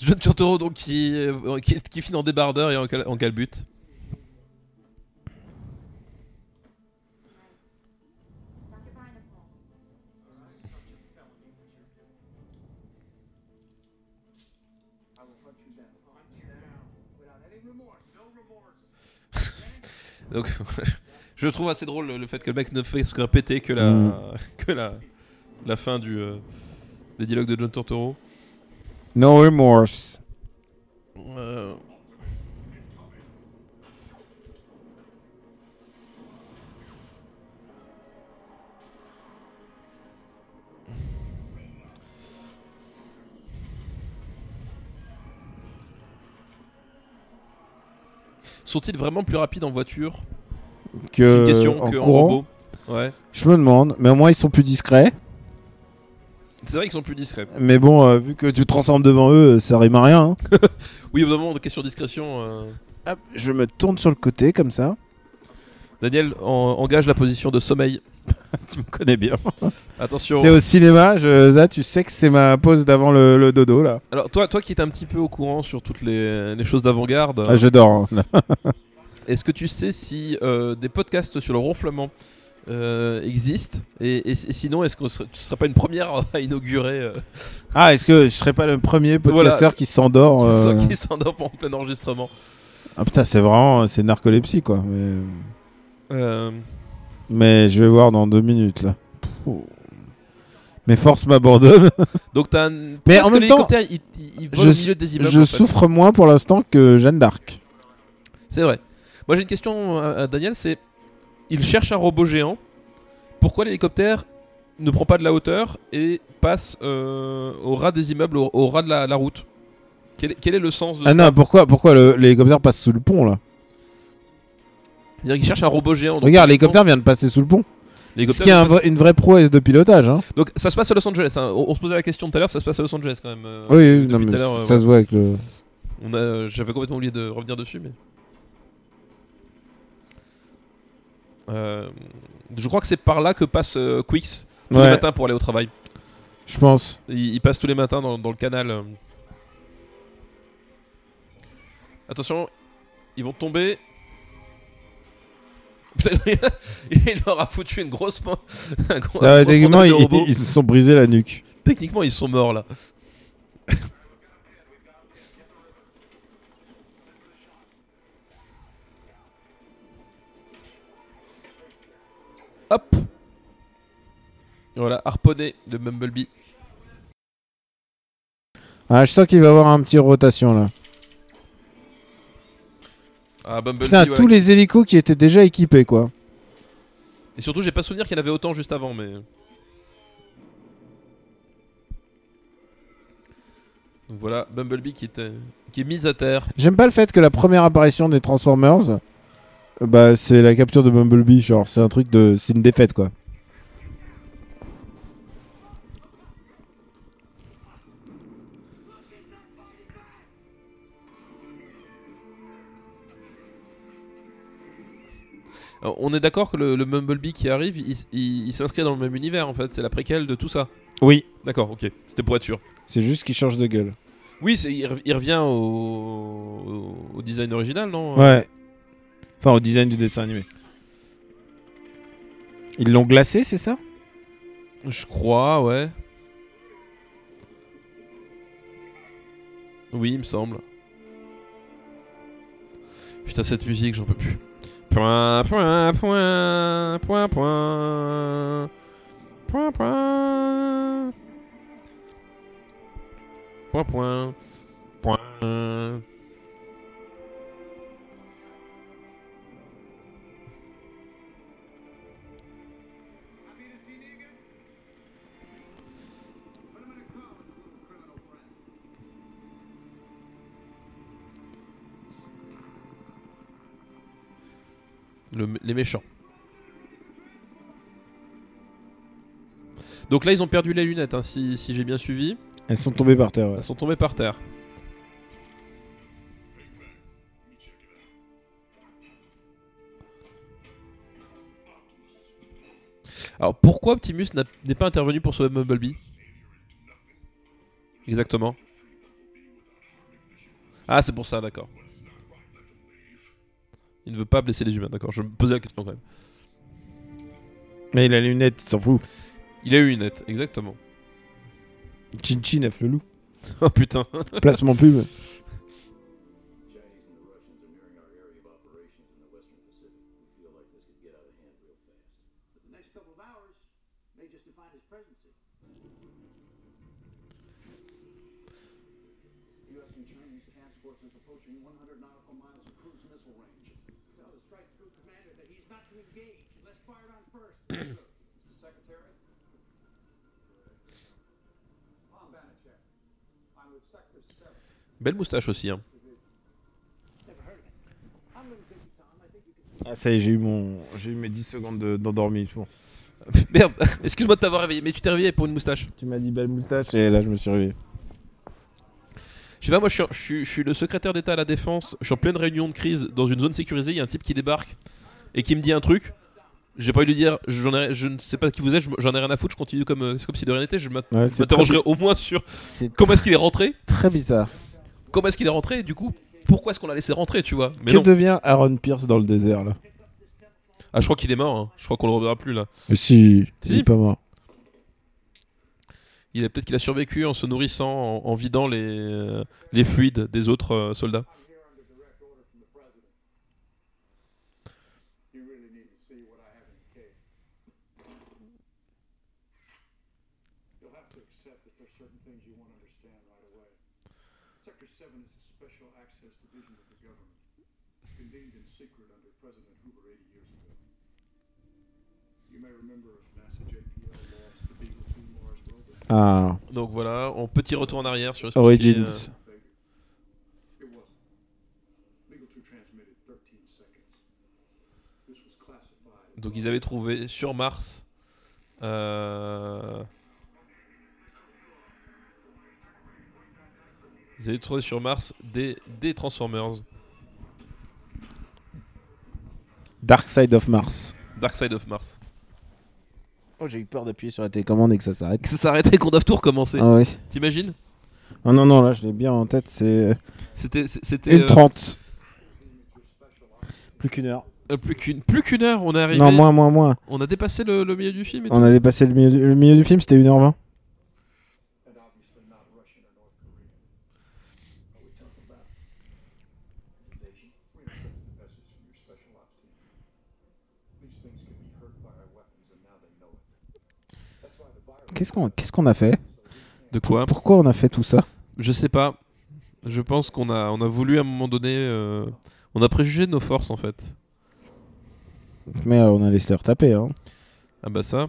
John Turturro, donc, qui, euh, qui, qui finit en débardeur et en, cal- en calbute. Dr. Pineapple. *laughs* Donc, *laughs* je trouve assez drôle le fait que le mec ne fasse que répéter que la, Mm. *laughs* que la, la fin du, euh, des dialogues de John Turturro. No remorse. Euh, Sont-ils vraiment plus rapides en voiture C'est Que Une question en que en courant. robot. Ouais. Je me demande, mais au moins ils sont plus discrets. C'est vrai qu'ils sont plus discrets. Mais bon, euh, vu que tu te transformes devant eux, euh, ça rime à rien. hein. Oui, au bout d'un moment, question discrétion. euh, Hop, je me tourne sur le côté comme ça. Daniel en- engage la position de sommeil. *laughs* Tu me connais bien. Attention. T'es au cinéma, je, là tu sais que c'est ma pause d'avant le, le dodo là. Alors toi, toi qui es un petit peu au courant sur toutes les, les choses d'avant-garde, Ah, je dors. hein. est-ce que tu sais si euh, des podcasts sur le ronflement euh, existent et, et- et sinon, est-ce que ce serait- tu serais pas une première à inaugurer euh, *laughs* Ah, est-ce que je serais pas le premier podcasteur Voilà. qui s'endort *laughs* qui s'en- euh, qui s'endort en plein enregistrement Ah putain, c'est vraiment, c'est narcolepsie quoi. Mais... Euh, mais je vais voir dans deux minutes là. Pouh. Mes *laughs* forces m'abandonnent. Donc t'as un... Mais parce en que même temps, l'hélicoptère, il, il- il vole je au s- milieu des immeubles. je en fait. souffre moins pour l'instant que Jeanne d'Arc. C'est vrai. Moi j'ai une question à, à Daniel, c'est il cherche un robot géant. Pourquoi l'hélicoptère ne prend pas de la hauteur et passe euh, au ras des immeubles, au, au ras de la, la route quel, est- quel est le sens de Ah ça non, pourquoi, pourquoi le- l'hélicoptère passe sous le pont là C'est-à-dire qu'il cherche un robot géant. donc, Regarde, l'hélicoptère vient de passer sous le pont. Ce l'hélicoptère qui est ne un passe- vrai- une vraie prouesse de pilotage. Hein. Donc ça se passe à Los Angeles. hein. On, on se posait la question tout à l'heure, ça se passe à Los Angeles quand même. euh, oui, oui, depuis non, mais tout à ça l'heure, euh, se voit avec le. On a- J'avais complètement oublié de revenir dessus, mais. Euh, je crois que c'est par là que passe euh, Quicks tous les Ouais. matins pour aller au travail. Je pense. Il, il passe tous les matins dans, dans le canal. euh. Attention, ils vont tomber. *laughs* Putain, il leur a foutu une grosse. man- *laughs* un gros- Ah ouais, un gros techniquement, mandat de ils, robot. ils se sont brisés la nuque. Techniquement, ils sont morts là. Hop Voilà, harponné de Bumblebee. Ah, je sens qu'il va y avoir un petit rotation là. Ah, Bumblebee, Putain, voilà. tous les hélicos qui étaient déjà équipés quoi. Et surtout, j'ai pas souvenir qu'il y en avait autant juste avant, mais. Donc voilà, Bumblebee qui, était... qui est mise à terre. J'aime pas le fait que la première apparition des Transformers, euh, bah c'est la capture de Bumblebee, genre c'est un truc de, c'est une défaite quoi. Alors, On est d'accord que le, le Bumblebee qui arrive, il, s- il- il s'inscrit dans le même univers en fait, c'est la préquelle de tout ça. Oui. D'accord, ok, c'était pour être sûr. C'est juste qu'il change de gueule. Oui, c'est- il, rev- il revient au, au design original, non Ouais. Enfin, au design du dessin animé. Ils l'ont glacé, c'est ça Je crois, ouais. Oui, il me semble. Putain, cette musique, j'en peux plus. Point, point, point, point, point. Point, point. Point, point. Point. Le- les méchants. Donc là, ils ont perdu les lunettes, hein, si, si j'ai bien suivi. Elles sont tombées par terre. ouais. Elles sont tombées par terre. Alors pourquoi Optimus n'a- n'est pas intervenu pour sauver Bumblebee Exactement. Ah c'est pour ça, d'accord. Il ne veut pas blesser les humains, d'accord. Je me posais la question quand même. Mais il a les lunettes, il s'en fout. Il a eu une nette, exactement. *laughs* Chin Chin F le loup. Oh putain. *laughs* Placement pub. U.S. and Chinese task forces approaching 100 nautical miles of cruise missile range. Tell the strike crew commander that he's not to engage unless fired on first. Yes, sir. Mr. Secretary? Tom Banachek. I'm with Sector 7. Belle moustache aussi. Hein. *laughs* Ah, ça y est, j'ai eu, mon... j'ai eu mes 10 secondes de- d'endormissement. Merde, excuse-moi de t'avoir réveillé, mais tu t'es réveillé pour une moustache. Tu m'as dit belle moustache et là, je me suis réveillé. Je sais pas, moi je suis, je suis- je suis le secrétaire d'État à la défense, je suis en pleine réunion de crise dans une zone sécurisée, il y a un type qui débarque et qui me dit un truc. J'ai pas eu de lui dire, j'en ai- je ne sais pas qui vous êtes, je- j'en ai rien à foutre, je continue comme, euh, c'est comme si de rien n'était, je m'int- Ouais, bah, c'est m'interrogerai au moins sur C'est comment est-ce qu'il est rentré, très bizarre. comment est-ce qu'il est rentré et du coup pourquoi est-ce qu'on l'a laissé rentrer, tu vois. Mais que non, devient Aaron Pierce dans le désert là ah, je crois qu'il est mort, hein. je crois qu'on le reverra plus là. Euh, si, Si. il est pas mort. Il est peut-être qu'il a survécu en se nourrissant, en, en vidant les, euh, les fluides des autres euh, soldats. Ah, Donc voilà, en petit retour en arrière sur ce Origins. qui est, euh, Donc ils avaient trouvé sur Mars. euh, Vous avez trouvé sur Mars des, des Transformers. Dark Side of Mars. Dark Side of Mars. Oh, j'ai eu peur d'appuyer sur la télécommande et que ça s'arrête. Ça s'arrêtait et qu'on doit tout recommencer. Ah ouais. T'imagines Ah non, non, là, je l'ai bien en tête, c'est C'était. c'est- c'était, une euh, 30. Plus qu'une heure. euh, plus qu'une plus qu'une heure, on est arrivé. Non, moins, moins, moins. On a dépassé le, le milieu du film. Et On a dépassé le milieu du, le milieu du film, c'était 1h20. Qu'est-ce qu'on qu'est-ce qu'on a fait tout. Euh, De quoi Pourquoi on a fait tout ça Je sais pas. Je pense qu'on a, on a voulu à un moment donné. euh, on a préjugé de nos forces en fait. Mais euh, on a laissé les retaper. Hein. Ah bah ça.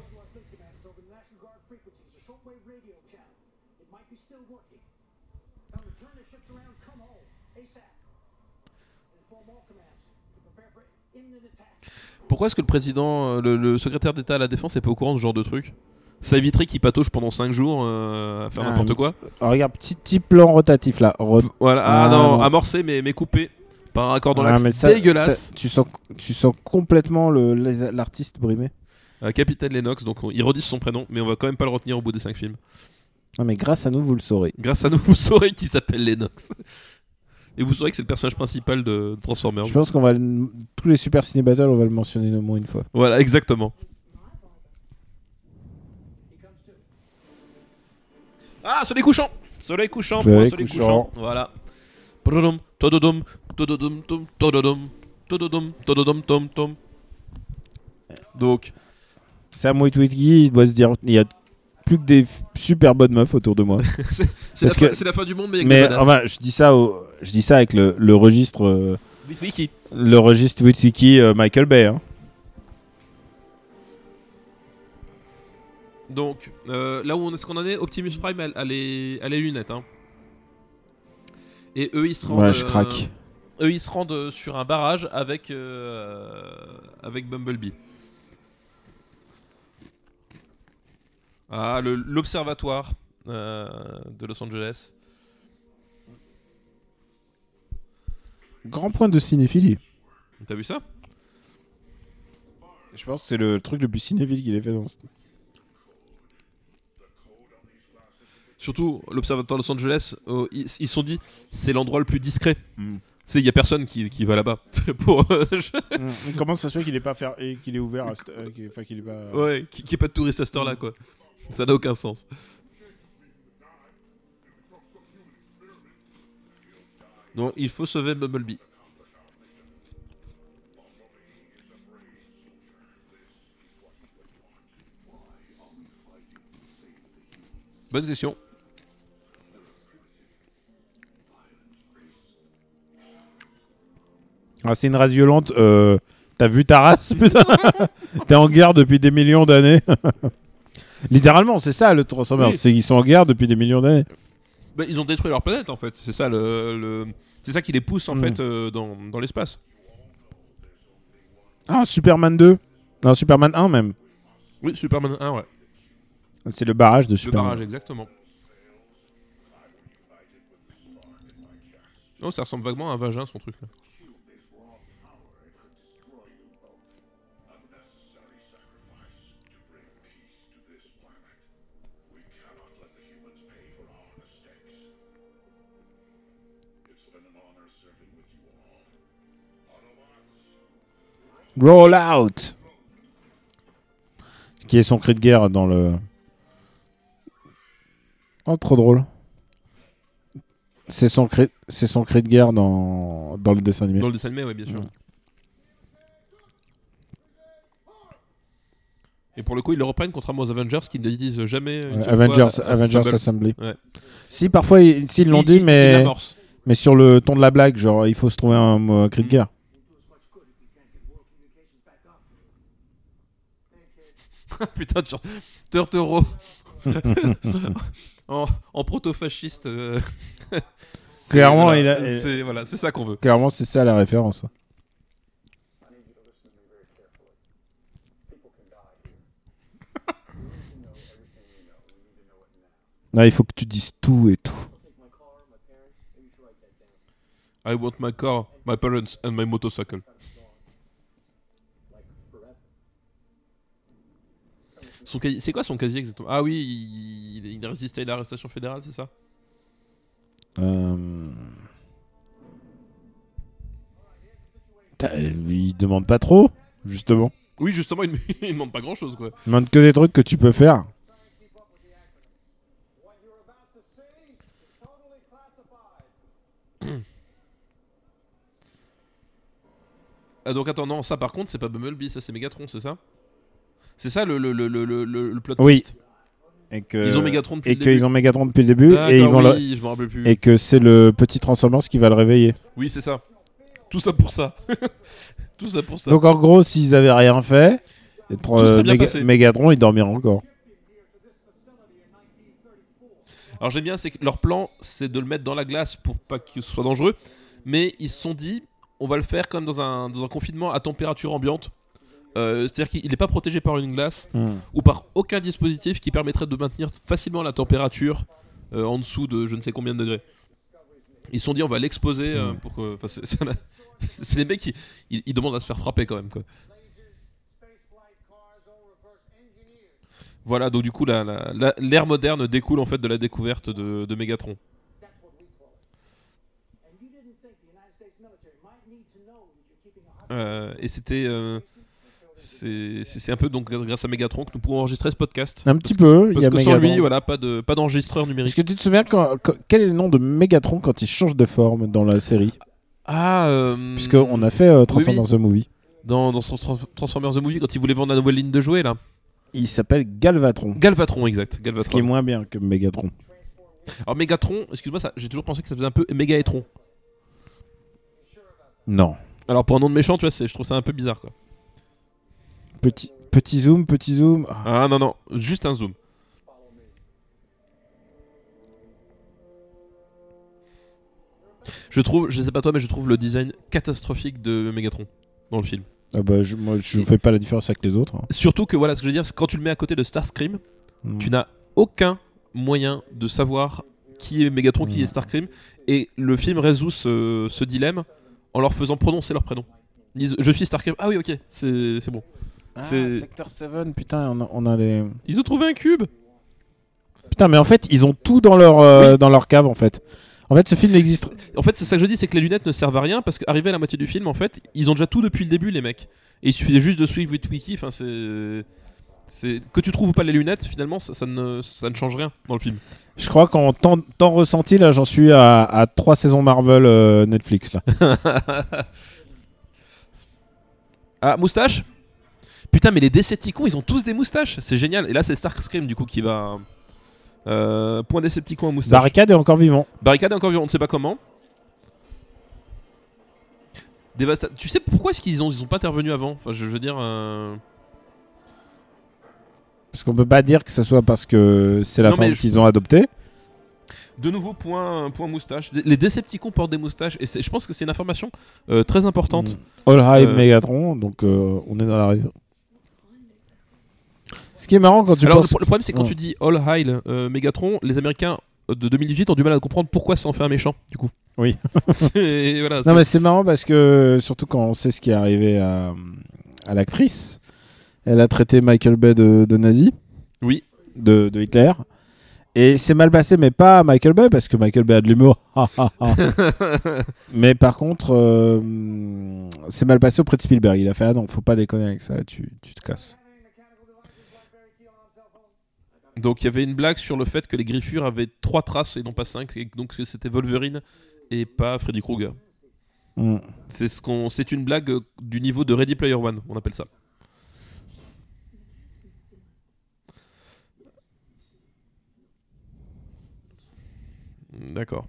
Pourquoi est-ce que le président, euh, le, le secrétaire d'État à la Défense est pas au courant de ce genre de truc Ça éviterait qu'il patauge pendant 5 jours euh, à faire Ah, n'importe mais quoi. Oh, regarde, petit, petit plan rotatif là. Re- Voilà. Ah, Ah, non, non. amorcé mais, mais coupé par un accord dans Ah, mais l'axe. ça- Dégueulasse. ça- tu, sens, tu sens complètement le- les- l'artiste brimé. Euh, Capitaine Lennox, donc on- ils redisent son prénom, mais on va quand même pas le retenir au bout des 5 films. Non mais grâce à nous, vous le saurez. Grâce à nous, *laughs* vous saurez qui s'appelle Lennox. Et vous saurez que c'est le personnage principal de Transformers. Je pense qu'on va le- tous les super ciné battles, on va le mentionner au moins une fois. Voilà, exactement. Ah, soleil couchant Soleil couchant, Soleil point, soleil couchant. couchant. Voilà. Prododom, tododom, tododom, tom, tododom, tododom, tododom, tom, tom. Donc, Sam Witwicky, il doit se dire, il y a plus que des f- super bonnes meufs autour de moi. c'est la, Parce que- fin- c'est la fin du monde, mais avec des mais badasses. enfin, je dis ça, au- je dis ça avec le, le registre, euh, Oui, oui, qui le registre Witwicky euh, Michael Bay. hein. Donc, euh, là où on est, ce qu'on en est, Optimus Prime a, a les, a les lunettes. Hein. Et eux, ils se rendent. Voilà, je euh, craque. Eux, ils se rendent euh, sur un barrage avec, euh, avec Bumblebee. Ah, le- l'observatoire euh, de Los Angeles. Grand point de cinéphilie. T'as vu ça Je pense que c'est le truc le plus cinéphile qu'il ait fait dans ce... Surtout, l'observatoire de Los Angeles, euh, ils ils se sont dit, c'est l'endroit le plus discret. Mm. Tu sais, il n'y a personne qui, qui va là-bas. *laughs* pour, euh, Mm. *laughs* Comment ça se fait qu'il est pas faire... qu'il est ouvert, enfin qu'il est pas. Ouais, qui n'y ait pas de touristes à cette heure-là, quoi. Ça n'a aucun sens. Donc, il faut sauver Bumblebee. Bonne question. Ah, c'est une race violente. euh, T'as vu ta race, *laughs* putain T'es en guerre depuis des millions d'années. *laughs* Littéralement, c'est ça le Transformers. Oui. C'est qu'ils sont en guerre depuis des millions d'années. Bah, ils ont détruit leur planète en fait. C'est ça le, le- c'est ça qui les pousse en Mm. fait euh, dans, dans l'espace. Ah, Superman 2. Non, Superman 1 même. Oui, Superman 1, ouais. C'est le barrage de Le Superman. barrage, exactement. Non, ça ressemble vaguement à un vagin, son truc. Là. Roll out Qui est son cri de guerre dans le. Oh, trop drôle. C'est son, cri... c'est son cri de guerre dans, dans le dessin animé. Dans le dessin animé, oui, bien sûr. Mm. Et pour le coup, ils le reprennent contrairement aux Avengers qui ne disent jamais. une Ouais, seule Avengers, fois, euh, Avengers Assemble. Assembly. Ouais. Si, parfois, ils s'ils l'ont Ils- dit, ils- ils mais, l'amorcent. mais sur le ton de la blague, genre, il faut se trouver un, mot- un cri de Mm. guerre. *laughs* Putain, tu *laughs* Turtoro en, en proto-fasciste. euh, c'est- Clairement, voilà, il a- c'est voilà, c'est ça qu'on veut. Clairement, c'est ça la *laughs* référence. Là, il faut que tu dises tout et tout. Take my car, my parents, I want my car, my parents and my motorcycle. Son casier- c'est quoi son casier exactement Ah oui, il, il a résisté à l'arrestation fédérale, c'est ça Euh. T'as- Il demande pas trop, justement. Oui, justement, il, *laughs* il demande pas grand-chose, quoi. Il demande que des trucs que tu peux faire. Ah donc attends, non, ça par contre, c'est pas Bumblebee, ça c'est Megatron, c'est ça C'est ça le, le, le, le, le, le plot Oui. twist Et que, Ils ont Megatron depuis et le qu'ils début. ont Megatron depuis le début et ils vont D'accord, le- oui, je me rappelle plus. et que c'est le petit Transformers qui va le réveiller. Oui, c'est ça. Tout ça pour ça. *laughs* Tout ça pour ça. Donc en gros, s'ils avaient rien fait, les trois- Tout serait bien Méga- passé. Megatron, il dormira encore. Alors j'aime bien, c'est que leur plan, c'est de le mettre dans la glace pour pas qu'il soit dangereux. Mais ils se sont dit, on va le faire comme dans un, dans un confinement à température ambiante. Euh, C'est-à-dire qu'il n'est pas protégé par une glace Hmm. ou par aucun dispositif qui permettrait de maintenir facilement la température euh, en dessous de je ne sais combien de degrés. Ils se sont dit, on va l'exposer euh, pour que. enfin, c'est- *laughs* c'est la- c'est les mecs qui ils, ils demandent à se faire frapper quand même. Quoi. Voilà, donc du coup, la- la- la- l'ère moderne découle en fait de la découverte de, de Megatron. Euh, et c'était. euh, c'est c'est- c'est un peu donc grâce à Megatron que nous pourrons enregistrer ce podcast. Un petit peu. il y Parce a que sans Megatron. lui, voilà, pas de pas d'enregistreur Est-ce numérique. que tu te souviens quand- quand- quel est le nom de Megatron quand il change de forme dans la série Ah, euh, Puisqu'on a fait euh, Transformers oui. the Movie. dans, dans son Trans- Transformers the Movie quand il voulait vendre la nouvelle ligne de jouets là. Il s'appelle Galvatron. Galvatron, exact. Ce qui est Galvatron. moins bien que Megatron. Alors Megatron, excuse-moi, ça, j'ai toujours pensé que ça faisait un peu Megatron. Non. Alors pour un nom de méchant, tu vois, c'est- je trouve ça un peu bizarre quoi. Petit, petit zoom, petit zoom. Ah, Ah non non, juste un zoom. Je trouve, je sais pas toi, mais je trouve le design catastrophique de Megatron dans le film. Ah bah, je, moi, je fais pas la différence avec les autres. hein. Surtout que voilà, ce que je veux dire, c'est que quand tu le mets à côté de Starscream, tu n'as aucun moyen de savoir qui est Megatron, qui est Starscream, et le film résout ce, ce dilemme en leur faisant prononcer leur prénom. Ils disent, je suis Starscream. Ah oui, ok, c'est c'est bon. Ah, c'est- Sector 7, putain, on a, on a des... Ils ont trouvé un cube. Putain, mais en fait, ils ont tout dans leur, euh, dans leur cave, en fait. En fait, ce film n'existe... En fait, c'est ça que je dis, c'est que les lunettes ne servent à rien parce qu'arrivé à la moitié du film, en fait, ils ont déjà tout depuis le début, les mecs. Et il suffisait juste de suivre with Wiki. Enfin, c'est. c'est- Que tu trouves ou pas les lunettes, finalement, ça, ça ne, ça ne change rien dans le film. Je crois qu'en temps, temps ressenti, là, j'en suis à, à trois saisons Marvel euh, *laughs* Netflix, là. Ah, moustache Putain, mais les Decepticons, ils ont tous des moustaches. C'est génial. Et là, c'est Starscream, du coup, qui va. Euh, point Decepticon à moustache. Barricade est encore vivant. Barricade est encore vivant, on ne sait pas comment. Dévasta- Tu sais pourquoi est-ce qu'ils ont, ils ont pas intervenu avant Enfin, je, je veux dire. euh, Parce qu'on peut pas dire que ce soit parce que c'est la Non, forme mais je- qu'ils ont adoptée. De nouveau, point, point moustache. Les Decepticons portent des moustaches. Et c'est- je pense que c'est une information euh, très Mm. importante. All High Euh. Megatron, donc euh, on est dans la rue. Ce qui est marrant quand tu Alors, penses... le, pro- le problème, c'est quand Ouais. tu dis All Hail euh, Megatron, les Américains euh, de 2018 ont du mal à comprendre pourquoi ça en fait un méchant, du coup. Oui. *laughs* C'est- voilà, Non c'est- mais c'est marrant parce que surtout quand on sait ce qui est arrivé à, à l'actrice, elle a traité Michael Bay de, de nazi, Oui. de, de Hitler. Et c'est mal passé, mais pas à Michael Bay parce que Michael Bay a de l'humour. *laughs* Ha, ha, ha. mais par contre, euh, c'est mal passé auprès de Spielberg. Il a fait ah non, faut pas déconner avec ça, tu, tu te casses. Donc, il y avait une blague sur le fait que les griffures avaient trois traces et non pas cinq. Et donc, que c'était Wolverine et pas Freddy Krueger. Mm. C'est ce qu'on, c'est une blague euh, du niveau de Ready Player One, on appelle ça. D'accord.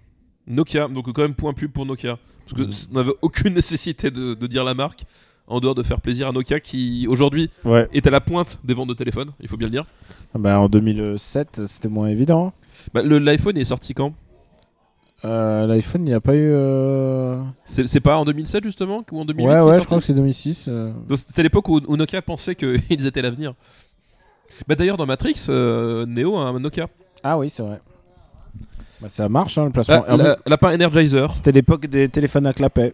Nokia, donc quand même point pub pour Nokia, parce que c- on n'avait aucune *laughs* nécessité de, de dire la marque en dehors de faire plaisir à Nokia qui aujourd'hui Ouais. est à la pointe des ventes de téléphones, il faut bien le dire. Ah bah, en 2007, c'était moins évident. hein. Bah, le- L'iPhone est sorti quand Euh, L'iPhone, il n'y a pas eu. euh, c'est, c'est pas en 2007 justement ou en 2008 Ouais, qu'il est ouais, je sorti crois que c'est 2006. euh. Donc, C'était l'époque où, où Nokia pensait *laughs* qu'ils étaient l'avenir. Bah d'ailleurs dans Matrix, euh, Neo a un Nokia. Ah oui, c'est vrai. Bah, ça marche, hein, le placement. Ah, Herbie. la- Lapin Energizer. C'était l'époque des téléphones à clapet.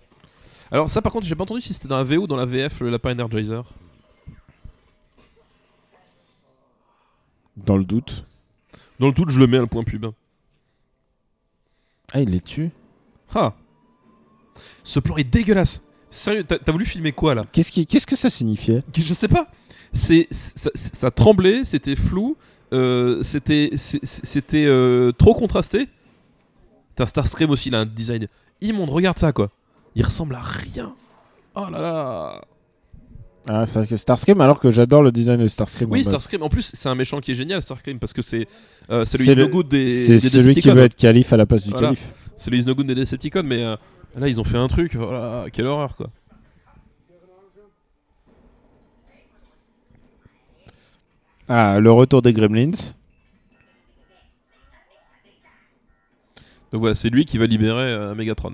Alors ça par contre j'ai pas entendu si c'était dans la VO ou dans la VF le lapin Energizer. Dans le doute. Dans le tout je le mets à le point pub. Ah, il les tue. Ah Ce plan est dégueulasse Sérieux, t'as t'as voulu filmer quoi là Qu'est-ce qui- qu'est-ce que ça signifiait Je sais pas C'est ça, ça tremblait, c'était flou, euh, c'était c'est- c'était euh, trop contrasté. T'as Starstream aussi, il a un design immonde, regarde ça quoi Il ressemble à rien Oh là là Ah, c'est vrai que Starscream, alors que j'adore le design de Starscream. Oui, en base. Starscream, en plus c'est un méchant qui est génial Starscream parce que c'est euh, c'est C'est le le- logo des, C'est des celui qui Decepticons. veut être calife à la place du Voilà. calife. C'est les Isnogun des Decepticons, mais euh, là ils ont fait un truc. Oh là là, quelle horreur quoi. Ah, le retour des Gremlins. Donc voilà, c'est lui qui va libérer euh, Megatron.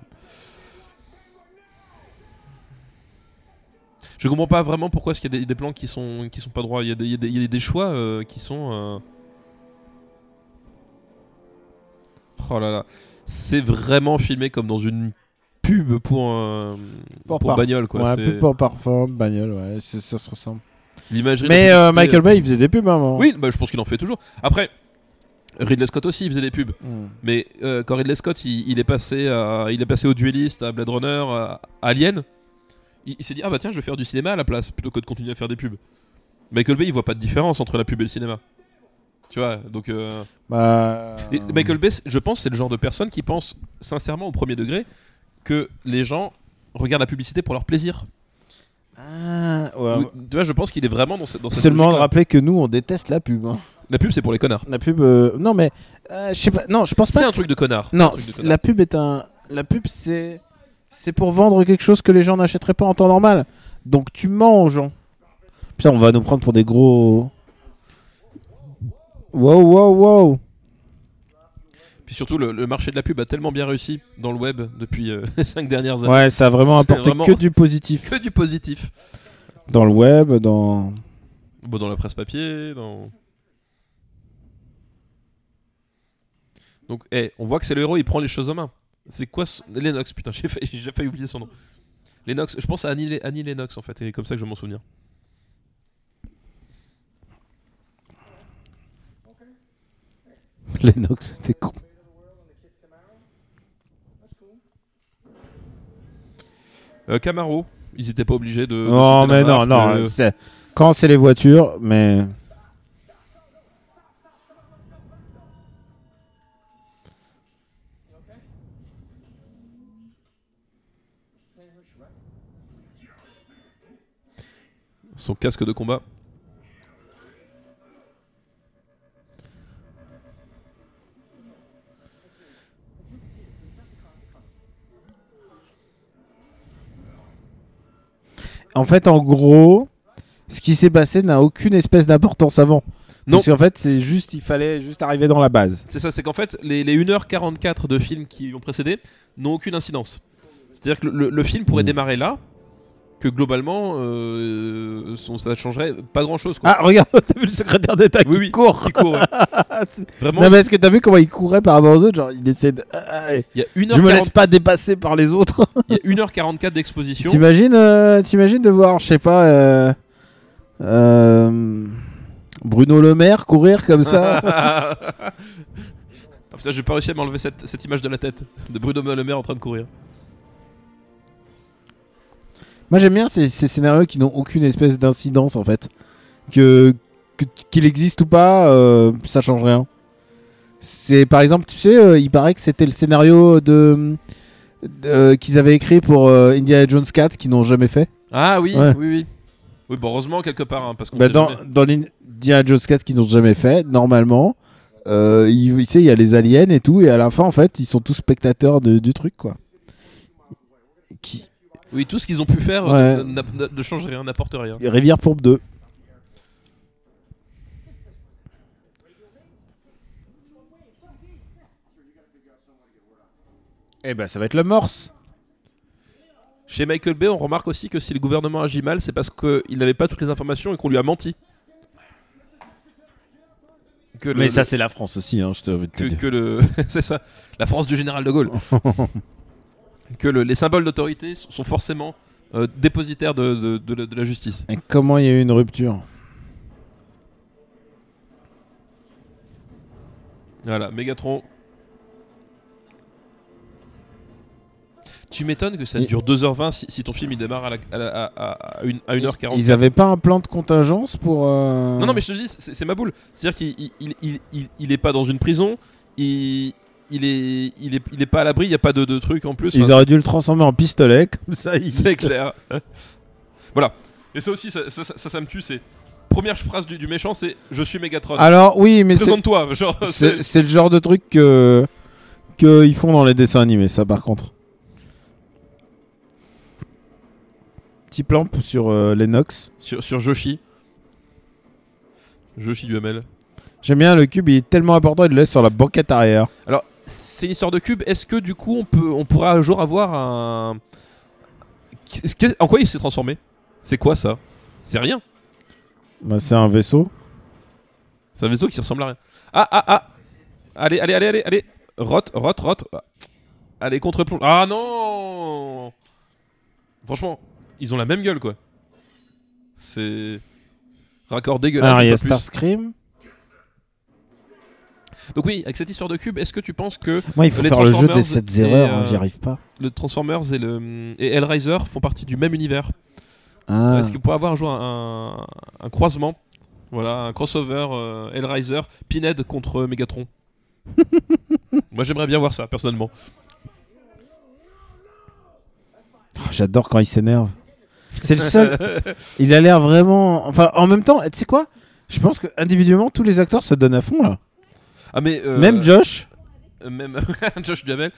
Je comprends pas vraiment pourquoi est-ce qu'il y a des, des plans qui sont, qui sont pas droits. Il y a des, il y a des- il y a des choix euh, qui sont. euh, Oh là là. C'est vraiment filmé comme dans une pub pour, euh, Pour pour, par- bagnole quoi. ouais, un C'est- peu pour parfum, bagnole, ouais, c'est- ça se ressemble. L'imagerie. Mais la euh, publicité, Michael euh, Bay, il faisait des pubs hein, avant. Oui, bah, je pense qu'il en fait toujours. Après, Ridley Scott aussi, il faisait des pubs. Mm. Mais euh, quand Ridley Scott, il, il est passé à- il est passé au dueliste, à Blade Runner, à Alien, il, il s'est dit ah bah tiens, je vais faire du cinéma à la place plutôt que de continuer à faire des pubs. Michael Bay, il voit pas de différence entre la pub et le cinéma. Tu vois, donc euh, Bah, et Michael Bay, c'est- je pense, c'est le genre de personne qui pense sincèrement au premier degré que les gens regardent la publicité pour leur plaisir. Ah, ouais. Ou- Tu vois, je pense qu'il est vraiment dans cette dans cette C'est le moment de logique-là. rappeler que nous, on déteste la pub. hein. La pub, c'est pour les connards. La pub, euh, non mais, euh, je sais pas, non, je pense pas. C'est un que truc de connard. Non, Un truc de c'est- connard. la pub est un. La pub, c'est. C'est pour vendre quelque chose que les gens n'achèteraient pas en temps normal. Donc tu mens aux gens. Putain, on va nous prendre pour des gros. Wow, wow, wow. Puis surtout, le, le marché de la pub a tellement bien réussi dans le web depuis euh, *laughs* les 5 dernières années. Ouais, ça a vraiment C'est apporté vraiment- que du positif. Que du positif. Dans le web, dans. *laughs* Bon, dans la presse papier, dans. Donc, eh, on voit que c'est le héros, il prend les choses en main. C'est quoi ce- Lennox, putain, *laughs* j'ai failli, j'ai failli oublier son nom. Lennox, je pense à Annie, Annie Lennox en fait, et comme ça que je vais m'en souvenir. Lennox, c'était con. Euh, Camaro, ils étaient pas obligés de. de Non, citer mais Euh, la non, marque, euh. non. le- c'est- Quand c'est les voitures, mais. Son casque de combat. En fait, en gros, ce qui s'est passé n'a aucune espèce d'importance avant. Non. Parce qu'en fait, c'est juste, il fallait juste arriver dans la base. C'est ça, c'est qu'en fait, les, les 1h44 de films qui ont précédé n'ont aucune incidence. C'est-à-dire que le, le film pourrait Mm. démarrer là, que globalement, euh, son- ça changerait pas grand-chose. quoi. *laughs* Ah, regarde, t'as vu le secrétaire d'État oui, qui oui, court qui court, ouais. hein. *laughs* Vraiment, Non, mais est-ce que t'as vu comment il courait par rapport aux autres Genre, il essaie de. Ah, ouais. il y a Je me laisse 1h40 pas dépasser par les *laughs* autres. il y a 1h44 d'exposition. *laughs* T'imagines, euh, t'imagines de voir, je sais pas, euh, euh, Bruno Le Maire courir *laughs* comme ça Ah, putain, j'ai pas réussi à m'enlever cette, cette image de la tête de Bruno Le Maire en train de courir. Moi, j'aime bien ces, ces scénarios qui n'ont aucune espèce d'incidence en fait. Que que- qu'il existe ou pas, euh, ça change rien. C'est par exemple, tu sais, euh, il paraît que c'était le scénario de, de- qu'ils avaient écrit pour euh, Indiana Jones 4 qu'ils n'ont jamais fait. Ah oui, Ouais. oui, oui. Oui, bon, heureusement, quelque part, hein, parce qu'on Bah, sait dans jamais. dans l'Indiana Jones 4 qu'ils n'ont jamais fait, normalement, euh, il, il sait, il y a les aliens et tout, et à la fin, en fait, ils sont tous spectateurs de- du truc, quoi. Qui... Oui, tout ce qu'ils ont pu faire euh, n'a- n'a- ne change rien, n'apporte rien. Rivière Pourbe 2. Eh ben, ça va être le morse. Chez Michael Bay, on remarque aussi que si le gouvernement agit mal, c'est parce qu'il n'avait pas toutes les informations et qu'on lui a menti. que le- Mais ça, c'est la France aussi, hein, je te que, que le *laughs* c'est ça la France du général de *laughs* Gaulle que le- les symboles d'autorité sont sont forcément euh, dépositaires de, de- de la- de la justice Et Comment il y a eu une rupture voilà Mégatron tu m'étonnes que ça Il- dure 2h20 si, si ton film il démarre à, la- à la- à- à- à une- à 1h40 Ils avaient pas un plan de contingence pour. euh, non non mais je te dis c'est c'est ma boule c'est à dire qu'il il, il- il- il est pas dans une prison il, il est, il, est, il est pas à l'abri, il n'y a pas de, de truc en plus. Ils Enfin, auraient dû le transformer en pistolet, *laughs* comme ça, il- *laughs* C'est clair. voilà. Et ça aussi, ça, ça, ça, ça, ça me tue. C'est première phrase du, du méchant, c'est je suis Megatron. Alors, oui, Ah, mais c'est- Présente-toi. *laughs* Genre, c'est *laughs* c'est- c'est le genre de truc que. que ils font dans les dessins animés, ça, par contre. Petit plan p- sur euh, Lennox. sur, sur Joshi. Joshi du ML. J'aime bien le cube, il est tellement important, il le laisse sur la banquette arrière. Alors, c'est une histoire de cube. Est-ce que du coup, on peut, on pourra un jour avoir un. Qu'est- qu'est- En quoi il s'est transformé C'est quoi ça C'est rien. Bah, c'est un vaisseau. C'est un vaisseau qui ressemble à rien. Ah ah ah. Allez allez allez allez allez. Rot rot rot. Allez contre plonge. Ah non. Franchement, ils ont la même gueule quoi. C'est raccord dégueulasse. Alors, Ah, il y a pas plus. Starscream. Donc oui, avec cette histoire de cube, est-ce que tu penses que Moi, il faut Les faire le jeu des Transformers 7 et, erreurs, hein, euh, j'y arrive pas. le Transformers et le et Hellraiser font partie du même univers Ah. Est-ce qu'il pourrait avoir un jour un, un croisement Voilà, un crossover euh, Hellraiser, Pinhead contre Megatron. Moi j'aimerais bien voir ça personnellement. Oh, J'adore quand il s'énerve. C'est *laughs* le seul. il a l'air vraiment. Enfin, en même temps, tu sais quoi Je pense que individuellement, tous les acteurs se donnent à fond là. Ah mais euh, Même Josh. euh, même *laughs* Josh Duhamel.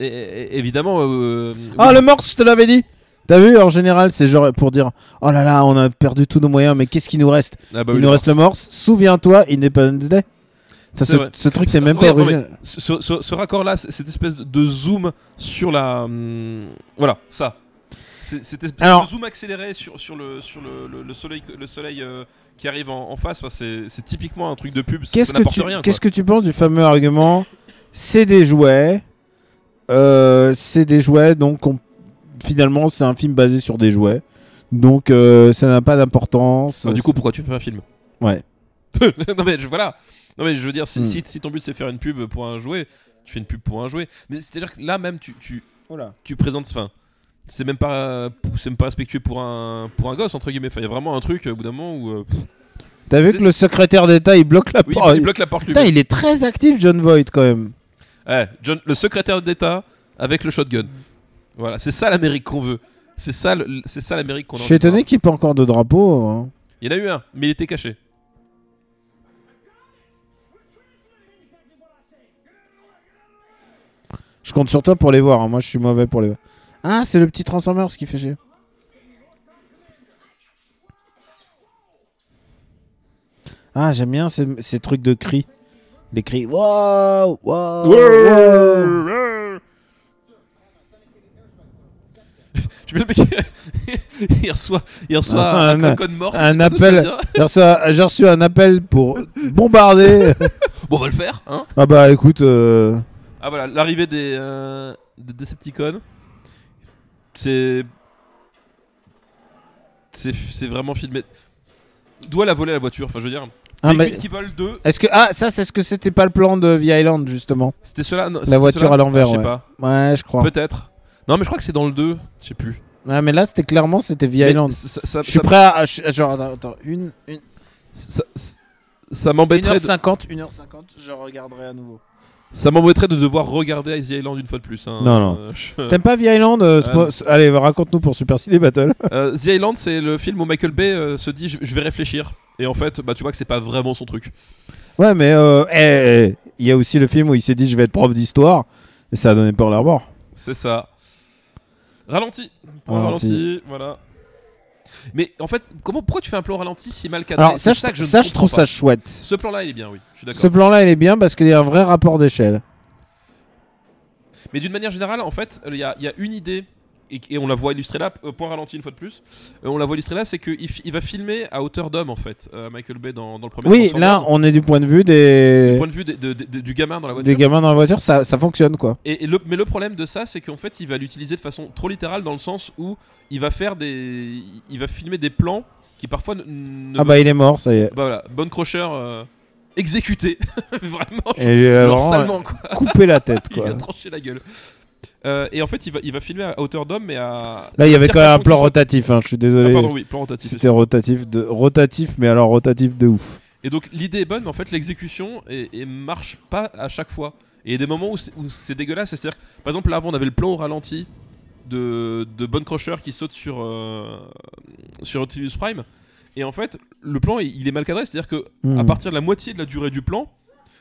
Et, et- évidemment. euh, Ah, oui. le morse, je te l'avais dit T'as vu, en général, c'est genre pour dire Oh là là, on a perdu tous nos moyens, mais qu'est-ce qui nous reste Ah bah Il oui, nous le- reste le morse. Souviens-toi, Independence Day. Ça, C'est ce, vrai. ce truc, c'est même Ouais, pas non, mais original. Ce, ce- ce raccord-là, c- cette espèce de- de zoom sur la. hum, voilà, ça. C'est- Cette espèce Alors- de zoom accéléré sur, sur, le, sur le, le- le soleil, que- le soleil euh, qui arrive en, en face, Enfin, c'est c'est typiquement un truc de pub. ça- Qu'est-ce ça que n'apporte tu rien, quoi. qu'est-ce que tu penses du fameux argument C'est des jouets, euh, c'est des jouets, donc on- finalement c'est un film basé sur des jouets, donc euh, ça n'a pas d'importance. Bah, du coup, pourquoi tu fais un film Ouais. *laughs* non, mais je, voilà. Non, mais je veux dire, si, Hmm. si, si ton but c'est faire une pub pour un jouet, tu fais une pub pour un jouet. Mais c'est-à-dire que là même, tu, tu, tu présentes. Enfin, c'est même pas, c'est même pas respectueux pour un, pour un gosse entre guillemets. Enfin, il y a vraiment un truc au bout d'un moment où. euh, pff, t'as vu c'est- que le secrétaire d'État Oh, il bloque la oui, parole. il bloque la porte lui. Putain, il est très actif, John Voight quand même. Ouais, John- le secrétaire d'État avec le shotgun. Voilà, c'est ça l'Amérique qu'on veut. C'est ça, le- c'est ça l'Amérique qu'on. a Je suis envie de étonné qu'il n'y ait pas encore de drapeau. hein. voir. Il y en a eu un, mais il était caché. Je compte sur toi pour les voir. hein. Moi, je suis mauvais pour les voir. Ah, c'est le petit Transformers qui fait chier. Ah, j'aime bien ces, ces trucs de cris. Les cris. Wow, wow, wow. Je me *laughs* il reçoit, il reçoit Ah, un, un- code mort. un c'est tout, ça appel. vient. J'ai reçu un- J'ai reçu un appel pour bombarder. Bon, on va le faire, hein. ah bah écoute, euh, Ah voilà, l'arrivée des, euh, des Decepticons. C'est. C'est c'est vraiment filmé. Doit la voler la voiture, enfin je veux dire. ah, les mais- flics qui volent deux, est-ce que ah ça c'est ce que c'était pas le plan de The Island justement c'était cela. non, La c'était voiture cela à l'envers, Ah, Je sais ouais. pas. Ouais, je crois. Peut-être. Non, mais je crois que c'est dans le 2. Je sais plus. Ah, mais là c'était clairement c'était The Mais Island. Ça, ça, Je suis ça, prêt à. à- je- Genre, attends, attends, une, une, ça- ça- ça m'embêterait. de- 1h50, 1h50, je regarderai à nouveau. Ça m'embêterait de devoir regarder Ice Island une fois de plus. hein. Non, non. Euh, je- T'aimes pas The Island euh, spo- Euh, s- Allez, raconte-nous pour Super City Battle. Euh, The Island, c'est le film où Michael Bay euh, se dit je, je vais réfléchir. Et en fait, bah, tu vois que c'est pas vraiment son truc. *laughs* Ouais, mais euh, eh, eh, il y a aussi le film où il s'est dit je vais être prof d'histoire. Et ça a donné Pearl Harbor. C'est ça. Ralenti. Plan Ralenti. ralenti. Voilà. Mais en fait, comment, pourquoi tu fais un plan ralenti si mal cadré Alors, ça, Eh, C'est je, que ne ça, je comprends trouve ça pas. chouette. Ce plan-là, il est bien, oui. Je suis d'accord. Ce plan-là, il est bien parce qu'il y a un vrai rapport d'échelle. Mais d'une manière générale, en fait, il y a, il y a une idée et, et on la voit illustrée là, euh, point ralenti une fois de plus, euh, on la voit illustrée là, c'est qu'il il va filmer à hauteur d'homme en fait, euh, Michael Bay dans, dans le premier Oui, Transformers. là, on est du point de vue des, Du point de vue des- de- de- de- du gamin dans la voiture. des gamins dans la voiture, ça, ça fonctionne quoi. Et, et le, mais le problème de ça, c'est qu'en fait, il va l'utiliser de façon trop littérale dans le sens où il va faire des, il va filmer des plans qui parfois ne, ne- Ah bah il est mort, ça y est. bah voilà, bonne crocheur euh, exécuté, *laughs* vraiment, Et euh, genre vraiment, salement quoi, couper la tête *laughs* il lui quoi. a tranché la gueule. Euh, et en fait, il va, il va filmer à hauteur d'homme, mais à Là, il y avait pire quand même un façon qu'il plan soit. rotatif, hein, je suis Ah, désolé. pardon, oui, plan rotatif. C'était rotatif de rotatif, mais alors rotatif de ouf. Et donc l'idée est bonne, mais en fait l'exécution est- et marche pas à chaque fois. Et il y a des moments où c'est- où c'est dégueulasse. C'est-à-dire, que, par exemple, là avant on avait le plan au ralenti de, de Bonne Crusher qui saute sur, euh, sur Optimus Prime. Et en fait, le plan il, il est mal cadré. C'est-à-dire que Hmm. à partir de la moitié de la durée du plan.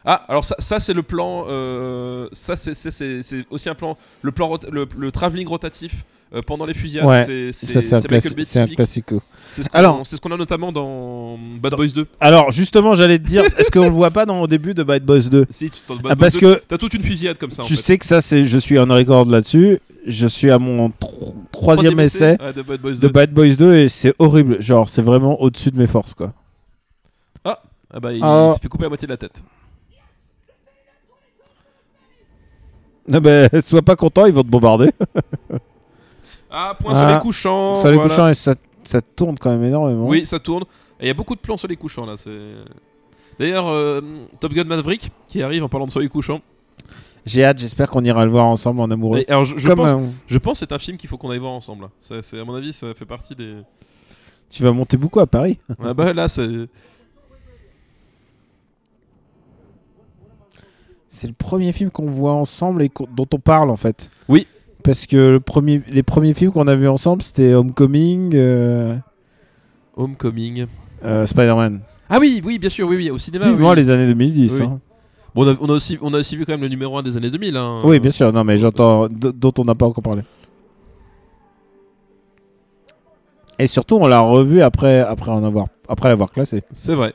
Ah, alors ça, ça, c'est le plan. euh, ça c'est- c'est- c'est c'est aussi un plan. Le plan rota- le, le travelling rotatif euh, pendant les fusillades. Ouais, c'est Ça, c'est un, c'est Michael classi- Bay c'est un typique. classico. C'est ce Alors- qu'on- c'est ce qu'on a notamment dans Bad Boys 2. *laughs* Alors justement, j'allais te dire, est-ce qu'on le voit pas dans au début de Bad Boys 2 Si, tu t'en- Ah, Bad Boys parce 2, que T'as toute une fusillade comme ça. tu en fait. sais que ça, c'est, je suis un record là-dessus. Je suis à mon tro- troisième essai ouais, de Bad Boys de 2. Bad Boys 2 et c'est horrible. Genre, c'est vraiment au-dessus de mes forces quoi. *laughs* Ah bah, il, Ah. il s'est fait couper la moitié de la tête. Non, ben, sois pas content, ils vont te bombarder. Ah, point soleil Ah. couchant. Sur les voilà. couchants, et ça, ça tourne quand même énormément. Oui, ça tourne. Et il y a beaucoup de plans soleil couchant là. c'est- D'ailleurs, euh, Top Gun Maverick qui arrive en parlant de soleil couchant. J'ai hâte, j'espère qu'on ira le voir ensemble en amoureux. Et alors, je, je Comme euh, pense, un- je pense que c'est un film qu'il faut qu'on aille voir ensemble. là. Ça, c'est- à mon avis, ça fait partie des. *laughs* Tu vas monter beaucoup à Paris. ah bah là, c'est. C'est le premier film qu'on voit ensemble et qu'on- dont on parle en fait. Oui. Parce que le premier, les premiers films qu'on a vus ensemble, c'était Homecoming, euh, Homecoming. euh, Spider-Man. Ah oui, oui, bien sûr, oui, oui, au cinéma. Vivement oui. les années 2010. Oui. hein. Bon, on, a, on a aussi, on a aussi vu quand même le numéro 1 des années 2000. hein. Oui, bien sûr. Non, mais j'entends d- dont on n'a pas encore parlé. Et surtout, on l'a revu après, après en avoir, après l'avoir classé. C'est vrai.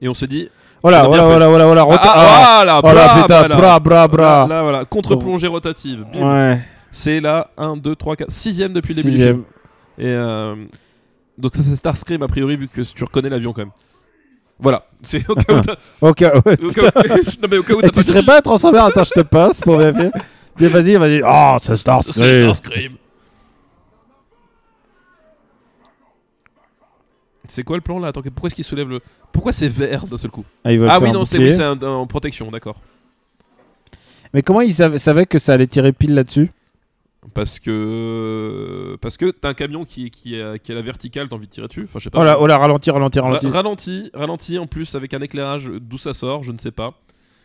Et on s'est dit. On Voilà, a bien voilà, fait. voilà, voilà, voilà, Ah, rota- ah, ah, ah, là, voilà, bra, putain, voilà. bra, bra, bra. Là, là, voilà, contre-plongée rotative. Bim. Ouais. C'est là 1, 2, 3, 4, 6ème depuis le début. du Sixième. film. Et euh, donc ça c'est Starscream a priori vu que tu reconnais l'avion quand même. Voilà, c'est au cas où t'as- Ok. ouais. au cas où- *laughs* non, mais au cas où Et t'as tu pas serais pas à Transformers Attends, je te passe pour vérifier. Dis, vas-y, vas-y. Oh, c'est C'est Starscream. Starscream. C'est quoi le plan là Attends, que- pourquoi est-ce qu'il soulève le Pourquoi c'est vert d'un seul coup Ah, ils veulent Ah faire oui, un non, c'est bouclier. oui, c'est un- un- en protection, d'accord. Mais comment ils savaient, savaient que ça allait tirer pile là-dessus Parce que parce que t'as un camion qui qui a, qui a la verticale, t'as envie de tirer dessus. Enfin, je sais pas. Oh là, oh là, ralenti, ralenti, ralenti. Ra- Ralenti, ralenti en plus avec un éclairage d'où ça sort, je ne sais pas.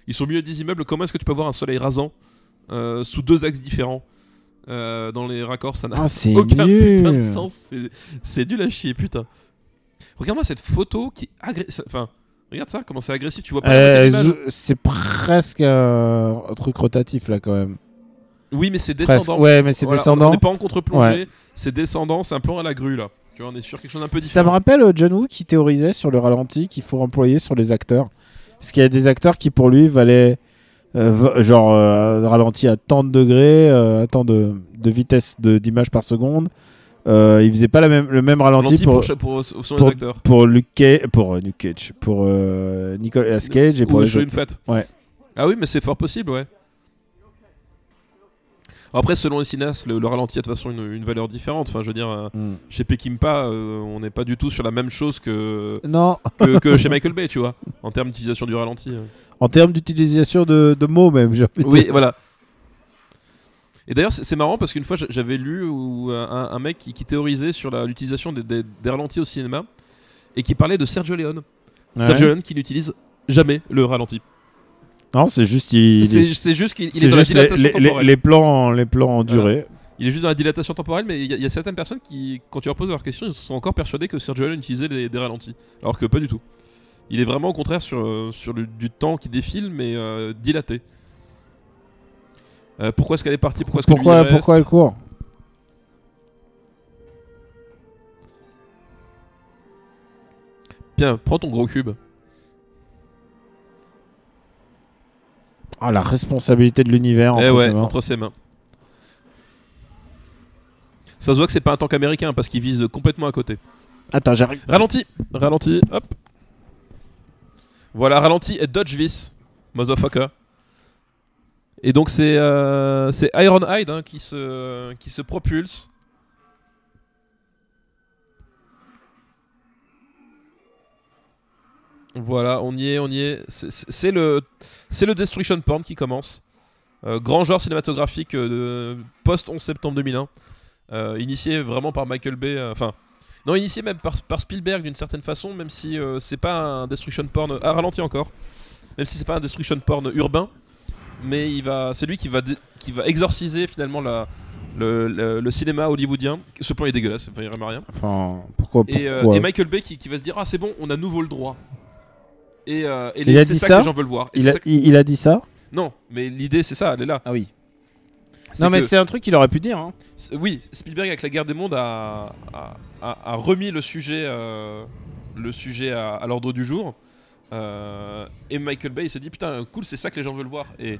Ils sont au milieu des immeubles, comment est-ce que tu peux avoir un soleil rasant euh, sous deux axes différents euh, dans les raccords Ça n'a Ah, c'est aucun putain de nul. sens, c'est- c'est nul à chier, putain. Regarde-moi cette photo qui est agressive. Enfin, regarde ça, comment c'est agressif, tu vois pas la Euh, moitié de l'image. zo- C'est presque un... un truc rotatif là quand même. Oui, mais c'est Presque. descendant. Ouais, mais c'est Voilà, on- On descendant. n'est pas en contre-plongée, Ouais. c'est descendant, c'est un plan à la grue là. Tu vois, on est sur quelque chose d'un peu Ça différent. me rappelle euh, John Woo qui théorisait sur le ralenti qu'il faut employer sur les acteurs. Parce qu'il y a des acteurs qui pour lui valaient euh, v- genre euh, ralenti à tant de degrés, euh, à tant de, de vitesse de- d'image par seconde. Euh, il faisait pas la même, le même ralenti, Ralenti pour, pour, pour, pour, pour pour- les acteurs. pour Luke Cage, pour euh, Luke Cage, pour euh, Nicolas Cage et pour Ou les Show autres. une fête. Ouais. Ah oui, mais c'est fort possible, ouais. Après, selon les cinéastes, le, le ralenti a de toute façon une, une valeur différente. Enfin, je veux dire, euh, Mm. chez Peckinpah, euh, on n'est pas du tout sur la même chose que, Non, que, que chez Michael Bay, tu vois, en termes d'utilisation du ralenti. euh. en termes d'utilisation de, de mots même. j'ai envie de Oui, dire. voilà. Et d'ailleurs, c'est c'est marrant parce qu'une fois, j'a- j'avais lu où un, un mec qui, qui théorisait sur la- l'utilisation des, des- des ralentis au cinéma et qui parlait de Sergio Leone. Ouais. Sergio Leone qui n'utilise jamais le ralenti. Non, c'est juste il, il est- C'est c'est juste qu'il il est, c'est dans juste la les, dilatation les- les- temporelle. les plans, les plans en Voilà. durée. Il est juste dans la dilatation temporelle, mais il y, a- il y a certaines personnes qui, quand tu leur poses leur question, ils sont encore persuadés que Sergio Leone utilisait des, des ralentis. Alors que pas du tout. Il est vraiment au contraire sur, euh, sur le- du temps qui défile, mais euh, dilaté. Euh, pourquoi est-ce qu'elle est partie Pourquoi est-ce que lui, Pourquoi, il reste pourquoi elle court Bien, prends ton gros cube. Ah, la responsabilité de l'univers eh entre ouais, ses mains. entre ses mains. Ça se voit que c'est pas un tank américain parce qu'il vise complètement à côté. Attends, j'arrive. Ralenti, ralenti, hop. Voilà, ralenti et dodge vis, motherfucker. Et donc c'est euh, c'est Ironhide hein, qui se qui se propulse. Voilà, on y est, on y est. C'est- C'est c'est le c'est le destruction porn qui commence. Euh, grand genre cinématographique euh, de post 11 septembre 2001, Euh, initié vraiment par Michael Bay. euh, Enfin, non, initié même par, par Spielberg d'une certaine façon, même si euh, c'est pas un destruction porn à ralenti encore, même si c'est pas un destruction porn urbain, mais il va, c'est lui qui va dé- qui va exorciser finalement la le, le- le cinéma hollywoodien. Ce plan est dégueulasse, enfin, il rime à rien. Enfin, pourquoi, Et, euh, pourquoi et Michael Bay qui, qui va se dire ah c'est bon, on a nouveau le droit. Et, euh, et Il a c'est dit ça, ça que les gens veulent voir. Et il, c'est a, ça que- il, il a dit ça Non, mais l'idée c'est ça, elle est là. Ah oui. C'est Non, mais que- c'est un truc qu'il aurait pu dire. Hein. S- Oui, Spielberg avec la guerre des mondes a, a- a- a remis le sujet, euh, le sujet à, à l'ordre du jour. Euh, et Michael Bay il s'est dit putain cool c'est ça que les gens veulent voir et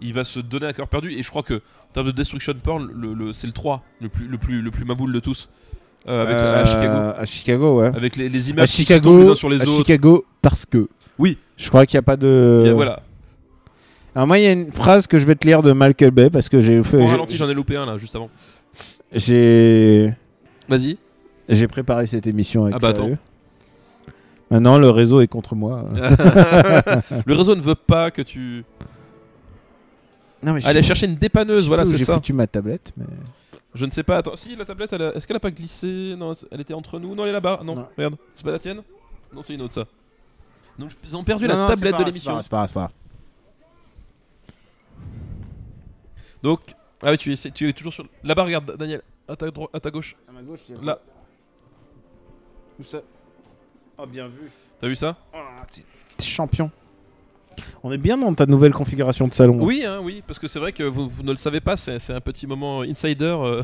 il va se donner à cœur perdu et je crois que en termes de destruction porn le, le- c'est le 3 le plus le plus le plus maboule de tous Euh, avec à Chicago Euh, à Chicago, ouais. avec les, les à images qui tombent les Chicago, uns sur les à autres Chicago, parce que. Oui. Je crois qu'il n'y a pas de. Et voilà Alors, moi, il y a une phrase que je vais te lire de Michael Bay parce que j'ai fait. en j'ai- ralenti j'en ai loupé un là juste avant J'ai. vas-y J'ai préparé cette émission avec Ah bah, sérieux. Maintenant, le réseau est contre moi. *laughs* le réseau ne veut pas que tu Non, mais je allez sais chercher une pas, je dépanneuse sais voilà pas où c'est J'ai ça foutu ma tablette, mais. Je ne sais pas. Attends, si la tablette, elle a- est-ce qu'elle a pas glissé Non, elle était entre nous. Non, elle est là-bas. Non, Non. regarde, c'est pas la tienne. Non, c'est une autre ça. Donc je- ils ont perdu Non, la non, c'est tablette pas de grave, l'émission. C'est pas grave, c'est pas grave. Donc ah oui, tu es, tu es toujours sur. Là-bas, regarde, Daniel, à ta droite, à ta gauche. À ma gauche, a- Là. Où ça Ah, bien vu. T'as vu ça T'es champion. On est bien dans ta nouvelle configuration de salon. Oui, hein, oui, parce que c'est vrai que vous, vous ne le savez pas. C'est c'est un petit moment insider. euh,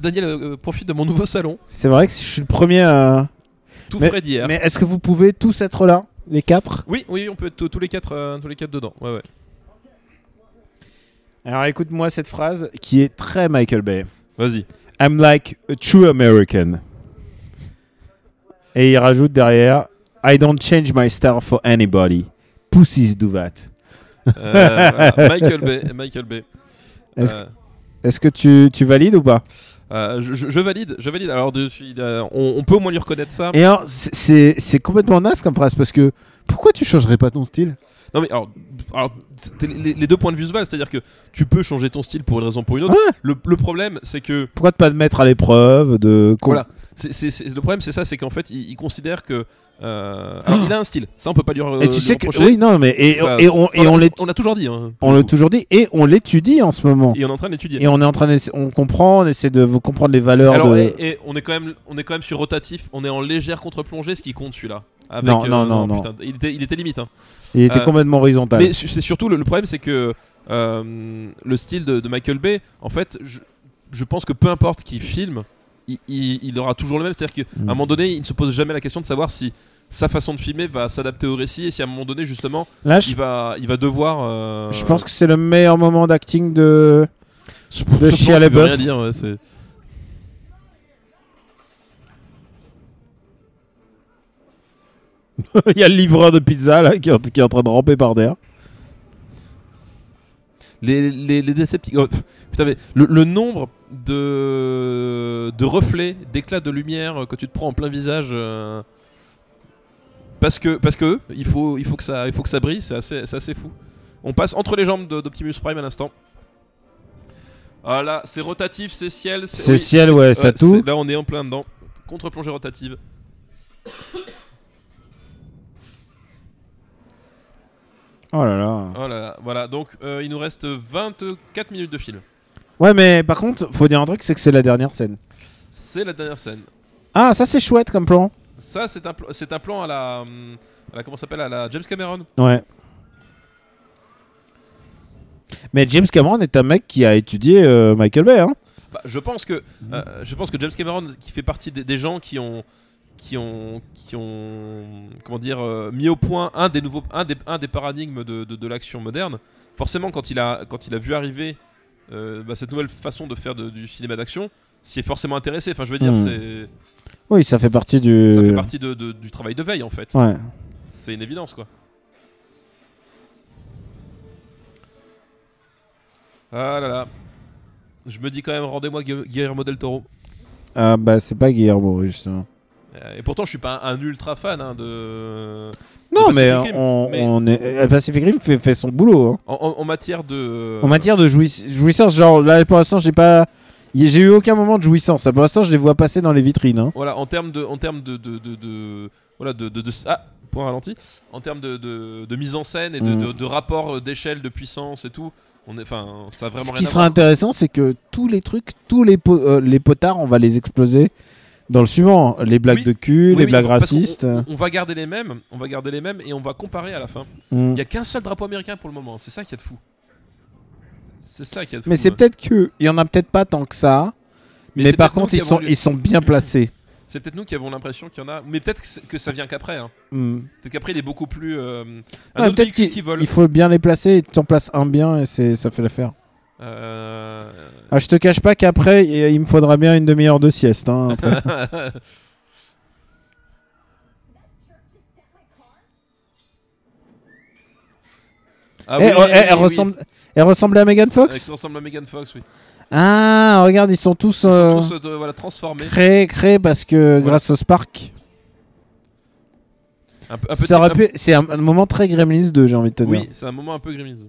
Daniel euh, profite de mon nouveau salon, C'est vrai que je suis le premier à. tout frais d'hier. Mais est-ce que vous pouvez tous être là, les quatre Oui, oui, on peut être tous- tous les quatre, euh, tous les quatre dedans. Ouais, ouais. Alors écoute-moi cette phrase qui est très Michael Bay. Vas-y. I'm like a true American. Et il rajoute derrière I don't change my star for anybody. Pussies do that. Euh, voilà, *laughs* Michael Bay, Michael Bay. Est-ce Euh, Est-ce que tu, tu valides ou pas Euh, je, je- je valide, je valide. Alors, de- il a- on, on peut au moins lui reconnaître ça. Et alors, c'est- c'est c'est complètement naze comme phrase parce que pourquoi tu changerais pas ton style Non, mais alors, alors, t'es- les, les deux points de vue se valent, c'est-à-dire que tu peux changer ton style pour une raison ou pour une autre. Le, le problème, c'est que Pourquoi te pas te mettre à l'épreuve de Voilà. c'est, c'est- c'est- le problème, c'est ça, c'est qu'en fait, il, il considère que euh, alors, il a un style. Ça, on peut pas lui. re- Et tu lui sais que reprocher. oui non mais et, Ça- et on ça, et on l'est- on l'a toujours dit. hein, pour on le l'a coup. toujours dit et on l'étudie en ce moment. Et on est en train d'étudier. Et on est en train d'essa- on comprend, on essaie de vous comprendre les valeurs Alors, de et, et on est quand même, on est quand même sur rotatif. On est en légère contre-plongée, ce qui compte celui-là. Avec, euh, Non, non, non, non. putain, il était, il était limite. hein. il était euh, complètement horizontal. Mais su- c'est surtout le, le problème, c'est que euh, le style de, de Michael Bay, en fait, je, je pense que peu importe qui filme, il, il- il aura toujours le même. C'est-à-dire qu'à un Mm. moment donné, il ne se pose jamais la question de savoir si sa façon de filmer va s'adapter au récit et si à un moment donné, justement, Là je il va, il va devoir. euh, Je pense que c'est le meilleur moment d'acting de. ce, de ce Shia plan, il veut LaBeouf. rien dire, ouais, c'est- *laughs* Il y a le livreur de pizza là qui est, qui est en train de ramper par derrière. Les, les, les Decepticons. oh, pff, putain, mais le, le nombre de, de reflets, d'éclats de lumière euh, que tu te prends en plein visage. euh, parce que, parce que il, faut, il, faut que ça, il faut que ça brille, c'est assez, c'est assez fou. On passe entre les jambes de- d'Optimus Prime à l'instant. Ah là, c'est rotatif, c'est ciel. C'est ciel, ouais, ça c'est- tout. Là, on est en plein dedans. Contre-plongée rotative. Oh là là. Oh là là, voilà. Donc, euh, il nous reste 24 minutes de film. Ouais, mais par contre, faut dire un truc, c'est que c'est la dernière scène. C'est la dernière scène. Ah, ça c'est chouette comme plan. Ça, c'est un, pl- c'est un plan à la, hum, à la comment ça s'appelle à la James Cameron. Ouais. Mais James Cameron est un mec qui a étudié euh, Michael Bay. Hein. Bah, je pense que, euh, je pense que James Cameron, qui fait partie des, des gens qui ont, qui ont, qui ont, comment dire, euh, mis au point un des nouveaux, un des, un des paradigmes de, de- de l'action moderne. Forcément, quand il a, quand il a vu arriver euh, bah, cette nouvelle façon de faire de- du cinéma d'action, s'y est forcément intéressé. Enfin, je veux dire, Hmm. c'est Oui, ça fait partie du. ça fait partie de- de- du travail de veille en fait. Ouais. C'est une évidence quoi. Ah là là. Je me dis quand même, rendez-moi Guilla- Guillermo del Toro. Ah bah c'est pas Guillermo justement. Euh, Et pourtant, je suis pas un, un ultra fan hein, de. Non de mais Bah, Pacific Rim, on, mais on est euh, Pacific Rim fait, fait son boulot. hein. en, en- en matière de. En matière de jouiss- jouissance, genre là pour l'instant j'ai pas, y- j'ai eu aucun moment de jouissance. Là, pour l'instant je les vois passer dans les vitrines. hein. Voilà, en termes de, en termes de, de, de, de- voilà, de, de, de- ah, point ralenti. En termes de, de, de mise en scène et de, Mm. de, de rapport d'échelle, de puissance et tout, on est, enfin, ça a vraiment Ce rien qui à sera voir. intéressant, c'est que tous les trucs, tous les, po- euh, les potards, on va les exploser dans le suivant. Les blagues Oui. de cul, Oui, les oui, blagues parce qu'on- racistes. On, on va garder les mêmes, on va garder les mêmes et on va comparer à la fin. Mm. Il y a qu'un seul drapeau américain pour le moment. C'est ça qui est de fou. C'est ça qui est de fou. hein. Mais c'est ouais. peut-être que il y en a peut-être pas tant que ça. euh. Mais Mais, c'est par peut-être nous contre qui ils avons sont lieu. ils sont *laughs* bien placés. C'est peut-être nous qui avons l'impression qu'il y en a. Mais peut-être que, c'est- que ça vient qu'après. hein. Mm. Peut-être qu'après, il est beaucoup plus. euh, un Ouais, autre peut-être véhicule qu'il qui vole. il faut bien les placer. Tu en places un bien et c'est ça fait l'affaire. Euh, Ah, je te cache pas qu'après il il me faudra bien une demi-heure de *laughs* sieste. hein, après. Ah Eh, ah oui, oh, oui, eh, elle oui. ressemble elle ressemble à Megan Euh, qui Fox. ressemble à Megan Fox, oui. Ah regarde ils sont tous, Ils euh, sont tous euh, voilà, transformés. créés créés parce que grâce au Spark. Un, peu- un petit- Ça aurait un- pu- C'est un, un moment très Gremlins 2 j'ai envie de te dire. Oui, c'est un moment un peu Gremlins.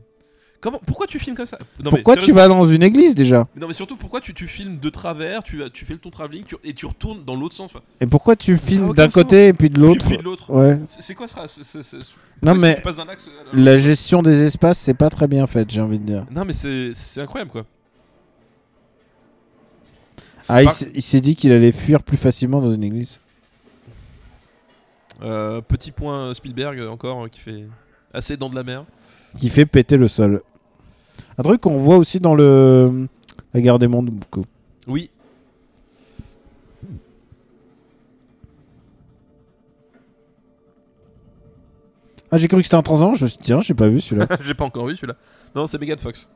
Comment, pourquoi tu filmes comme ça Non, mais Pourquoi tu sérieusement- vas dans une église déjà Non, mais surtout, pourquoi tu, tu filmes de travers, tu, vas- tu fais ton travelling tu- et tu retournes dans l'autre sens enfin, Et pourquoi tu filmes aucun d'un sens. côté et puis de l'autre puis- puis de l'autre. Ouais. C'est c'est quoi ça ce- ce- ce- ce- est-ce Non que mais tu passes d'un axe à l'autre la gestion des espaces c'est pas très bien faite j'ai envie de dire. Non, mais c'est c'est incroyable quoi. Ah il Par- s'est- il s'est dit qu'il allait fuir plus facilement dans une église. Euh, petit point euh, Spielberg euh, encore euh, qui fait assez dents de la mer. qui fait péter le sol. Un truc qu'on voit aussi dans le la guerre des mondes beaucoup. Oui. Ah, j'ai cru que c'était un transan, je me suis dit, tiens, j'ai pas *laughs* vu celui-là. J'ai pas encore vu celui-là. Non, c'est Megan Fox.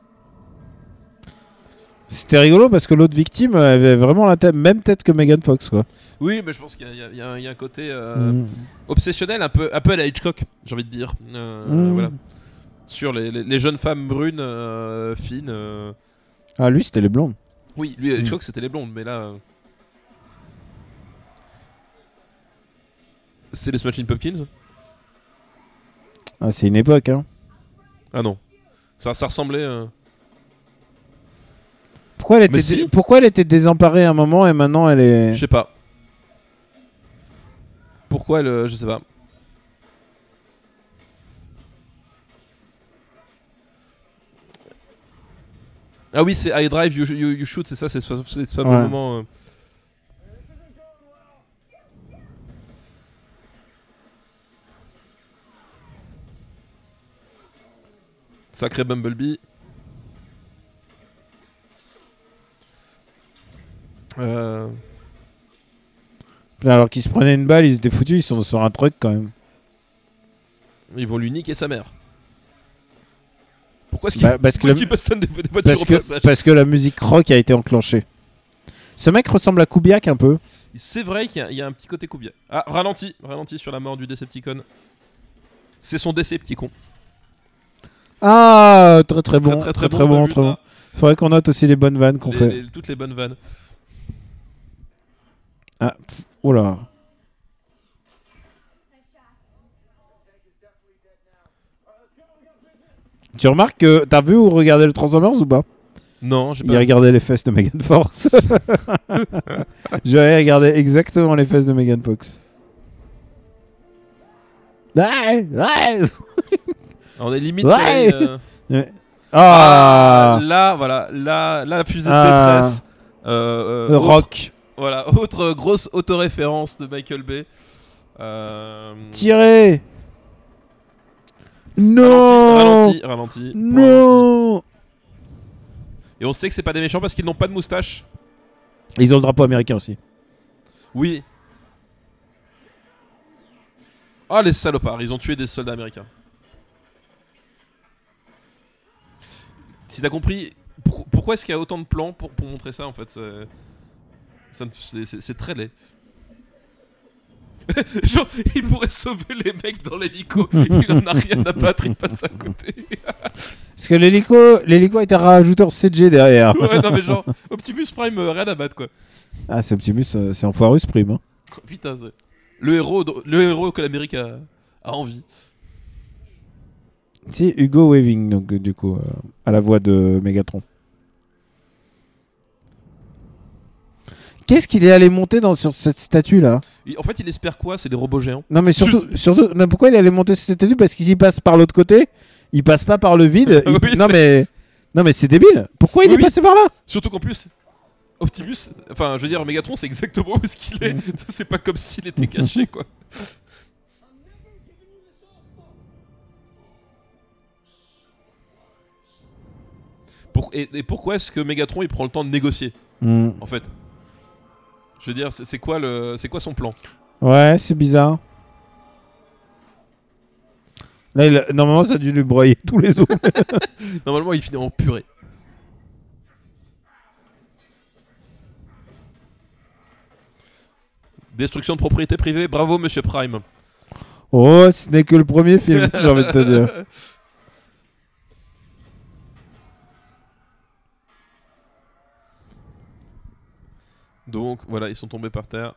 c'était rigolo parce que l'autre victime avait vraiment la tête, même tête que Megan Fox, quoi. Oui, mais je pense qu'il y, a- il y a- il y a un- il y a un côté euh, Mhm. obsessionnel, un peu, un peu à la Hitchcock, j'ai envie de dire. Euh, Mm. voilà. Sur les, les- les jeunes femmes brunes, euh, fines. euh. Ah, lui, c'était les blondes. Oui, lui, à Mm. Hitchcock, c'était les blondes, mais là. euh. C'est les Smashing Pumpkins Ah, c'est une époque, hein. Ah non. Ça, ça ressemblait. euh. Pourquoi elle, Mais était si. dé- Pourquoi elle était désemparée à un moment et maintenant elle est. Je sais pas. Pourquoi le. Je sais pas. Ah oui, c'est I drive, you, you, you shoot, c'est ça, c'est ce, c'est ce fameux Ouais. moment. euh. Sacré Bumblebee. Euh. Putain, Alors qu'ils se prenaient une balle, ils étaient foutus, ils sont sur un truc quand même. Ils vont lui niquer sa mère. Pourquoi est-ce qu'il Bah, parce, que pourquoi la... est-ce qu'il bastonne des, des voitures Parce, au que... passage parce que la musique rock a été enclenchée. Ce mec ressemble à Kubiak un peu. C'est vrai qu'il y a- il y, a un petit côté coubia. Ah, ralenti, ralenti sur la mort du Decepticon. C'est son Decepticon. Ah, très très bon, très très, t'as bon, vu très ça bon. Faudrait qu'on note aussi les bonnes vannes qu'on Les- fait. les- toutes les bonnes vannes. Oh là. Tu remarques que t'as vu ou regardé le Transformers ou pas Non, j'ai Il pas. regardait les fesses de Megan *laughs* Fox. J'avais regardé exactement les fesses de Megan Fox. Ah, Ouais, ouais. On est limite. Ouais. sur les, euh, Ah, Là, voilà, là, là, la fusée de Ah. détresse. Euh, euh, Le autre- rock. voilà, *laughs* autre grosse autoréférence de Michael Bay. Euh, Tirez Non Ralenti, ralenti, ralenti. Non Et on sait que c'est pas des méchants parce qu'ils n'ont pas de moustache. Ils ont le drapeau américain aussi. Oui. Ah les salopards, ils ont tué des soldats américains. Si t'as compris, pour- pourquoi est-ce qu'il y a autant de plans pour, pour montrer ça en fait c'est- Ça ne- c'est- C'est c'est très laid. *laughs* Genre, il pourrait sauver les mecs dans l'hélico. Il en a rien à battre, il passe à côté. *laughs* Parce que l'hélico, l'hélico a été rajouté en CG derrière. ouais, non, mais genre, Optimus Prime, euh, rien à battre, quoi. *laughs* Ah, c'est Optimus, euh, c'est en foirus prime. hein. Oh, Putain, c'est- le héros, dont- le héros que l'Amérique a, a envie. C'est Hugo Weaving, donc euh, du coup, euh, à la voix de Megatron. Qu'est-ce qu'il est allé monter dans, sur cette statue là Il- en fait, il espère quoi C'est des robots géants. Non mais surtout, surtout mais pourquoi il est allé monter sur cette statue Parce qu'il s'y passe par l'autre côté, il passe pas par le *laughs* vide. il- Oui, non mais non mais c'est débile. Pourquoi il Oui, est oui. passé par là Surtout qu'en plus, Optimus, enfin, je veux dire, Megatron, c'est exactement où est-ce qu'il est. *laughs* c'est pas comme s'il était caché, quoi. Pour- et, et pourquoi est-ce que Megatron il prend le temps de négocier Hmm. en fait Je veux dire, c'est c'est quoi le, c'est quoi son plan Ouais, c'est bizarre. Là, il a- normalement, ça a dû lui broyer tous les os. Normalement, il finit en purée. Destruction de propriété privée, bravo Monsieur Prime. oh, ce n'est que le *laughs* premier film, j'ai envie de te dire. Donc voilà, ils sont tombés par terre.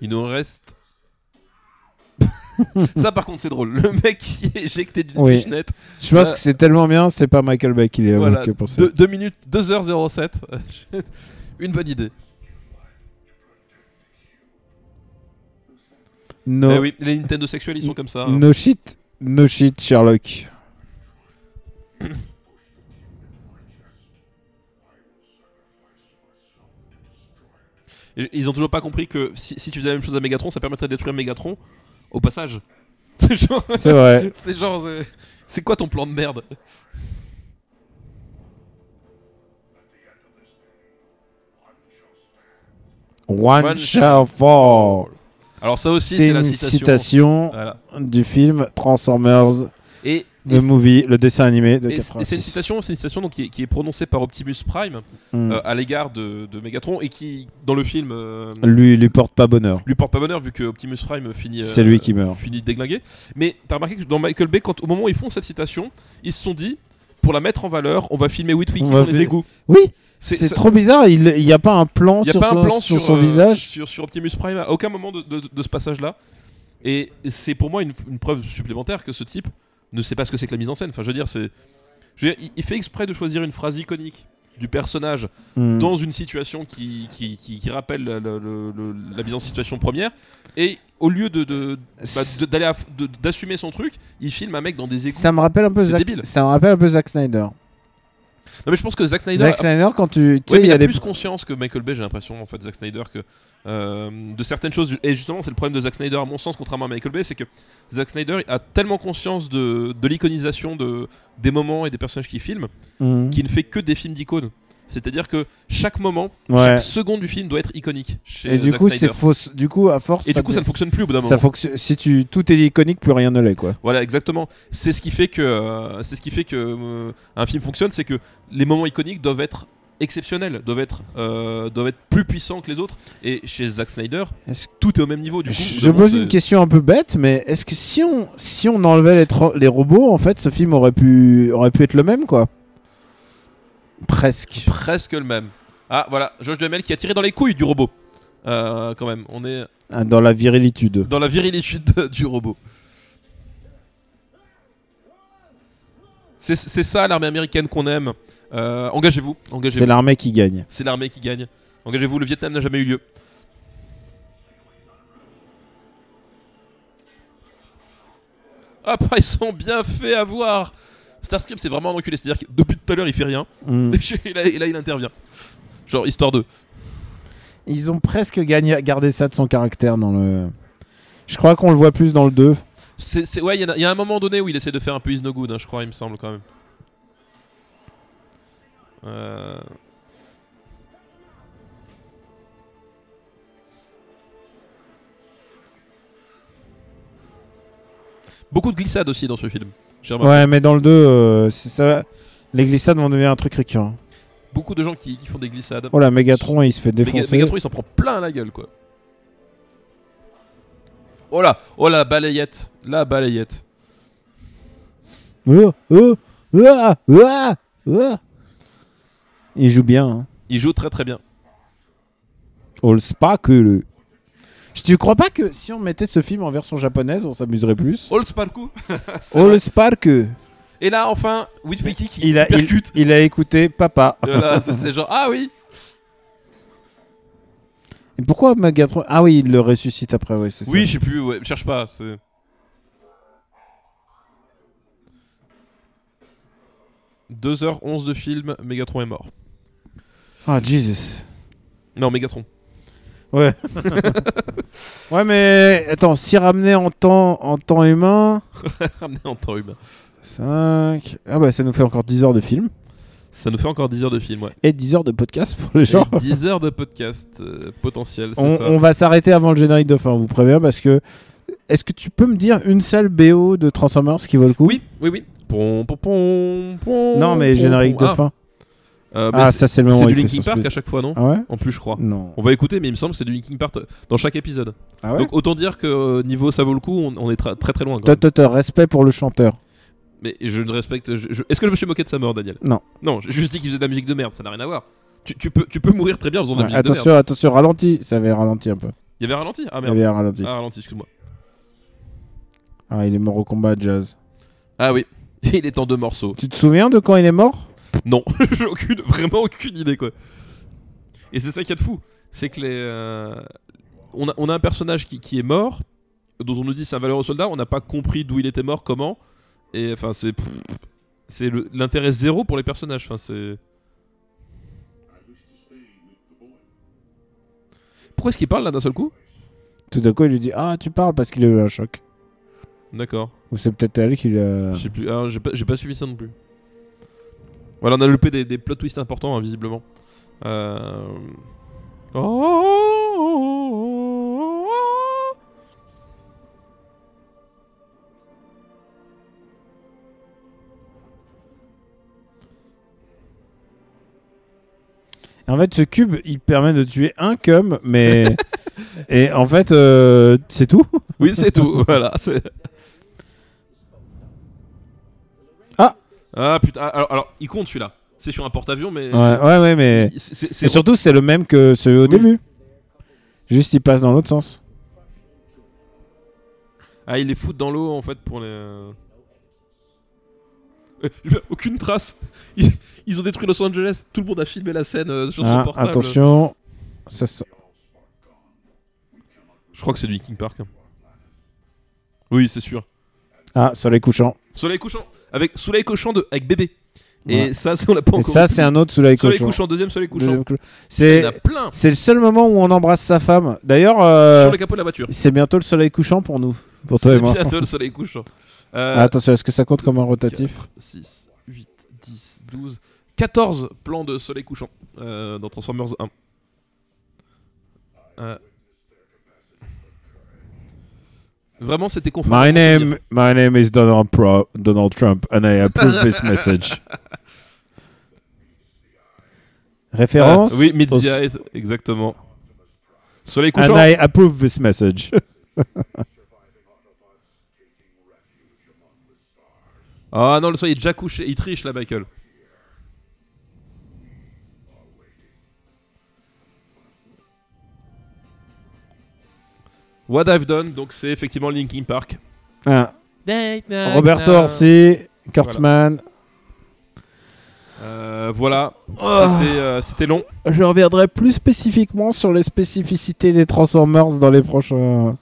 Il nous reste. *laughs* Ça par contre c'est drôle. Le mec *laughs* qui est éjecté d'une Oui. pichenette. Je pense Euh, que c'est tellement bien, c'est pas Michael Bay qui l'a Voilà. évoqué pour ça. 2 minutes, 2h07. *laughs* Une bonne idée. No, Eh oui, les Nintendo sexuels ils sont comme ça. hein. no shit, no shit, Sherlock. Et Ils ont toujours pas compris que si, si tu faisais la même chose à Megatron, ça permettrait de détruire Megatron au passage. *laughs* C'est genre. C'est vrai. C'est genre. euh, C'est quoi ton plan de merde One, *laughs* One shall fall. Alors ça aussi C'est c'est la une citation. citation Voilà. du film Transformers Et, et the movie, le dessin animé de Et c- et 86. c'est une citation, c'est une citation donc, qui, est, qui est prononcée par Optimus Prime Mm. euh, à l'égard de, de Megatron et qui, dans le film, euh, Lui, lui porte pas bonheur. lui porte pas bonheur vu que Optimus Prime finit. euh, C'est lui qui meurt. Finit déglingué. Mais t'as remarqué que dans Michael Bay, quand, au moment où ils font cette citation, ils se sont dit, pour la mettre en valeur, on va filmer Witwicky On dans va les filmer- égouts. Oui, C'est- c'est ça- trop bizarre. Il n'y a pas un plan, Il n'y a sur, pas son, un plan sur sur, son euh, visage. Sur, sur Optimus Prime à aucun moment de, de- de ce passage-là. Et c'est pour moi une, une preuve supplémentaire que ce type ne sait pas ce que c'est que la mise en scène. Enfin, je veux dire, c'est. je veux dire, il- il fait exprès de choisir une phrase iconique du personnage Hmm. dans une situation qui, qui, qui- qui rappelle le- le- le- la mise en situation première. Et au lieu de, de- Hmm. bah, de- d'aller à- de- d'assumer son truc, il filme un mec dans des égouts. ça me rappelle un peu C'est Zack, débile. ça me rappelle un peu Zack Snyder. Non mais je pense que Zack Snyder. Zack Snyder quand tu tu Ouais, sais mais il y a des plus conscience que Michael Bay, j'ai l'impression, en fait, Zack Snyder, que euh, de certaines choses. Et justement, c'est le problème de Zack Snyder, à mon sens, contrairement à Michael Bay, c'est que Zack Snyder a tellement conscience de, de l'iconisation de, des moments et des personnages qu'il filme, Hmm. qu'il ne fait que des films d'icônes. C'est-à-dire que chaque moment, Ouais. chaque seconde du film doit être iconique chez Et du Zack coup, c'est Snyder. fausse. Du coup, à force. Et du coup, ça ne fonctionne plus au bout d'un moment. ça fonctionne. Si tu tout est iconique, plus rien ne l'est, quoi. Voilà, exactement. C'est ce qui fait que euh, c'est ce qui fait que euh, un film fonctionne, c'est que les moments iconiques doivent être exceptionnels, doivent être euh, doivent être plus puissants que les autres. Et chez Zack Snyder, Est-ce- tout est au même niveau. Du coup, Je je vraiment, pose c'est- une question un peu bête, mais est-ce que si on si on enlevait les, tro- les robots, en fait, ce film aurait pu aurait pu être le même, quoi. Presque. presque le même. Ah voilà, Josh Duhamel qui a tiré dans les couilles du robot. Euh, quand même, on est Ah, Dans la virilitude. dans la virilitude *laughs* de- du robot. C'est c'est ça l'armée américaine qu'on aime. Euh, engagez-vous, engagez-vous. C'est l'armée qui gagne. C'est l'armée qui gagne. Engagez-vous, le Vietnam n'a jamais eu lieu. Hop, *laughs* ils sont bien fait avoir Starscream, c'est vraiment un enculé. C'est-à-dire que depuis tout à l'heure, il fait rien. Hmm. *laughs* Et là, et là, il intervient. Genre, histoire de. *laughs* Ils ont presque gagné, gardé ça de son caractère dans le. Je crois qu'on le voit plus dans le 2. C'est, c'est- ouais, il y, en a- il y a un moment donné où il essaie de faire un peu is no good, hein, je crois, il me semble quand même. Euh, Beaucoup de glissades aussi dans ce film. J'ai remarqué. Ouais, mais dans le 2, euh, c'est ça. Les glissades vont devenir un truc récurrent. beaucoup de gens qui, qui font des glissades. Oh là, Megatron, il se fait Méga- défoncer. Megatron, il s'en prend plein à la gueule, quoi. Oh là, oh là, balayette, la balayette. Oh, oh, ouah, ouah, ouah. Il joue bien. Hein. Il joue très très bien. On le spa que le. Je- Tu crois pas que si on mettait ce film en version japonaise, on s'amuserait plus All Sparku. C'est Oh vrai. le spark Et là, enfin, Witwicky qui il a, il, percute. il a écouté papa. Voilà, c'est- c'est genre, ah oui, Et pourquoi Megatron Ah oui, il le ressuscite après, ouais, c'est oui, ça. je sais plus, ouais, cherche pas. c'est- « 2h11 de film, Megatron est mort. Ah Jesus. Non, Megatron. *laughs* Ouais. ouais, mais attends, si ramené en temps, en temps humain, Ramené en temps humain. 5. Ah bah ça nous fait encore 10 heures de film Ça nous fait encore 10 heures de film, ouais. et 10 heures de podcast pour les Et gens. 10 heures de podcast euh, potentiel, c'est On, ça. on va s'arrêter avant le générique de fin, on vous prévient, parce que. Est-ce que tu peux me dire une seule BO de Transformers qui vaut le coup Oui, oui, oui. Pom, pom, pom, pom, Non, mais pom, générique pom. de fin. Ah, euh, bah, Ah, c'est ça, c'est le moment c'est où du il fait Linkin son Park speed. à chaque fois, non Ah ouais En plus, je crois. Non. On va écouter, mais il me semble que c'est du Linkin Park euh, dans chaque épisode. Ah ouais Donc autant dire que euh, niveau ça vaut le coup, on, on est tra- très très loin. quand Toi, même. toi, toi, respect pour le chanteur. Mais je ne respecte. je- je- Est-ce que je me suis moqué de sa mort, Daniel Non. Non, j'ai juste dit qu'il faisait de la musique de merde, ça n'a rien à voir. Tu, tu peux, tu peux mourir très bien en faisant de la Ouais, musique de merde. attention, attention, ralenti. Ça avait ralenti un peu. Il y avait un ralenti Ah Il merde. avait un ralenti. Ah, ralenti, excuse-moi. Ah, il est mort au combat jazz. Ah oui. *laughs* Il est en deux morceaux. Tu te souviens de quand il est mort Non, *laughs* j'ai aucune, vraiment aucune idée quoi. Et c'est ça qu'il y a de fou, c'est que les, euh, on, a, on a un personnage qui, qui est mort, dont on nous dit c'est un valeureux soldat, on n'a pas compris d'où il était mort, comment, et enfin c'est c'est le- l'intérêt zéro pour les personnages, enfin c'est. Pourquoi est-ce qu'il parle là d'un seul coup Tout d'un coup, il lui dit Ah, tu parles parce qu'il a eu un choc. D'accord, Ou c'est peut-être elle qui l'a. j'ai plus, ah, j'ai pas, j'ai pas suivi ça non plus. Voilà, on a loupé des, des plot twists importants hein, visiblement. Euh... Oh En fait, ce cube, il permet de tuer un cum, *laughs* mais. Et en fait, euh, c'est tout. Oui, c'est tout. *laughs* voilà. c'est- Ah. Ah putain. ah, Alors, alors, il compte celui-là. C'est sur un porte-avions, mais. Ouais, ouais, ouais, mais. C'est- c'est- c'est- Et surtout, c'est le même que celui au début. Juste, il passe dans l'autre sens. Ah, il les fout dans l'eau en fait pour les. euh, *laughs* Aucune trace. *laughs* Ils, ils ont détruit Los Angeles. Tout le monde a filmé la scène euh, sur son Ah, portable. attention. Ça sent- Je crois que c'est du King Park. hein. Oui, c'est sûr. Ah, soleil couchant. Soleil couchant avec Soleil couchant de avec bébé. Et Ouais. ça, ça, on l'a pas Et encore. ça, c'est un autre soleil couchant. Soleil couchant deuxième Soleil couchant. Deuxième euh, couche. Il C'est y en a plein c'est le seul moment où on embrasse sa femme. D'ailleurs, euh, sur le capot de la voiture. c'est bientôt le soleil couchant pour nous, pour toi C'est et moi. bientôt le soleil couchant. Euh, Ah, attention, est-ce que ça compte comme un rotatif 6, 8, 10, 12, 14 plans de soleil couchant euh, dans Transformers 1. Euh. Vraiment, c'était Euh, conforme. My name, my name is Donald, Pro- Donald Trump and I approve *laughs* this message. Ah, Référence Oui, au- Midzi Eyes, exactement. Soleil couchant. And I approve this message. Ah non, le soleil est déjà couché. Il triche là, Michael. What I've done, donc c'est effectivement Linkin Park. Ah, Roberto Orsi, Kurtzman. Euh, voilà, c'était euh, c'était long. Je reviendrai plus spécifiquement sur les spécificités des Transformers dans les prochains.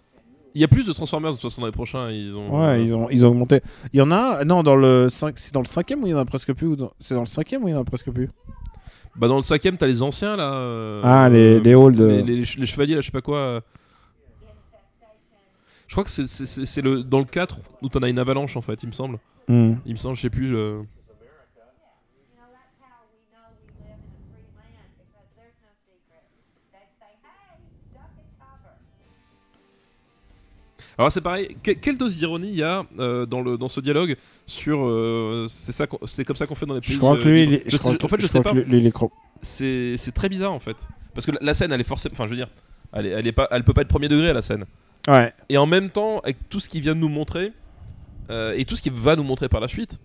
Il y a plus de Transformers de toute façon dans les prochains. hein, Ils ont, Ouais, ils ont, ils ont augmenté. Il y en a, non, dans le 5, c'est dans le cinquième où il y en a presque plus. ou dans- C'est dans le cinquième où il y en a presque plus. Bah dans le cinquième, t'as les anciens là. euh, ah, les, euh, les halls de. les, les ch- les chevaliers là, je sais pas quoi. euh. Je crois que c'est- c'est- c'est c'est le dans le 4 où t'en as une avalanche en fait, il me semble. Hmm. Il me semble, je sais plus. le- You know, that's how we know we live in a free land because there's no secret. They'd say, hey, duck and cover. Alors c'est pareil, que- quelle dose d'ironie il y a euh, dans, le, dans ce dialogue sur euh, c'est ça qu'on- c'est comme ça qu'on fait dans les pays Je crois euh, que lui, il libres. est- Je je sais- crois en fait que- je je sais crois pas, que lui, il est cro- c'est c'est très bizarre en fait parce que la, la scène elle est forcément enfin je veux dire elle est, elle est pas elle peut pas être premier degré la scène. Ouais. Et en même temps avec tout ce qu'il vient de nous montrer euh, et tout ce qu'il va nous montrer par la suite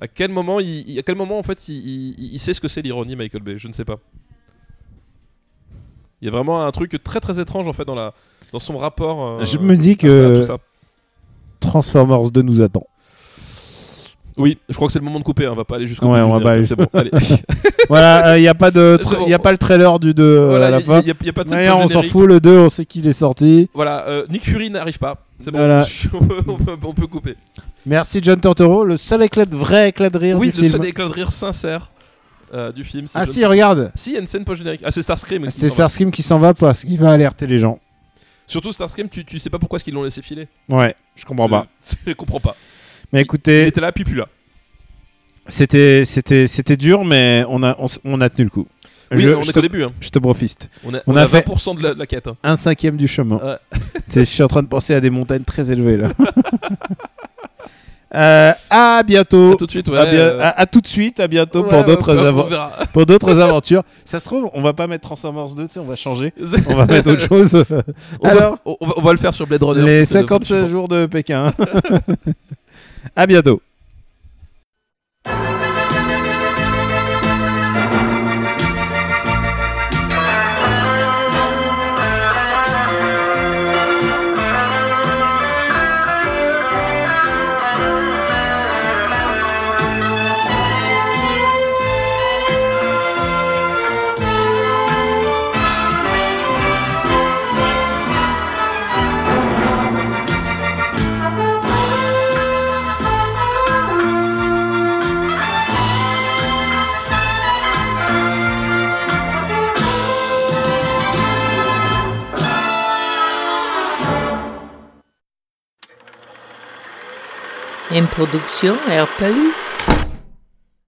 à quel moment il, il- à quel moment en fait il, il- il sait ce que c'est l'ironie Michael Bay, je ne sais pas. Il y a vraiment un truc très très étrange en fait dans la dans son rapport euh, Je me dis à ça, à que- tout ça. Transformers 2 nous attend. Oui, je crois que c'est le moment de couper, hein, on va pas aller jusqu'au Ouais, bout du on va pas générique, c'est bon, allez. *laughs* *laughs* voilà, il n'y a pas de, tra- C'est bon. y a pas le trailer du 2 euh, Voilà, à la y- fin. y a- y a pas de cette D'ailleurs, pause on s'en générique. fout, le 2, on sait qu'il est sorti. Voilà, euh, Nick Fury n'arrive pas. C'est bon, Voilà. *laughs* on, peut, on peut- on peut couper. Merci John Turturro, le seul éclat de vrai éclat de rire Oui, du le film. seul éclat de rire sincère euh, du film. c'est ah John- si, regarde, Si, il y a une scène post-générique. Ah, c'est Starscream. qui c'était s'en va. Starscream qui s'en va parce qu'il va alerter les gens. Surtout Starscream, tu, tu sais pas pourquoi est-ce qu'ils l'ont laissé filer. Ouais, je comprends *laughs* C'est- pas. Je comprends pas. Mais Il écoutez, était là, puis plus là. c'était c'était c'était dur, mais on a on, s- on a tenu le coup. Oui, je, on je est te, qu'au début. hein. je te brofiste. On a, On on a a fait- 20% de la, de la quête. hein. Un cinquième du chemin. Ouais. *laughs* Tu sais, je suis en train de penser à des montagnes très *laughs* élevées là. Euh, à bientôt. À tout de suite, ouais. à, bien- euh, à- à tout de suite, à bientôt ouais, pour ouais, d'autres on- on avo- verra. *laughs* pour d'autres aventures. Ça se trouve, on va pas mettre Transformers 2, tu sais, on va changer. On *laughs* On va mettre autre chose. va- Alors- on va- on va le faire sur Blade Runner. Les C'est le- 50 jours *laughs* de Pékin. à bientôt. Une production RPU.